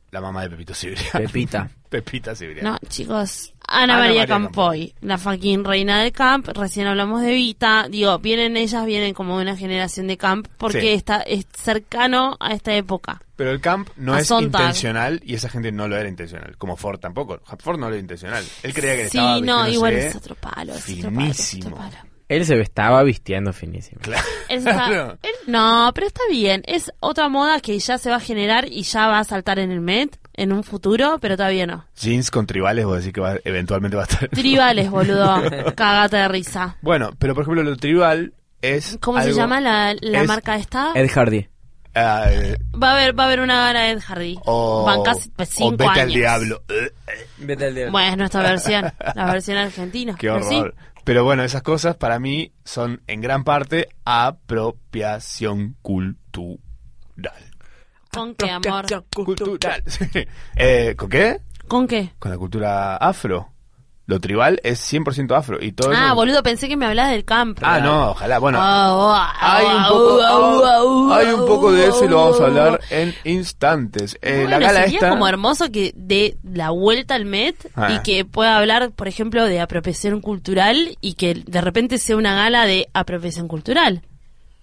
Speaker 3: La mamá de Pepito Cibrián.
Speaker 4: Pepita.
Speaker 3: Pepita Cibrián.
Speaker 2: No, chicos. Ana, María, Campoy, la fucking reina del camp. Recién hablamos de Vita. Digo, vienen ellas, vienen como de una generación de camp porque
Speaker 3: Sí.
Speaker 2: está es cercano a esta época.
Speaker 3: Pero el camp no
Speaker 2: A
Speaker 3: es
Speaker 2: Sontag.
Speaker 3: intencional y esa gente no lo era intencional. Como Ford tampoco. Ford no lo era intencional. Él creía que
Speaker 2: sí,
Speaker 3: estaba
Speaker 2: no,
Speaker 3: vistiéndose
Speaker 2: igual es otro palo. Es otro palo, es
Speaker 3: finísimo.
Speaker 2: otro palo.
Speaker 4: Él se estaba vistiendo finísimo.
Speaker 3: Claro.
Speaker 2: Él está-
Speaker 3: Claro.
Speaker 2: él- no, pero está bien. Es otra moda que ya se va a generar y ya va a saltar en el Met en un futuro, pero todavía no.
Speaker 3: Jeans con tribales, vos decís que va- eventualmente va a estar.
Speaker 2: Tribales, boludo. Cagate de risa.
Speaker 3: Bueno, pero por ejemplo, lo tribal es.
Speaker 2: ¿Cómo se
Speaker 3: algo-
Speaker 2: llama la, la
Speaker 3: es-
Speaker 2: marca esta?
Speaker 4: Ed Hardy.
Speaker 3: Ah, eh,
Speaker 2: Va a haber, va a haber una gana de Ed Hardy.
Speaker 3: o,
Speaker 2: Van casi pues,
Speaker 3: o
Speaker 2: cinco
Speaker 3: vete
Speaker 2: años.
Speaker 3: al diablo. Eh,
Speaker 5: Vete al diablo.
Speaker 2: Bueno, es nuestra versión, la versión argentina.
Speaker 3: Qué
Speaker 2: pero sí.
Speaker 3: horror. Pero bueno, esas cosas para mí son en gran parte apropiación cultural.
Speaker 2: ¿Con qué, amor?
Speaker 3: Cultural. sí. Eh, ¿Con qué?
Speaker 2: ¿Con qué?
Speaker 3: Con la cultura afro. Lo tribal es 100% afro. Y todo
Speaker 2: Ah,
Speaker 3: eso-
Speaker 2: boludo, pensé que me hablabas del campo. Ah,
Speaker 3: Ah, no, ojalá. Bueno, hay un poco, hay un poco de eso y lo vamos a hablar en instantes. Eh, la
Speaker 2: ah, Bueno,
Speaker 3: gala
Speaker 2: sería
Speaker 3: esta.
Speaker 2: como hermoso que dé la vuelta al Met
Speaker 3: Ah.
Speaker 2: y que pueda hablar, por ejemplo, de apropiación cultural y que de repente sea una gala de apropiación cultural.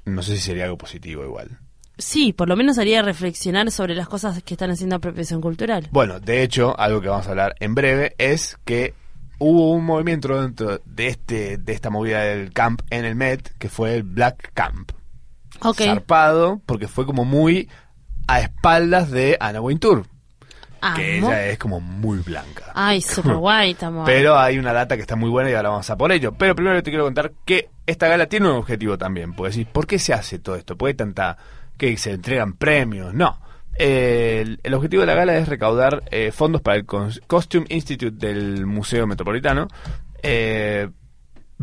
Speaker 3: No sé si sería algo positivo igual.
Speaker 2: Sí, por lo menos haría reflexionar sobre las cosas que están haciendo apropiación cultural.
Speaker 3: Bueno, de hecho, algo que vamos a hablar en breve es que hubo un movimiento dentro de este de esta movida del camp en el Met que fue el Black Camp.
Speaker 2: Ok.
Speaker 3: Zarpado porque fue como muy a espaldas de Anna Wintour, que
Speaker 2: Amo.
Speaker 3: ella es como muy blanca.
Speaker 2: Ah, Ay, super guay, estamos.
Speaker 3: Pero hay una data que está muy buena y ahora vamos a por ello. Pero primero te quiero contar que esta gala tiene un objetivo también. Porque decir, ¿por qué se hace todo esto? ¿Por qué tanta que se entregan premios? No. Eh, el, el objetivo de la gala es recaudar eh, fondos para el Cos- Costume Institute del Museo Metropolitano. Eh,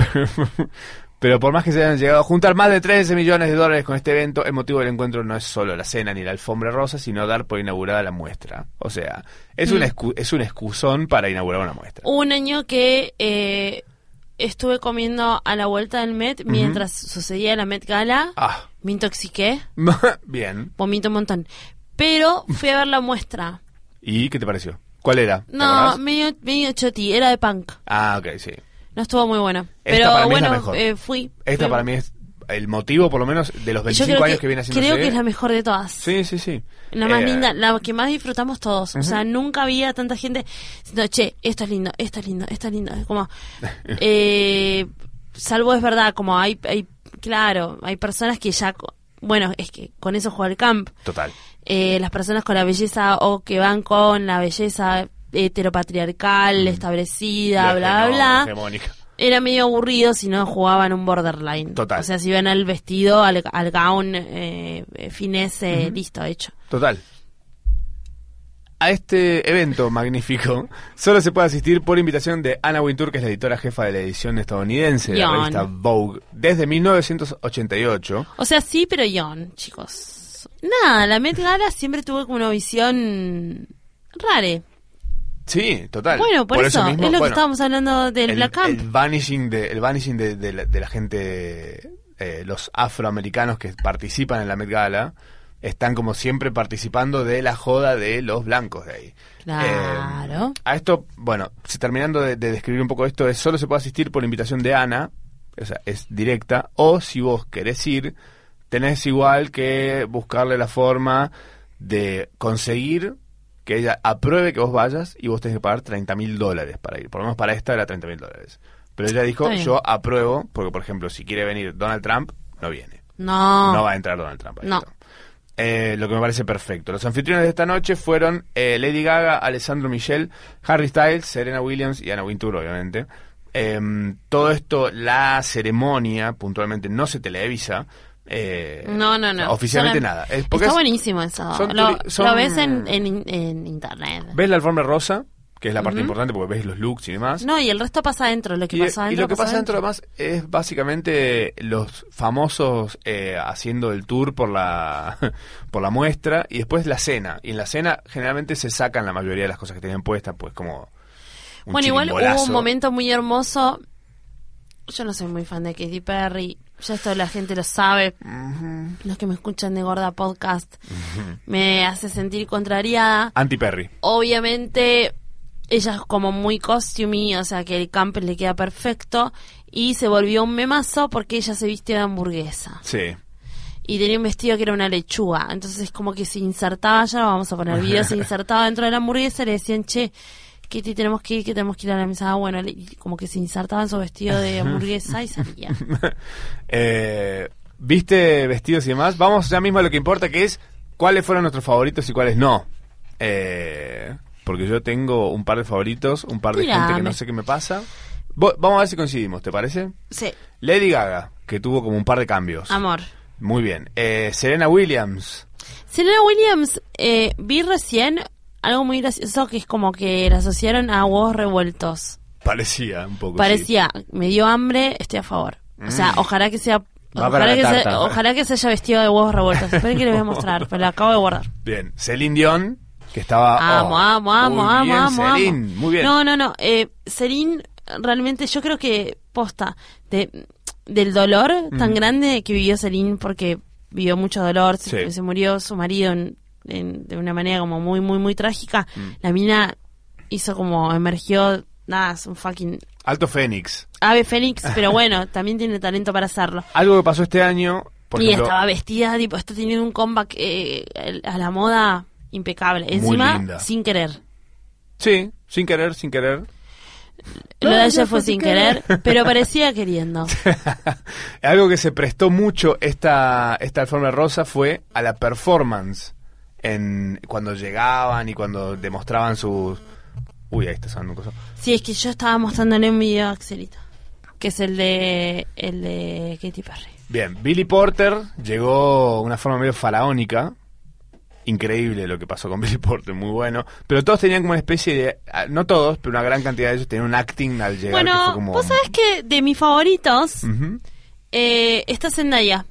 Speaker 3: pero por más que se hayan llegado a juntar más de 13 millones de dólares con este evento, el motivo del encuentro no es solo la cena ni la alfombra rosa, sino dar por inaugurada la muestra. O sea, es, un,
Speaker 2: Mm.
Speaker 3: excu- es un excusón para inaugurar una muestra.
Speaker 2: Un año que eh, estuve comiendo a la vuelta del Met mientras sucedía la Met Gala.
Speaker 3: Ah,
Speaker 2: Me intoxiqué,
Speaker 3: bien.
Speaker 2: vomito un montón. Pero fui a ver la muestra.
Speaker 3: ¿Y qué te pareció? ¿Cuál era? ¿Te
Speaker 2: No,
Speaker 3: acordás?
Speaker 2: medio, medio choti, era de punk.
Speaker 3: Ah, ok, sí.
Speaker 2: No estuvo muy buena. Pero
Speaker 3: Esta para mí es la
Speaker 2: bueno,
Speaker 3: mejor.
Speaker 2: eh, fui.
Speaker 3: Esta
Speaker 2: fui.
Speaker 3: para mí es el motivo, por lo menos, de los
Speaker 2: Y yo
Speaker 3: 25
Speaker 2: creo
Speaker 3: años
Speaker 2: que,
Speaker 3: que, viene haciendo
Speaker 2: Creo que es la mejor de todas.
Speaker 3: Sí, sí, sí.
Speaker 2: La más
Speaker 3: Eh,
Speaker 2: linda, la que más disfrutamos todos. O sea, nunca había tanta gente diciendo, che, esto es lindo, esto es lindo, esto es lindo. Es como, eh, salvo es verdad, como hay, hay, claro, hay personas que ya, co- bueno, es que con eso juega el camp.
Speaker 3: Total.
Speaker 2: Eh, las personas con la belleza o que van con la belleza heteropatriarcal, establecida,
Speaker 3: Lo
Speaker 2: bla,
Speaker 3: hegemo-
Speaker 2: bla, bla.
Speaker 3: hegemónica.
Speaker 2: Era medio aburrido si no jugaban un borderline.
Speaker 3: Total.
Speaker 2: O sea, si ven al vestido, al, al gown, eh, finesse, listo, hecho.
Speaker 3: Total. A este evento magnífico solo se puede asistir por invitación de Anna Wintour, que es la editora jefa de la edición estadounidense de la
Speaker 2: Guión.
Speaker 3: revista Vogue, desde 1988.
Speaker 2: O sea, sí, pero Ion, chicos. Nada, la Met Gala siempre tuvo como una visión rare.
Speaker 3: Sí, total.
Speaker 2: Bueno, por, eso,
Speaker 3: mismo,
Speaker 2: es lo que
Speaker 3: bueno,
Speaker 2: estábamos hablando del
Speaker 3: el,
Speaker 2: Black Camp.
Speaker 3: el vanishing de el vanishing de, de la, de la gente eh, los afroamericanos que participan en la Met Gala están como siempre participando de la joda de los blancos de ahí.
Speaker 2: Claro.
Speaker 3: Eh, a esto, bueno, si terminando de, de describir un poco esto, es solo se puede asistir por invitación de Ana, o sea, es directa, o si vos querés ir, tenés igual que buscarle la forma de conseguir que ella apruebe que vos vayas y vos tenés que pagar 30 mil dólares para ir. Por lo menos para esta era 30 mil dólares. Pero ella dijo,
Speaker 2: Está bien.
Speaker 3: yo apruebo, porque por ejemplo, si quiere venir Donald Trump, no viene.
Speaker 2: no.
Speaker 3: No va a entrar Donald Trump. a
Speaker 2: No.
Speaker 3: esto. Eh, lo que me parece perfecto. Los anfitriones de esta noche fueron eh, Lady Gaga, Alessandro Michel, Harry Styles, Serena Williams y Anna Wintour, obviamente. Em, todo esto, la ceremonia, puntualmente, no se televisa. eh,
Speaker 2: no, no, no.
Speaker 3: Oficialmente
Speaker 2: Solam-
Speaker 3: nada. Es porque
Speaker 2: Está
Speaker 3: es-
Speaker 2: buenísimo eso.
Speaker 3: son
Speaker 2: lo,
Speaker 3: turi- son-
Speaker 2: lo ves en, en, en internet.
Speaker 3: ves la alfombra rosa, que es la parte
Speaker 2: Ujú.
Speaker 3: importante porque ves los looks y demás.
Speaker 2: No, y el resto pasa adentro. Lo que
Speaker 3: Y,
Speaker 2: pasa
Speaker 3: y
Speaker 2: adentro.
Speaker 3: lo que pasa dentro además es básicamente los famosos eh, haciendo el tour por la por la muestra y después la cena. Y en la cena generalmente se sacan la mayoría de las cosas que tenían puestas, pues como un
Speaker 2: bueno, igual hubo un
Speaker 3: chirimbolazo.
Speaker 2: momento muy hermoso. Yo no soy muy fan de Katy Perry. Ya esto la gente lo sabe. Los que me escuchan de Gorda Podcast me hace sentir contrariada.
Speaker 3: Anti Perry.
Speaker 2: Obviamente, ella es como muy costumey, o sea que el camper le queda perfecto. Y se volvió un memazo porque ella se vistió de hamburguesa.
Speaker 3: Sí.
Speaker 2: Y tenía un vestido que era una lechuga. Entonces, como que se insertaba, ya lo vamos a poner video, se insertaba dentro de la hamburguesa y le decían, che, Kitty, tenemos que ir, que tenemos que ir a la mesa. Ah, bueno, le- y como que se insertaba en su vestido de hamburguesa y salía.
Speaker 3: Eh, ¿Viste vestidos y demás? Vamos ya mismo a lo que importa, que es cuáles fueron nuestros favoritos y cuáles no. Eh, porque yo tengo un par de favoritos, un par de gente que
Speaker 2: Tirame.
Speaker 3: no sé qué me pasa. Vo- Vamos a ver si coincidimos, ¿te parece?
Speaker 2: Sí,
Speaker 3: Lady Gaga, que tuvo como un par de cambios.
Speaker 2: amor.
Speaker 3: Muy bien. Eh, Serena Williams.
Speaker 2: Serena Williams, eh, vi recién algo muy gracioso que es como que la asociaron a huevos revueltos.
Speaker 3: Parecía un poco. sí.
Speaker 2: Parecía, me dio hambre, estoy a favor. O sea, ojalá que sea.
Speaker 4: Mm. Va
Speaker 2: Ojalá
Speaker 4: para la
Speaker 2: que, se,
Speaker 4: tarta.
Speaker 2: ojalá que se haya vestido de huevos revueltos. Esperen que les voy a mostrar, pero lo acabo de guardar.
Speaker 3: Bien. Celine Dion, que estaba.
Speaker 2: Amo,
Speaker 3: oh,
Speaker 2: amo, amo,
Speaker 3: muy
Speaker 2: amo,
Speaker 3: bien,
Speaker 2: amo, amo.
Speaker 3: Celine, Muy bien.
Speaker 2: No, no, no. Eh, Serín, realmente yo creo que posta de, del dolor tan grande que vivió Serín porque vivió mucho dolor, se,
Speaker 3: Sí.
Speaker 2: se murió su marido en- en- de una manera como muy, muy, muy trágica.
Speaker 3: Mm.
Speaker 2: La mina hizo como, emergió, nada, es un fucking
Speaker 3: Alto Fénix.
Speaker 2: ave fénix, pero bueno, también tiene talento para hacerlo.
Speaker 3: Algo que pasó este año. Por
Speaker 2: y
Speaker 3: ejemplo,
Speaker 2: estaba vestida, tipo, está teniendo un comeback eh, a la moda impecable.
Speaker 3: linda.
Speaker 2: Encima, sin querer.
Speaker 3: Sí, sin querer, sin querer.
Speaker 2: Lo de ella fue sin querer, pero parecía queriendo.
Speaker 3: Algo que se prestó mucho esta, esta alfombra rosa fue a la performance. En, cuando llegaban y cuando demostraban sus. Uy, ahí está sonando cosas.
Speaker 2: Sí, es que yo estaba mostrándole un video a Axelito, que es el de el de Katy Perry.
Speaker 3: Bien, Billy Porter llegó de una forma medio faraónica. Increíble lo que pasó con Billy Porter, muy bueno. Pero todos tenían como una especie de. ah, No todos, pero una gran cantidad de ellos tenían un acting al llegar. que fue
Speaker 2: Bueno,
Speaker 3: como, Mm.
Speaker 2: vos sabés que de mis favoritos
Speaker 3: Ujú.
Speaker 2: eh, está Zendaya.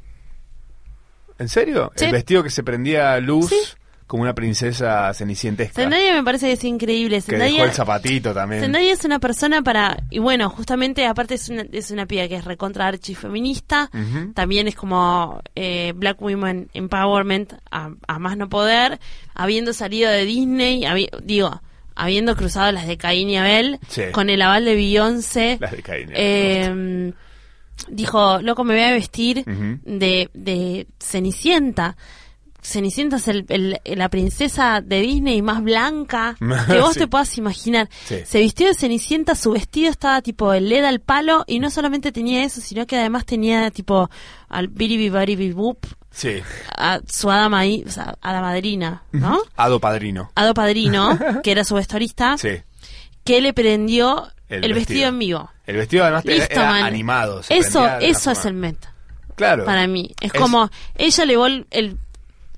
Speaker 3: ¿En serio?
Speaker 2: Sí.
Speaker 3: El vestido que se prendía a luz
Speaker 2: Sí.
Speaker 3: como una princesa cenicientesca.
Speaker 2: Zendaya me parece que es increíble.
Speaker 3: que dejó
Speaker 2: Zendaya,
Speaker 3: el zapatito también.
Speaker 2: Zendaya es una persona para... Y bueno, justamente aparte es una, es una piba que es recontra archifeminista.
Speaker 3: Ujú.
Speaker 2: También es como eh, Black Women Empowerment a, a más no poder, habiendo salido de Disney, habi- digo, habiendo cruzado las de Caín y Abel,
Speaker 3: Sí.
Speaker 2: con el aval de Beyoncé,
Speaker 3: Las de Caín.
Speaker 2: eh, dijo, loco, me voy a vestir
Speaker 3: Ujú.
Speaker 2: de, de Cenicienta. Cenicienta es el- el- la princesa de Disney más blanca que vos
Speaker 3: Sí.
Speaker 2: te puedas imaginar.
Speaker 3: Sí.
Speaker 2: Se vistió de Cenicienta, su vestido estaba tipo el LED al palo y no solamente tenía eso, sino que además tenía tipo al biribibaribibup,
Speaker 3: Sí.
Speaker 2: a su hada, maí- o sea, hada madrina, ¿no?
Speaker 3: Ado Padrino.
Speaker 2: Hado padrino, que era su vestuarista,
Speaker 3: Sí.
Speaker 2: que le prendió el, vestido.
Speaker 3: El vestido.
Speaker 2: en vivo.
Speaker 3: El vestido además era-
Speaker 2: Listo,
Speaker 3: era
Speaker 2: man.
Speaker 3: animado. se
Speaker 2: Eso,
Speaker 3: prendía de
Speaker 2: eso
Speaker 3: una
Speaker 2: es el
Speaker 3: forma-
Speaker 2: meta.
Speaker 3: Claro.
Speaker 2: Para mí. Es,
Speaker 3: Es-
Speaker 2: como, ella le, vol- el,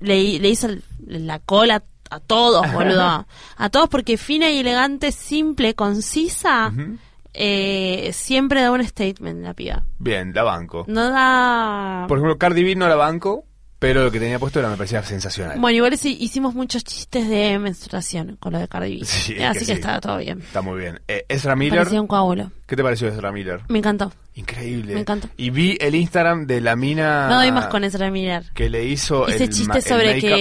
Speaker 2: le, le hizo el- la cola a todos, boludo. a todos porque fina y elegante, simple, concisa,
Speaker 3: Ujú.
Speaker 2: eh, siempre da un statement la piba.
Speaker 3: Bien, la banco.
Speaker 2: No da...
Speaker 3: Por ejemplo, Cardi B no la banco, pero lo que tenía puesto era me parecía sensacional.
Speaker 2: Bueno, igual hici- hicimos muchos chistes de menstruación con lo de Cardi B. Eh,
Speaker 3: Sí, es
Speaker 2: Así
Speaker 3: que
Speaker 2: que,
Speaker 3: sí.
Speaker 2: estaba todo bien.
Speaker 3: Está muy bien. Eh, Ezra Miller,
Speaker 2: Parecía un coágulo.
Speaker 3: ¿qué te pareció Ezra Miller?
Speaker 2: Me encantó.
Speaker 3: Increíble.
Speaker 2: Me encanta.
Speaker 3: Y vi el Instagram de la mina
Speaker 2: No doy más con Ezra Miller.
Speaker 3: que le hizo
Speaker 2: Hice
Speaker 3: Ah. Oh, el ma-
Speaker 2: chistes
Speaker 3: el
Speaker 2: sobre
Speaker 3: make-up.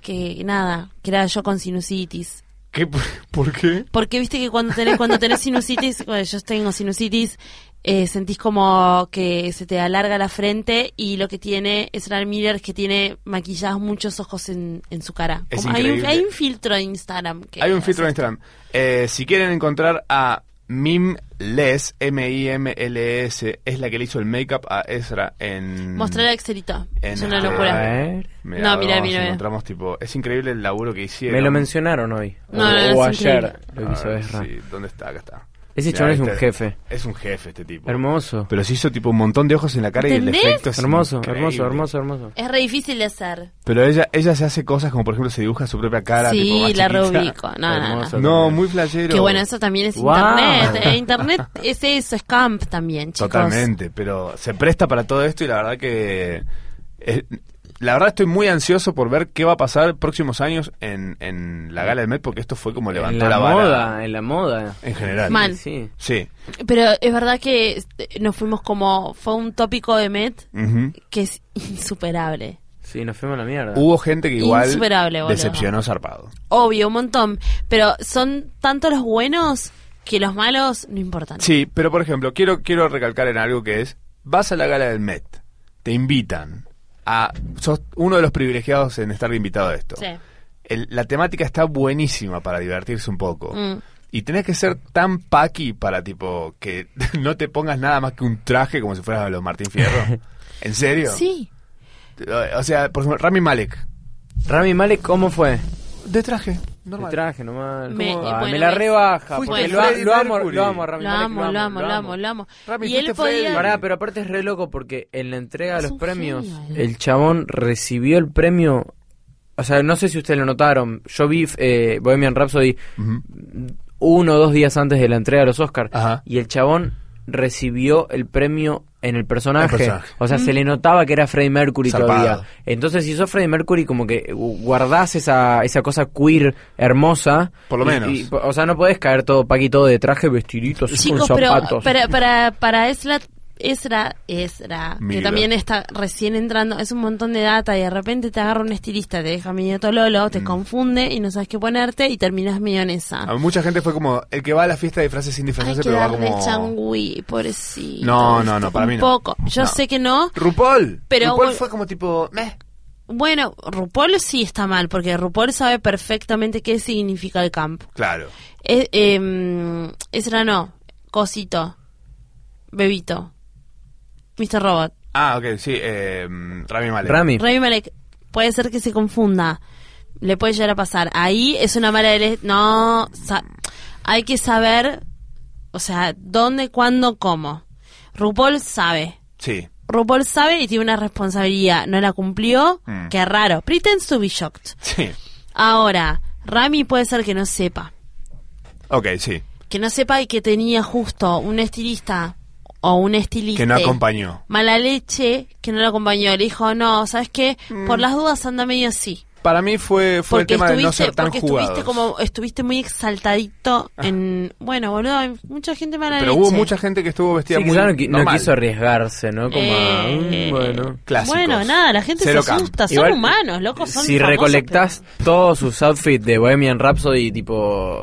Speaker 2: que, que nada, que era yo con sinusitis.
Speaker 3: ¿Qué? ¿Por qué?
Speaker 2: Porque viste que cuando tenés, cuando tenés sinusitis, bueno, yo tengo sinusitis, eh, sentís como que se te alarga la frente y lo que tiene Ezra Miller es que tiene maquillados muchos ojos en, en su cara.
Speaker 3: Es
Speaker 2: Como hay, un,
Speaker 3: increíble.
Speaker 2: hay un filtro de Instagram. Que
Speaker 3: Hay un filtro en Instagram. Eh, si quieren encontrar a Mimles, M-I-M-L-S, E es la que le hizo el make-up a Ezra en...
Speaker 2: Mostrar a Excelito.
Speaker 3: en-
Speaker 2: Es una locura.
Speaker 4: A ver.
Speaker 3: Mirá,
Speaker 2: No, mirá,
Speaker 3: vamos,
Speaker 2: mirá, mirá.
Speaker 3: encontramos tipo... Es increíble el laburo que hicieron.
Speaker 4: Me lo mencionaron hoy.
Speaker 2: No,
Speaker 4: o
Speaker 2: no,
Speaker 4: o
Speaker 2: es
Speaker 4: ayer
Speaker 2: increíble.
Speaker 4: lo que hizo
Speaker 3: A ver,
Speaker 4: Ezra.
Speaker 3: sí, ¿dónde está? Acá está.
Speaker 4: Ese
Speaker 3: Mirá,
Speaker 4: chaval es un
Speaker 3: este-
Speaker 4: jefe.
Speaker 3: Es un jefe este tipo.
Speaker 4: Hermoso.
Speaker 3: Pero se hizo tipo un montón de ojos en la cara y
Speaker 2: ¿Entendés?
Speaker 3: el efecto es
Speaker 4: Hermoso,
Speaker 3: increíble.
Speaker 4: hermoso, hermoso, hermoso.
Speaker 2: Es re difícil de hacer.
Speaker 3: Pero ella ella se hace cosas como por ejemplo se dibuja su propia cara tipo,
Speaker 2: sí,
Speaker 3: más
Speaker 2: la
Speaker 3: chiquita.
Speaker 2: reubico. No, no, no.
Speaker 4: Hermoso.
Speaker 3: No, muy flashero.
Speaker 2: Que bueno, eso también es
Speaker 4: Wow.
Speaker 2: internet. Eh, internet es eso, es camp también, chicos.
Speaker 3: Totalmente, pero se presta para todo esto y la verdad que... eh, la verdad estoy muy ansioso por ver qué va a pasar próximos años en, en la gala del Met porque esto fue como
Speaker 4: En
Speaker 3: levantó
Speaker 4: la,
Speaker 3: la, vara
Speaker 4: moda, en la moda.
Speaker 3: en general.
Speaker 2: Man.
Speaker 4: Sí.
Speaker 3: Sí.
Speaker 2: Pero es verdad que este, nos fuimos como. Fue un tópico de Met
Speaker 3: Ujú.
Speaker 2: que es insuperable.
Speaker 4: Sí, nos fuimos a la mierda.
Speaker 3: Hubo gente que igual
Speaker 2: Insuperable, boludo.
Speaker 3: decepcionó zarpado.
Speaker 2: Obvio, un montón. Pero son tanto los buenos que los malos no importan.
Speaker 3: Sí, pero por ejemplo, quiero, quiero recalcar en algo que es, vas a la gala del Met, te invitan a... Sos uno de los privilegiados en estar invitado a esto.
Speaker 2: Sí.
Speaker 3: El- la temática está buenísima para divertirse un poco.
Speaker 2: Mm.
Speaker 3: Y tenés que ser tan paqui para tipo que no te pongas nada más que un traje como si fueras a los Martín Fierro. ¿En serio?
Speaker 2: Sí.
Speaker 3: O sea, por ejemplo, Rami Malek.
Speaker 4: Rami Malek, ¿cómo fue?
Speaker 3: De traje.
Speaker 4: El
Speaker 3: normal.
Speaker 4: traje nomás.
Speaker 2: Me-
Speaker 4: ¿Cómo
Speaker 2: eh,
Speaker 4: va? Me,
Speaker 2: bueno,
Speaker 4: la
Speaker 2: me-
Speaker 4: rebaja.
Speaker 3: Fuiste
Speaker 4: Porque lo,
Speaker 3: Freddie
Speaker 4: lo amo,
Speaker 3: Mercury.
Speaker 4: lo amo, a Rami
Speaker 2: Lo
Speaker 4: Malek,
Speaker 2: amo, lo amo, lo amo, lo amo.
Speaker 3: Rami,
Speaker 2: Y él
Speaker 3: fuiste
Speaker 2: podía...
Speaker 3: Freddy.
Speaker 4: Pará, pero aparte es re loco porque en la entrega de
Speaker 2: Es
Speaker 4: los
Speaker 2: un
Speaker 4: premios,
Speaker 2: genio, eh.
Speaker 4: el chabón recibió el premio. O sea, no sé si ustedes lo notaron. Yo vi eh, Bohemian Rhapsody uno o dos días antes de la entrega de los Oscars.
Speaker 3: Ajá.
Speaker 4: Y el chabón recibió el premio en el personaje.
Speaker 3: El personaje.
Speaker 4: O sea, se
Speaker 2: Mm.
Speaker 4: le notaba que era Freddie Mercury
Speaker 3: Zarpado.
Speaker 4: todavía. Entonces, si sos Freddie Mercury, como que guardás esa, esa cosa queer hermosa.
Speaker 3: Por lo
Speaker 4: Y-
Speaker 3: menos.
Speaker 4: y, o sea, no podés caer todo paquito de traje, vestidito, así con
Speaker 2: Chicos, pero
Speaker 4: zapatos.
Speaker 2: para, para, para Ezra, Ezra, Ezra, que
Speaker 3: Miller.
Speaker 2: también está recién entrando, es un montón de data y de repente te agarra un estilista, te deja medio tololo,
Speaker 3: Mm.
Speaker 2: te confunde y no sabes qué ponerte y terminas medio en esa.
Speaker 3: A mucha gente fue como el que va a la fiesta de disfraces sin
Speaker 2: Hay
Speaker 3: disfrazarse,
Speaker 2: que
Speaker 3: pero va
Speaker 2: darle
Speaker 3: como.
Speaker 2: changui, pobrecito.
Speaker 3: No, no,
Speaker 2: ¿viste?
Speaker 3: no, para mí
Speaker 2: Un
Speaker 3: no.
Speaker 2: poco. Yo
Speaker 3: No.
Speaker 2: sé que no.
Speaker 3: RuPaul.
Speaker 2: Pero
Speaker 3: RuPaul
Speaker 2: bueno-
Speaker 3: fue como tipo. Meh.
Speaker 2: Bueno, RuPaul sí está mal, porque RuPaul sabe perfectamente qué significa el campo.
Speaker 3: Claro.
Speaker 2: Es, eh, Ezra no. Cosito. Bebito. Mr. Robot.
Speaker 3: Ah, ok, sí. Eh, Rami Malek.
Speaker 4: Rami.
Speaker 2: Rami Malek. Puede ser que se confunda. Le puede llegar a pasar. Ahí es una mala... dele- No... sa- hay que saber... O sea, dónde, cuándo, cómo. RuPaul sabe.
Speaker 3: Sí.
Speaker 2: RuPaul sabe y tiene una responsabilidad. No la cumplió.
Speaker 3: Mm.
Speaker 2: Qué raro. Pretends to be shocked.
Speaker 3: Sí.
Speaker 2: Ahora, Rami puede ser que no sepa.
Speaker 3: Ok, sí.
Speaker 2: que no sepa y que tenía justo un estilista o un estilista
Speaker 3: Que no acompañó.
Speaker 2: mala leche que no lo acompañó le dijo no sabes qué
Speaker 4: Mm.
Speaker 2: por las dudas anda medio así
Speaker 3: Para mí fue, fue el
Speaker 2: porque
Speaker 3: tema
Speaker 2: estuviste
Speaker 3: de no ser tan
Speaker 2: porque estuviste
Speaker 3: jugados. Ah.
Speaker 2: como estuviste muy exaltadito en bueno boludo hay mucha gente mala
Speaker 3: Pero
Speaker 2: leche
Speaker 3: hubo mucha gente que estuvo vestida
Speaker 4: Sí,
Speaker 3: muy
Speaker 4: quizá no, qui- no
Speaker 3: normal.
Speaker 4: quiso arriesgarse, ¿no? Como a,
Speaker 2: Eh,
Speaker 4: mm, bueno.
Speaker 3: Clásicos.
Speaker 2: bueno nada la gente
Speaker 3: Cero
Speaker 2: se
Speaker 3: camp.
Speaker 2: asusta
Speaker 4: Igual,
Speaker 2: son humanos locos son
Speaker 4: si
Speaker 2: famosos,
Speaker 4: recolectás todos sus outfits de Bohemian Rhapsody, tipo,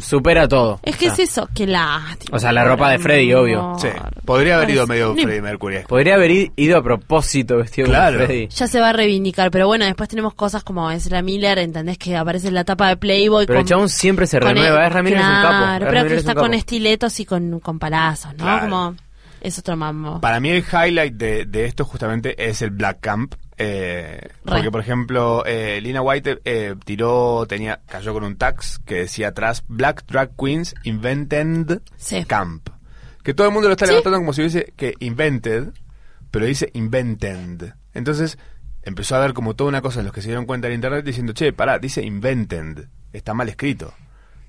Speaker 4: supera todo.
Speaker 2: pero- es que
Speaker 4: O
Speaker 2: es
Speaker 4: sea,
Speaker 2: eso qué lástima
Speaker 4: O sea, la ropa de Freddy,
Speaker 2: amor.
Speaker 4: obvio.
Speaker 3: Sí. Podría haber ido
Speaker 2: Ah, Parece-
Speaker 3: medio
Speaker 2: Ni-
Speaker 3: Freddie Mercury.
Speaker 4: Podría haber i- ido a propósito vestido
Speaker 3: Claro.
Speaker 4: como Freddy.
Speaker 2: Ya se va a reivindicar, pero bueno, después tenemos cosas como Ezra Miller, ¿entendés? Que aparece en la tapa de Playboy.
Speaker 4: Pero el
Speaker 2: con-
Speaker 4: chabón siempre se
Speaker 2: con
Speaker 4: renueva.
Speaker 2: el-
Speaker 4: Es Ramírez es un
Speaker 2: Claro,
Speaker 4: capo. Es
Speaker 2: pero
Speaker 4: Ramírez
Speaker 2: que
Speaker 4: es
Speaker 2: está
Speaker 4: un capo.
Speaker 2: con este- estiletos y con, con palazos, ¿no?
Speaker 3: Claro.
Speaker 2: Como es otro mambo.
Speaker 3: Para mí el highlight de, de esto justamente es el Black Camp. eh, porque, por ejemplo, eh, Lina White eh, tiró, tenía, cayó con un tax que decía atrás, Black Drag Queens Invented
Speaker 2: Sí.
Speaker 3: Camp. Que todo el mundo lo está
Speaker 2: Sí.
Speaker 3: levantando como si hubiese que invented, pero dice invented. Entonces empezó a haber como toda una cosa en los que se dieron cuenta en internet diciendo, che, pará, dice invented, está mal escrito.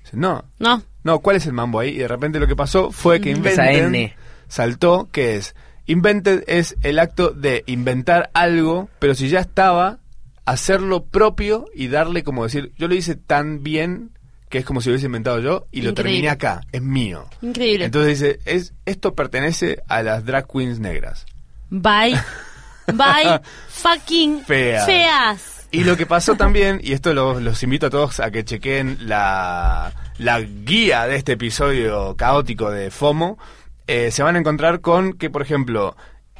Speaker 3: Dice, no,
Speaker 2: No,
Speaker 3: no, ¿cuál es el mambo ahí? Y de repente lo que pasó fue que Invented
Speaker 4: Esa N.
Speaker 3: saltó, que es Invented es el acto de inventar algo, pero si ya estaba, hacerlo propio y darle como decir, yo lo hice tan bien que es como si lo hubiese inventado yo y lo
Speaker 2: Increíble.
Speaker 3: terminé acá, es mío.
Speaker 2: increíble.
Speaker 3: Entonces dice, es, esto pertenece a las drag queens negras.
Speaker 2: bye. Bye. fucking
Speaker 3: Feas.
Speaker 2: feas.
Speaker 3: Y lo que pasó también, y esto los, los invito a todos a que chequen la, la guía de este episodio caótico de FOMO, eh, se van a encontrar con que, por ejemplo,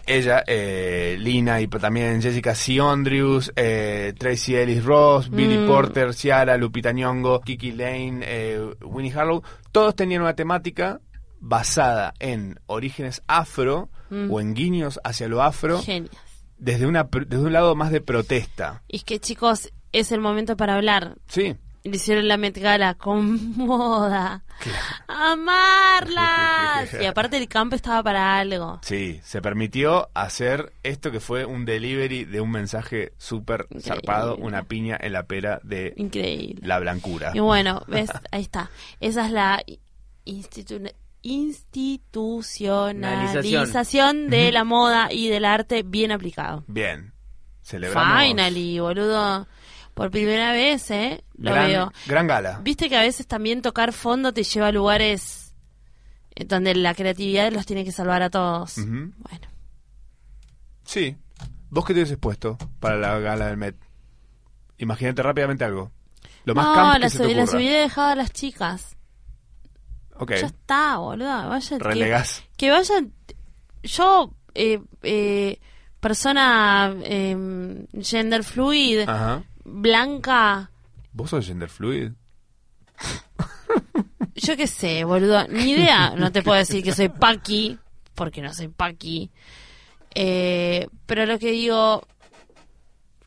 Speaker 3: ella, eh, Lina y también Jessica C. Andrews, eh, Tracy Ellis Ross, Billy
Speaker 2: Mm.
Speaker 3: Porter, Ciara, Lupita Nyong'o, Kiki Lane, eh, Winnie Harlow, todos tenían una temática basada en orígenes afro
Speaker 2: Mm.
Speaker 3: o en guiños hacia lo afro
Speaker 2: Genias.
Speaker 3: desde una pr- desde un lado más de protesta.
Speaker 2: Y es que, chicos, es el momento para hablar.
Speaker 3: Sí.
Speaker 2: Le hicieron la Met Gala con moda. ¡Amarlas! y aparte el campo estaba para algo.
Speaker 3: Sí, se permitió hacer esto que fue un delivery de un mensaje súper
Speaker 2: Increíble.
Speaker 3: zarpado, una piña en la pera de
Speaker 2: Increíble.
Speaker 3: la blancura.
Speaker 2: Y bueno, ves, ahí está. Esa es la i- institu- institucionalización de la moda y del arte bien aplicado.
Speaker 3: Bien, celebramos.
Speaker 2: Finally, boludo. Por primera vez, ¿eh? Lo
Speaker 3: Gran,
Speaker 2: veo.
Speaker 3: gran gala.
Speaker 2: Viste que a veces también tocar fondo te lleva a lugares eh, donde la creatividad los tiene que salvar a todos.
Speaker 3: Ujú.
Speaker 2: Bueno,
Speaker 3: Sí. ¿Vos qué te hubieses puesto para la gala del Met? Imagínate rápidamente algo. Lo más camp
Speaker 2: no,
Speaker 3: que
Speaker 2: la,
Speaker 3: se
Speaker 2: sub-
Speaker 3: te
Speaker 2: la
Speaker 3: ocurra.
Speaker 2: hubiera dejado a las chicas.
Speaker 3: Ok,
Speaker 2: Ya está, boludo. Vaya el que-
Speaker 3: relegás.
Speaker 2: que vayan yo eh, eh, persona eh, gender fluid
Speaker 3: Ajá.
Speaker 2: blanca
Speaker 3: ¿Vos sos gender fluid?
Speaker 2: yo qué sé boludo ni idea no te puedo decir que soy paqui porque no soy paqui Eh, pero lo que digo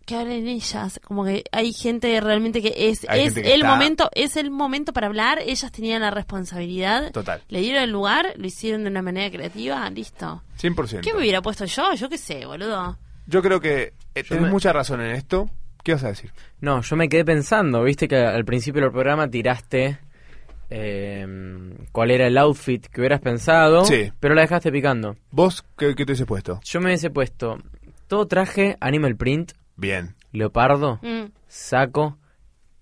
Speaker 2: que hablen ellas. Como que hay gente realmente que es,
Speaker 3: Hay
Speaker 2: es
Speaker 3: gente que
Speaker 2: el
Speaker 3: está-
Speaker 2: momento, es el momento para hablar. Ellas tenían la responsabilidad.
Speaker 3: Total.
Speaker 2: Le dieron el lugar, lo hicieron de una manera creativa, listo.
Speaker 3: 100%.
Speaker 2: ¿Qué me hubiera puesto yo? Yo qué sé, boludo.
Speaker 3: Yo creo que eh, tienes
Speaker 4: me-
Speaker 3: mucha razón en esto. ¿Qué vas a decir?
Speaker 4: No, yo me quedé pensando, viste que al principio del programa tiraste eh, cuál era el outfit que hubieras pensado,
Speaker 3: Sí.
Speaker 4: pero la dejaste picando.
Speaker 3: ¿Vos qué, qué te hubieses puesto?
Speaker 4: Yo me hubiese puesto todo traje, animal print,
Speaker 3: Bien.
Speaker 4: leopardo,
Speaker 2: Mm.
Speaker 4: saco,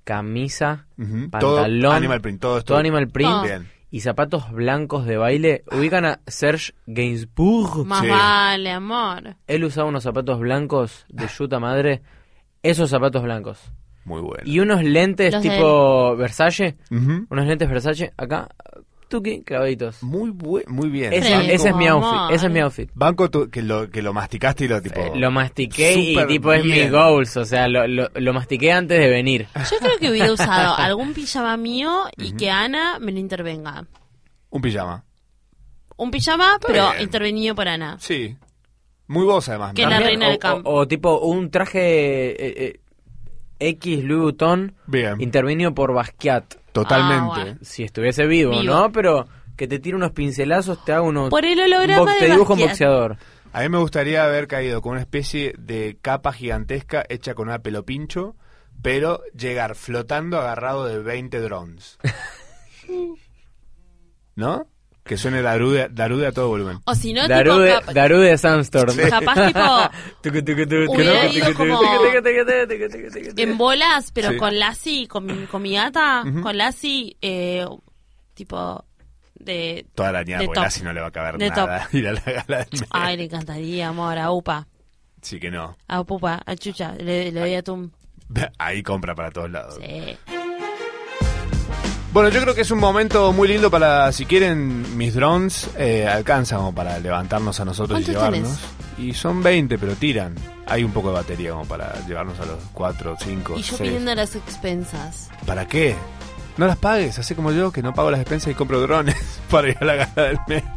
Speaker 4: camisa,
Speaker 3: Ujú.
Speaker 4: pantalón,
Speaker 3: Todo animal print. Todo esto.
Speaker 4: todo animal print
Speaker 2: Todo.
Speaker 3: Bien.
Speaker 4: y zapatos blancos de baile. Ubican a Serge Gainsbourg.
Speaker 2: Más
Speaker 3: Sí.
Speaker 2: vale, amor.
Speaker 4: Él usaba unos zapatos blancos
Speaker 3: Ah.
Speaker 4: de yuta madre, esos zapatos blancos.
Speaker 3: Muy bueno.
Speaker 4: Y unos lentes
Speaker 2: Los de
Speaker 4: tipo Versace.
Speaker 3: Ujú.
Speaker 4: Unos lentes Versace acá, tuki, clavaditos.
Speaker 3: Muy buen, muy bien.
Speaker 4: Ese,
Speaker 2: Fresco,
Speaker 4: ese es mi
Speaker 2: amor.
Speaker 4: outfit, ese es mi outfit.
Speaker 3: Banco tu- que, lo, que lo masticaste y lo tipo.
Speaker 4: Eh, lo mastiqué y
Speaker 3: Súper
Speaker 4: tipo es mi
Speaker 3: bien.
Speaker 4: goals, o sea, lo, lo, lo mastiqué antes de venir.
Speaker 2: Yo creo que hubiera usado algún pijama mío y que Ana me lo intervenga.
Speaker 3: Un pijama.
Speaker 2: Un pijama, pero
Speaker 3: bien.
Speaker 2: intervenido por Ana.
Speaker 3: Sí. Muy vos, además.
Speaker 2: Que
Speaker 3: me
Speaker 2: la
Speaker 3: parece.
Speaker 4: También,
Speaker 2: reina
Speaker 4: o,
Speaker 2: del campo.
Speaker 4: o- o tipo un traje eh, eh, X Louis Vuitton
Speaker 3: Bien.
Speaker 4: intervenido por Basquiat.
Speaker 3: Totalmente.
Speaker 2: Ah, bueno.
Speaker 4: Si estuviese vivo,
Speaker 2: Vivo.
Speaker 4: ¿no? Pero que te tire unos pincelazos, te haga unos...
Speaker 2: Por el
Speaker 4: un
Speaker 2: holograma
Speaker 4: box-
Speaker 2: de
Speaker 4: te dibujo un
Speaker 2: Basquiat.
Speaker 4: boxeador.
Speaker 3: A mí me gustaría haber caído con una especie de capa gigantesca hecha con una pelopincho, pero llegar flotando agarrado de 20 drones. ¿No? Que suene Darude, Darude a todo volumen.
Speaker 2: O si no, tipo,
Speaker 4: Darude,
Speaker 2: capa-
Speaker 4: Darude Sandstorm.
Speaker 2: capaz tipo
Speaker 4: Tucu, tucu, tucu,
Speaker 2: Hubiera
Speaker 4: tucu,
Speaker 2: ido
Speaker 4: tucu,
Speaker 2: como-
Speaker 4: tucu, tucu, tucu, tucu, tucu, tucu.
Speaker 2: en bolas, pero
Speaker 3: Sí.
Speaker 2: con Lassie, con mi, con mi gata, con Lassie, eh, tipo de...
Speaker 3: Toda arañada,
Speaker 2: De
Speaker 3: porque
Speaker 2: top.
Speaker 3: casi no le va a caber
Speaker 2: De
Speaker 3: nada. Ir a la gala del mes.
Speaker 2: Ay, le encantaría, amor, a Upa,
Speaker 3: Sí que no.
Speaker 2: a Pupa, a Chucha, le, le doy a Tum.
Speaker 3: Ahí compra para todos lados.
Speaker 2: Sí.
Speaker 3: Bueno, yo creo que es un momento muy lindo para, si quieren, mis drones eh, alcanzan como para levantarnos a nosotros y
Speaker 2: ¿Cuántos
Speaker 3: llevarnos. Y son 20, pero tiran. Hay un poco de batería como para llevarnos a los 4, 5,
Speaker 2: Y yo
Speaker 3: 6.
Speaker 2: pidiendo las expensas.
Speaker 3: ¿Para qué? No las pagues, así como yo, que no pago las expensas y compro drones para ir a la gala del mes.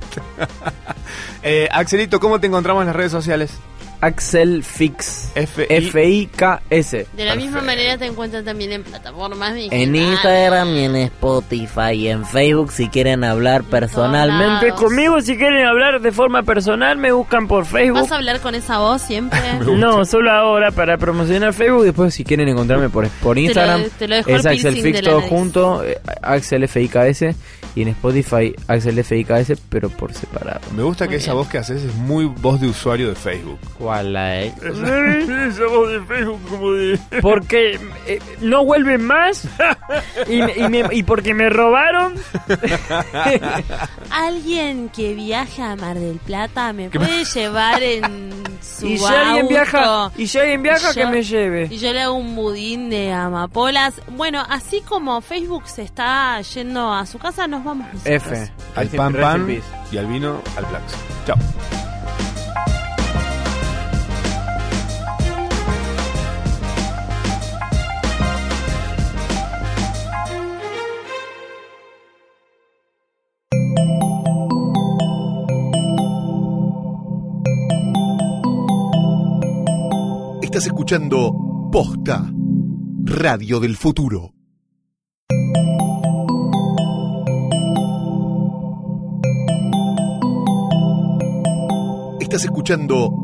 Speaker 3: Eh, Axelito, ¿cómo te encontramos en las redes sociales?
Speaker 4: Axel Fix.
Speaker 3: F-
Speaker 4: F-I-K-S.
Speaker 2: De la misma manera te encuentran también en plataformas
Speaker 6: En
Speaker 2: digitales.
Speaker 6: Instagram y en Spotify y en Facebook si quieren hablar personalmente.
Speaker 5: Gente, conmigo si quieren hablar de forma personal me buscan por Facebook.
Speaker 2: ¿Vas a hablar con esa voz siempre?
Speaker 5: No, solo ahora para
Speaker 4: Promocionar Facebook. Después, si quieren encontrarme por, por Instagram,
Speaker 2: te lo dejo el
Speaker 4: es Axel
Speaker 2: piercing de
Speaker 4: Fix
Speaker 2: la
Speaker 4: todo
Speaker 2: nariz.
Speaker 4: junto. eh, Axel F-I-K-S. Y en Spotify, Axel F-I-K-S, pero por separado.
Speaker 3: Me gusta que
Speaker 2: Muy
Speaker 3: esa
Speaker 2: bien.
Speaker 3: voz que haces es muy voz de usuario de Facebook.
Speaker 4: ¿Cuál la es?
Speaker 5: porque eh, no vuelven más y, me- y me- y porque me robaron.
Speaker 2: Alguien que viaja a Mar del Plata me puede llevar en su
Speaker 5: Y si alguien
Speaker 2: auto?
Speaker 5: viaja, y si alguien viaja que
Speaker 2: Yo-
Speaker 5: me lleve.
Speaker 2: Y yo le hago un budín de amapolas. Bueno, así como Facebook se está yendo a su casa, nos vamos. nosotros.
Speaker 4: F.
Speaker 3: Al
Speaker 4: Rest in-
Speaker 3: pan
Speaker 4: rest in
Speaker 3: pan
Speaker 4: peace.
Speaker 3: y al vino al flax. Chao.
Speaker 1: Estás escuchando Posta, Radio del Futuro. Estás escuchando